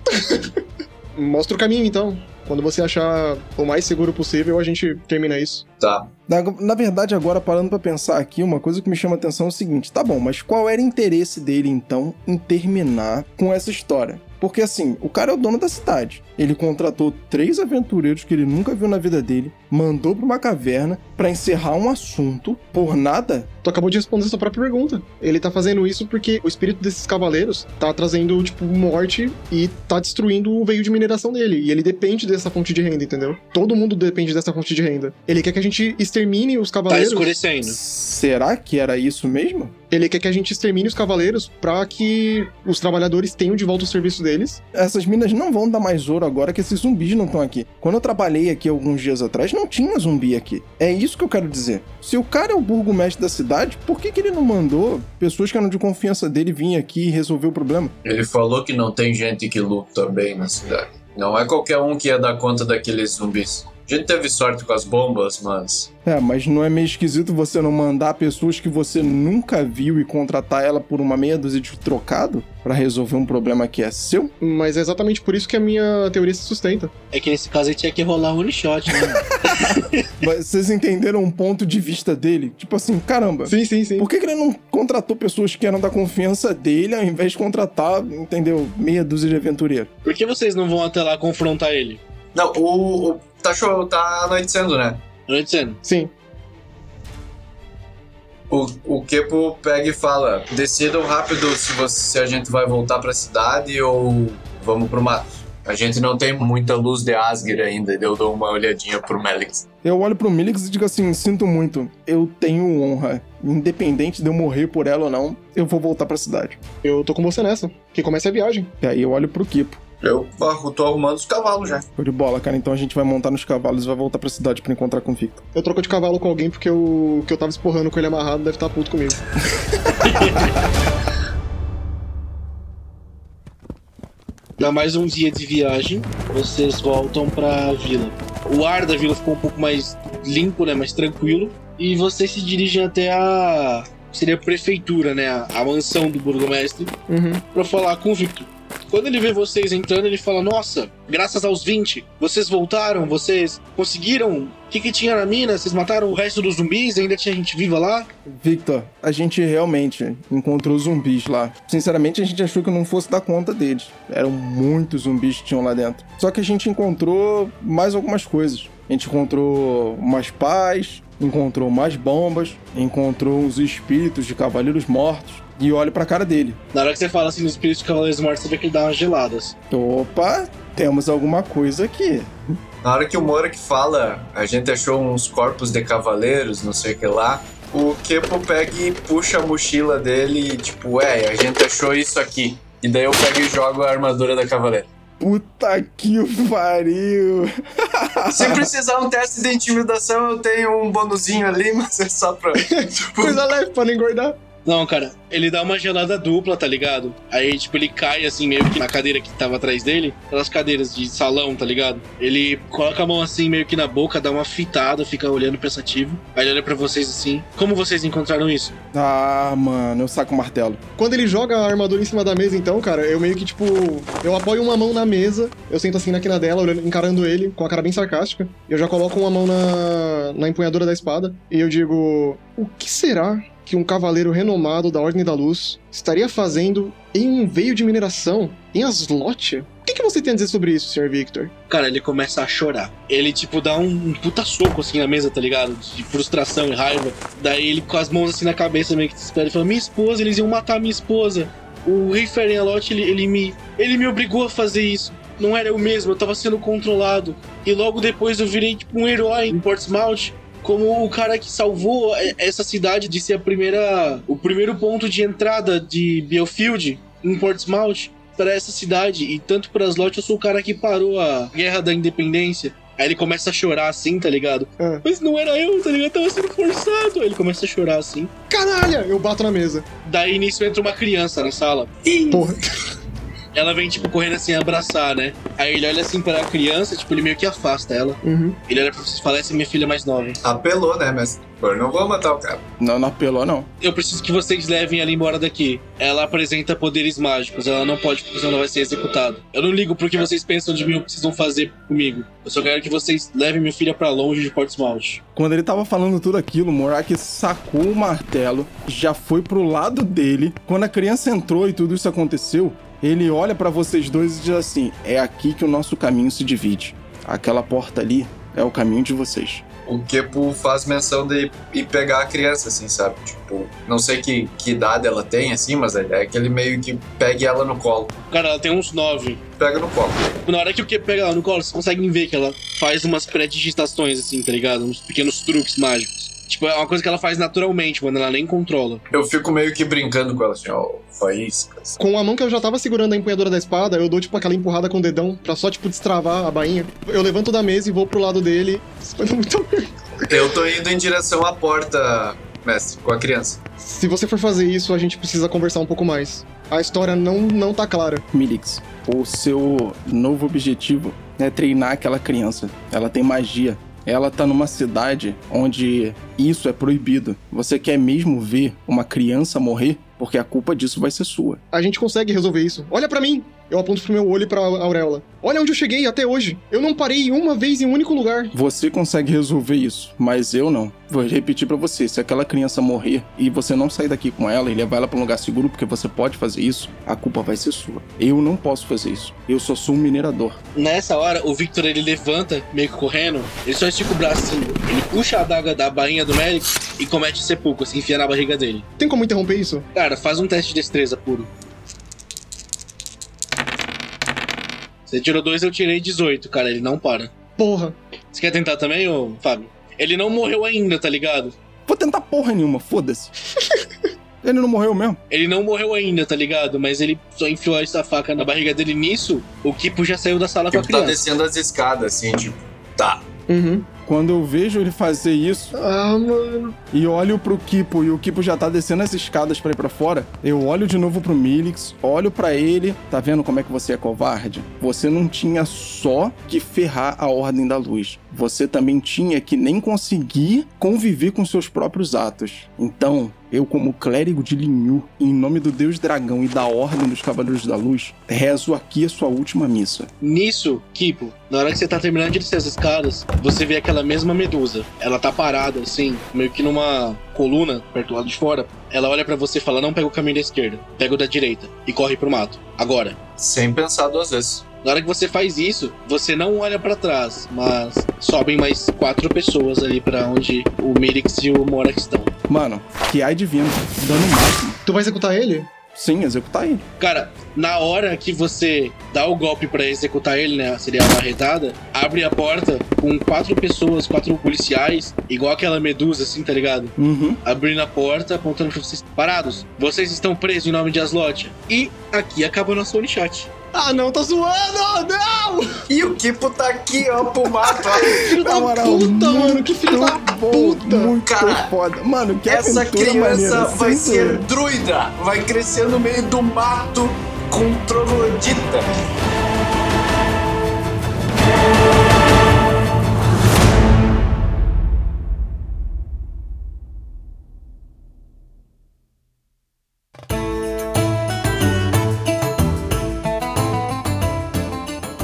Speaker 2: Mostra o caminho então. Quando você achar o mais seguro possível, a gente termina isso.
Speaker 3: Tá.
Speaker 1: Na, na verdade, agora parando pra pensar aqui, uma coisa que me chama a atenção é o seguinte: tá bom, mas qual era o interesse dele então em terminar com essa história? Porque assim, o cara é o dono da cidade. Ele contratou três aventureiros que ele nunca viu na vida dele, mandou pra uma caverna pra encerrar um assunto por nada.
Speaker 2: Tu acabou de responder sua própria pergunta. Ele tá fazendo isso porque o espírito desses cavaleiros tá trazendo, tipo, morte e tá destruindo o veio de mineração dele. E ele depende dessa fonte de renda, entendeu? Todo mundo depende dessa fonte de renda. Ele quer que a gente extermine os
Speaker 4: Tá
Speaker 2: cavaleiros.
Speaker 4: escurecendo.
Speaker 1: Será que era isso mesmo?
Speaker 2: ele quer que a gente extermine os cavaleiros pra que os trabalhadores tenham de volta o serviço deles.
Speaker 1: Essas minas não vão dar mais ouro agora que esses zumbis não estão aqui. Quando eu trabalhei aqui alguns dias atrás, não tinha zumbi aqui. É isso que eu quero dizer. Se o cara é o burgomestre da cidade, por que, que ele não mandou pessoas que eram de confiança dele vir aqui e resolver o problema?
Speaker 3: Ele falou que não tem gente que luta bem na cidade. Não é qualquer um que ia dar conta daqueles zumbis. A gente teve sorte com as bombas, mas.
Speaker 1: É, mas não é meio esquisito você não mandar pessoas que você nunca viu e contratar ela por uma meia dúzia de trocado pra resolver um problema que é seu?
Speaker 2: Mas é exatamente por isso que a minha teoria se sustenta.
Speaker 4: É que nesse caso ele tinha que rolar um one shot, né?
Speaker 1: Vocês entenderam o ponto de vista dele? Tipo assim, caramba.
Speaker 2: Sim, sim, sim.
Speaker 1: Por que, que ele não contratou pessoas que eram da confiança dele ao invés de contratar, entendeu? Meia dúzia de aventureiros?
Speaker 4: Por que vocês não vão até lá confrontar ele?
Speaker 3: Não, o. o tá, show, tá anoitecendo, né?
Speaker 4: Eu tô dizendo.
Speaker 2: Sim.
Speaker 3: O, o Kepo pega e fala: decidam rápido se, você- se a gente vai voltar pra cidade ou vamos pro mato. A gente não tem muita luz de Asgir ainda, eu dou uma olhadinha pro Melix.
Speaker 1: Eu olho pro Milix e digo assim: sinto muito, eu tenho honra. Independente de eu morrer por ela ou não, eu vou voltar pra cidade.
Speaker 2: Eu tô com você nessa. Que comece a viagem.
Speaker 1: E aí eu olho pro Kipo.
Speaker 3: Eu ah, tô arrumando os cavalos já.
Speaker 1: Tô de bola, cara, então a gente vai montar nos cavalos e vai voltar pra cidade pra encontrar com o Victor.
Speaker 2: Eu troco de cavalo com alguém porque o que eu tava esporrando com ele amarrado deve estar tá puto comigo.
Speaker 4: Dá mais um dia de viagem, vocês voltam pra vila. O ar da vila ficou um pouco mais limpo, né? Mais tranquilo. E vocês se dirigem até a. Seria a prefeitura, né? A, a mansão do burgomestre,
Speaker 2: Uhum.
Speaker 4: pra falar com o Victor. Quando ele vê vocês entrando, ele fala: Nossa, graças aos 20, vocês voltaram, vocês conseguiram. O que, que tinha na mina? Vocês mataram o resto dos zumbis? Ainda tinha gente viva lá?
Speaker 1: Victor, a gente realmente encontrou zumbis lá. Sinceramente, a gente achou que não fosse dar conta deles. Eram muitos zumbis que tinham lá dentro. Só que a gente encontrou mais algumas coisas. A gente encontrou umas pás, encontrou mais bombas, encontrou uns espíritos de cavaleiros mortos. E olha pra cara dele.
Speaker 4: Na hora que você fala assim dos espíritos cavaleiros mortos, você vê que ele dá assim. umas geladas.
Speaker 1: Opa, temos alguma coisa aqui.
Speaker 3: Na hora que o Moura que fala, a gente achou uns corpos de cavaleiros, não sei o que lá. O Kepo pega e puxa a mochila dele e tipo, é, a gente achou isso aqui. E daí eu pego e jogo a armadura da cavaleira.
Speaker 1: Puta que pariu.
Speaker 3: Se precisar um teste de intimidação, eu tenho um bonuzinho ali, mas é só pra.
Speaker 2: Coisa leve pra não engordar.
Speaker 4: Não, cara, ele dá uma gelada dupla, tá ligado? Aí, tipo, ele cai assim, meio que na cadeira que tava atrás dele, aquelas cadeiras de salão, tá ligado? Ele coloca a mão assim, meio que na boca, dá uma fitada, fica olhando pensativo. Aí ele olha pra vocês assim: Como vocês encontraram isso?
Speaker 1: Ah, mano, eu saco o martelo.
Speaker 2: Quando ele joga a armadura em cima da mesa, então, cara, eu meio que, tipo, eu apoio uma mão na mesa, eu sento assim na quina dela, olhando- encarando ele, com a cara bem sarcástica. Eu já coloco uma mão na, na empunhadura da espada, e eu digo: O que será que um cavaleiro renomado da Ordem da Luz estaria fazendo em um veio de mineração, em Aslotia? O que, que você tem a dizer sobre isso, Sr. Victor?
Speaker 4: Cara, ele começa a chorar. Ele, tipo, dá um, um puta soco assim na mesa, tá ligado? De frustração e raiva. Daí ele com as mãos assim na cabeça, meio que desespera. Ele fala: Minha esposa, eles iam matar minha esposa. O Rei Ferenelot, ele, ele me. Ele me obrigou a fazer isso. Não era eu mesmo, eu tava sendo controlado. E logo depois eu virei, tipo, um herói em Portsmouth. Como o cara que salvou e- essa cidade de ser a primeira. o primeiro ponto de entrada de Belfield em Portsmouth para essa cidade e tanto para Slot eu sou o cara que parou a guerra da independência. Aí ele começa a chorar assim, tá ligado?
Speaker 2: Ah.
Speaker 4: Mas não era eu, tá ligado? Eu tava sendo forçado. Aí ele começa a chorar assim.
Speaker 2: Caralho! Eu bato na mesa.
Speaker 4: Daí nisso entra uma criança na sala.
Speaker 2: Porra.
Speaker 4: Ela vem, tipo, correndo assim, abraçar, né? Aí ele olha assim pra criança, tipo, ele meio que afasta ela.
Speaker 2: Uhum.
Speaker 4: Ele olha pra você e fala: essa é minha filha mais nova.
Speaker 3: Apelou, né, mas. pô, Eu não vou matar o cara.
Speaker 1: Não, não apelou, não.
Speaker 4: Eu preciso que vocês levem ela embora daqui. Ela apresenta poderes mágicos, ela não pode, porque senão ela vai ser executada. Eu não ligo pro que vocês pensam de mim ou precisam fazer comigo. Eu só quero que vocês levem minha filha pra longe de Portsmouth.
Speaker 1: Quando ele tava falando tudo aquilo, o Morak sacou o martelo, já foi pro lado dele. Quando a criança entrou e tudo isso aconteceu, ele olha pra vocês dois e diz assim: É aqui que o nosso caminho se divide. Aquela porta ali é o caminho de vocês.
Speaker 3: O Kepo faz menção de ir pegar a criança, assim, sabe? Tipo, não sei que, que idade ela tem, assim, mas a ideia é que ele meio que pegue ela no colo.
Speaker 4: Cara, ela tem uns nove.
Speaker 3: Pega no colo.
Speaker 4: Na hora que o que pega ela no colo, vocês conseguem ver que ela faz umas pré-digitações, assim, tá ligado? Uns pequenos truques mágicos. Tipo, é uma coisa que ela faz naturalmente, mano. Ela nem controla.
Speaker 3: Eu fico meio que brincando com ela, assim, ó, assim. faíscas.
Speaker 2: Com a mão que eu já tava segurando a empunhadura da espada, eu dou tipo aquela empurrada com o dedão pra só tipo destravar a bainha. Eu levanto da mesa e vou pro lado dele. Isso foi muito
Speaker 3: Eu tô indo em direção à porta, mestre, com a criança.
Speaker 2: Se você for fazer isso, a gente precisa conversar um pouco mais. A história não, não tá clara.
Speaker 1: Milix, o seu novo objetivo é treinar aquela criança. Ela tem magia. Ela tá numa cidade onde isso é proibido. Você quer mesmo ver uma criança morrer? Porque a culpa disso vai ser sua.
Speaker 2: A gente consegue resolver isso. Olha pra mim! Eu aponto pro meu olho e pra auréola. Olha onde eu cheguei até hoje. Eu não parei uma vez em um único lugar.
Speaker 1: Você consegue resolver isso, mas eu não. Vou repetir pra você, se aquela criança morrer e você não sair daqui com ela e levar ela pra um lugar seguro, porque você pode fazer isso, a culpa vai ser sua. Eu não posso fazer isso. Eu só sou um minerador.
Speaker 4: Nessa hora, o Victor ele levanta, meio que correndo. Ele só estica o braço assim. Ele puxa a adaga da bainha do Merrick e comete sepulcro, assim, enfia na barriga dele.
Speaker 2: Tem como interromper isso?
Speaker 4: Cara, faz um teste de destreza puro. Você tirou dois, eu tirei 18, cara. Ele não para.
Speaker 2: Porra.
Speaker 4: Você quer tentar também, ô Fábio? Ele não morreu ainda, tá ligado?
Speaker 1: Vou tentar porra nenhuma, foda-se. Ele não morreu mesmo.
Speaker 4: Ele não morreu ainda, tá ligado? Mas ele só enfiou essa faca na barriga dele nisso, o Kipo já saiu da sala com a
Speaker 3: Tipo, tá
Speaker 4: criança.
Speaker 3: descendo as escadas, assim, tipo, tá.
Speaker 2: Uhum.
Speaker 1: Quando eu vejo ele fazer isso
Speaker 2: Ah, mano.
Speaker 1: e olho pro Kipo e o Kipo já tá descendo as escadas pra ir pra fora, eu olho de novo pro Milix, olho pra ele, tá vendo como é que você é covarde? Você não tinha só que ferrar a ordem da luz. Você também tinha que nem conseguir conviver com seus próprios atos. Então, Eu, como clérigo de Linhu, em nome do Deus Dragão e da Ordem dos Cavaleiros da Luz, rezo aqui a sua última missa.
Speaker 4: Nisso, Kipo, na hora que você tá terminando de descer as escadas, você vê aquela mesma medusa. Ela tá parada, assim, meio que numa coluna, perto do lado de fora. Ela olha pra você e fala: Não pega o caminho da esquerda, pega o da direita e corre pro mato. Agora.
Speaker 3: Sem pensar duas vezes.
Speaker 4: Na hora que você faz isso, você não olha pra trás, mas sobem mais quatro pessoas ali pra onde o Mirix e o Morax estão.
Speaker 1: Mano, que ai divino. Dano máximo.
Speaker 2: Tu vai executar ele?
Speaker 1: Sim, executar ele.
Speaker 4: Cara, na hora que você dá o golpe pra executar ele, né? Seria uma marretada, abre a porta com quatro pessoas, quatro policiais, igual aquela medusa, assim, tá ligado?
Speaker 1: Uhum.
Speaker 4: Abrindo a porta, apontando pra vocês parados. Vocês estão presos em nome de Aslotia. E aqui acaba o nosso one shot.
Speaker 2: Ah, não, tá zoando! Não!
Speaker 3: E o Kipo tá aqui, ó, pro mato. ó.
Speaker 2: Filho da
Speaker 1: Na moral,
Speaker 2: puta, mano! Que filho da
Speaker 1: Muito bom,
Speaker 2: puta!
Speaker 1: Muito
Speaker 3: Cara,
Speaker 1: foda. Mano, que
Speaker 3: Essa
Speaker 1: aventura
Speaker 3: criança
Speaker 1: maneira,
Speaker 3: vai
Speaker 1: sem
Speaker 3: ser
Speaker 1: zoeira.
Speaker 3: druida. Vai crescer no meio do mato com um troglodita.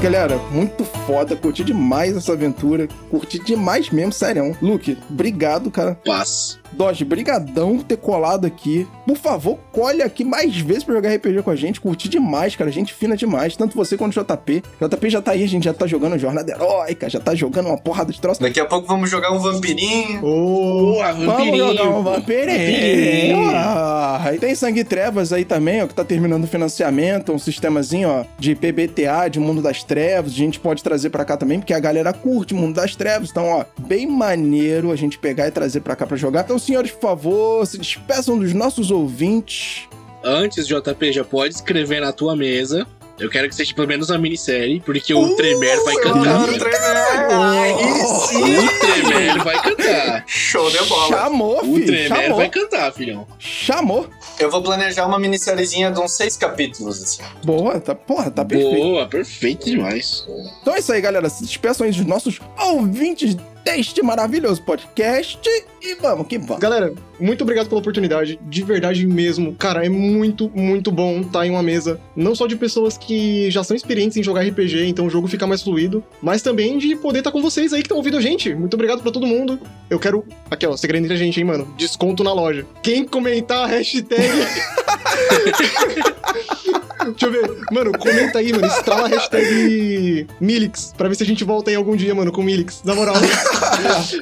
Speaker 1: Galera, muito foda. Curti demais essa aventura. Curti demais mesmo, sério. Luke, obrigado, cara.
Speaker 4: Paz.
Speaker 1: Dodge, brigadão por ter colado aqui. Por favor, colhe aqui mais vezes pra jogar RPG com a gente. Curti demais, cara. Gente fina demais. Tanto você quanto o JP. JP já tá aí, a gente já tá jogando Jornada Heróica, já tá jogando uma porrada de troço.
Speaker 3: Daqui a pouco vamos jogar um vampirinho.
Speaker 2: Ô,
Speaker 4: Boa,
Speaker 1: Vamos
Speaker 4: vampirinho.
Speaker 1: jogar um vampirinho.
Speaker 4: Vampirinho.
Speaker 1: Ah, e tem Sangue e Trevas aí também, ó, que tá terminando o financiamento, um sistemazinho, ó, de PBTA, de Mundo das Trevas, a gente pode trazer pra cá também, porque a galera curte Mundo das Trevas, então, ó, bem maneiro a gente pegar e trazer pra cá pra jogar. Então, senhores, por favor, se despeçam dos nossos ouvintes.
Speaker 4: Antes, JP, já pode escrever na tua mesa. Eu quero que seja pelo menos a minissérie, porque o Tremer vai cantar.
Speaker 3: Eu-
Speaker 4: velho.
Speaker 3: Aí sim.
Speaker 4: O Tremer vai cantar.
Speaker 3: Show de bola.
Speaker 1: Chamou,
Speaker 4: O
Speaker 1: filho,
Speaker 4: Tremer
Speaker 1: chamou,
Speaker 4: vai cantar, filhão.
Speaker 1: chamou.
Speaker 3: Eu vou planejar uma minissériezinha de uns seis capítulos. Assim.
Speaker 1: Boa, tá, porra, tá perfeito.
Speaker 4: Boa, perfeito demais.
Speaker 1: Então é isso aí, galera. Se despeçam aí dos nossos ouvintes deste maravilhoso podcast. E vamos que vamos.
Speaker 2: Galera, muito obrigado pela oportunidade, de verdade mesmo. Cara, é muito, muito bom estar em uma mesa, não só de pessoas que já são experientes em jogar RPG, então o jogo fica mais fluido, mas também de poder estar com vocês aí que estão ouvindo a gente. Muito obrigado pra todo mundo. Eu quero. Aqui, ó, segredo entre a gente, hein, mano. Desconto na loja. Quem comentar a hashtag. Deixa eu ver. Mano, comenta aí, mano. Estrala a hashtag Milix. Pra ver se a gente volta aí algum dia, mano, com Milix. Na moral.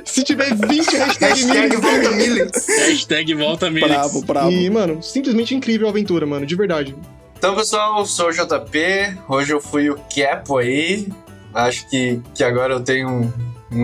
Speaker 2: se tiver 20 hashtags
Speaker 3: Hashtag
Speaker 2: Milix.
Speaker 3: volta Milix.
Speaker 4: Hashtag volta Milix.
Speaker 1: Bravo, bravo.
Speaker 2: E, mano, simplesmente incrível a aventura, mano, de verdade.
Speaker 3: Então, pessoal, eu sou o JP. Hoje eu fui o Capo aí. Acho que, que agora eu tenho um,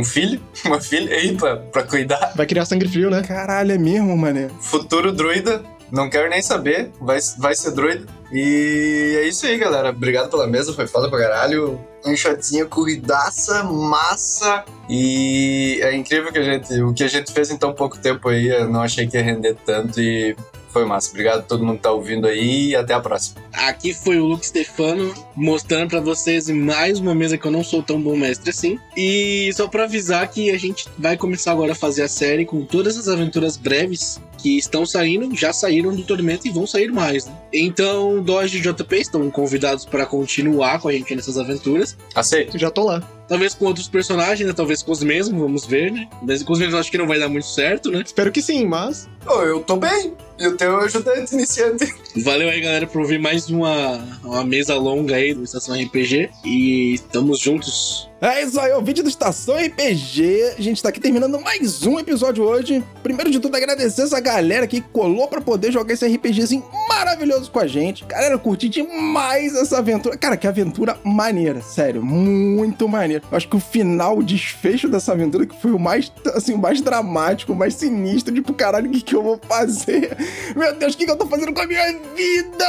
Speaker 3: um filho, uma filha aí pra, pra cuidar.
Speaker 2: Vai criar sangue frio, né?
Speaker 1: Caralho, é mesmo, mané.
Speaker 3: Futuro druida. Não quero nem saber. Vai, vai ser druida. E é isso aí, galera. Obrigado pela mesa. Foi foda pra caralho. Enxotinha, corridaça, massa. E é incrível que a gente, o que a gente fez em tão pouco tempo aí. Eu não achei que ia render tanto e foi massa. Obrigado a todo mundo que tá ouvindo aí e até a próxima.
Speaker 4: Aqui foi o Luke Stefano mostrando pra vocês mais uma mesa que eu não sou tão bom mestre assim. E só pra avisar que a gente vai começar agora a fazer a série com todas as aventuras breves que estão saindo, já saíram do Tormento e vão sair mais. Né? Então, Dodge e JP estão convidados pra continuar com a gente nessas aventuras.
Speaker 3: Aceito.
Speaker 2: Já tô lá.
Speaker 4: Talvez com outros personagens, né? talvez com os mesmos, vamos ver, né? Mas com os mesmos eu acho que não vai dar muito certo, né?
Speaker 2: Espero que sim, mas.
Speaker 3: Oh, eu tô bem. E o teu ajudante iniciante.
Speaker 4: Valeu aí, galera, por ouvir mais uma, uma mesa longa aí do Estação RPG. E estamos juntos.
Speaker 1: É isso aí, ouvinte do Estação RPG. A gente tá aqui terminando mais um episódio hoje. Primeiro de tudo, agradecer essa galera que colou pra poder jogar esse RPGzinho maravilhoso com a gente. Galera, eu curti demais essa aventura. Cara, que aventura maneira, sério, muito maneira. Eu acho que o final, o desfecho dessa aventura que foi o mais, assim, o mais dramático, o mais sinistro, tipo, caralho, o que, que eu vou fazer? Meu Deus, o que, que eu tô fazendo com a minha vida?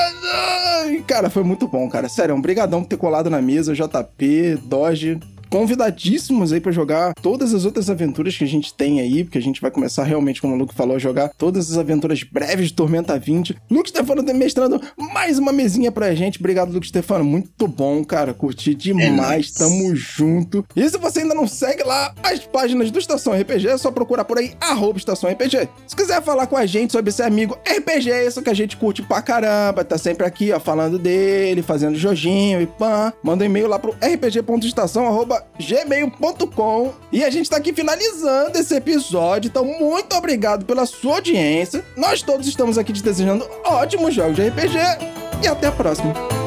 Speaker 1: Ai, Cara, foi muito bom, cara. Sério, um brigadão por ter colado na mesa, JP, Doge. convidadíssimos aí pra jogar todas as outras aventuras que a gente tem aí, porque a gente vai começar realmente, como o Luke falou, a jogar todas as aventuras breves de Tormenta 20. Luke Stefano tá mestrando mais uma mesinha pra gente. Obrigado, Luke Stefano. Muito bom, cara. Curti demais.
Speaker 3: nóis.
Speaker 1: Tamo junto. E se você ainda não segue lá as páginas do Estação RPG, é só procurar por aí, arroba Estação RPG. Se quiser falar com a gente sobre ser amigo RPG, é isso que a gente curte pra caramba. Tá sempre aqui, ó, falando dele, fazendo joginho e pã. Manda um e-mail lá pro rpg.estação.gmail.com. E a gente tá aqui finalizando esse episódio. Então, muito obrigado pela sua audiência. Nós todos estamos aqui te desejando ótimos jogos de RPG. E até a próxima.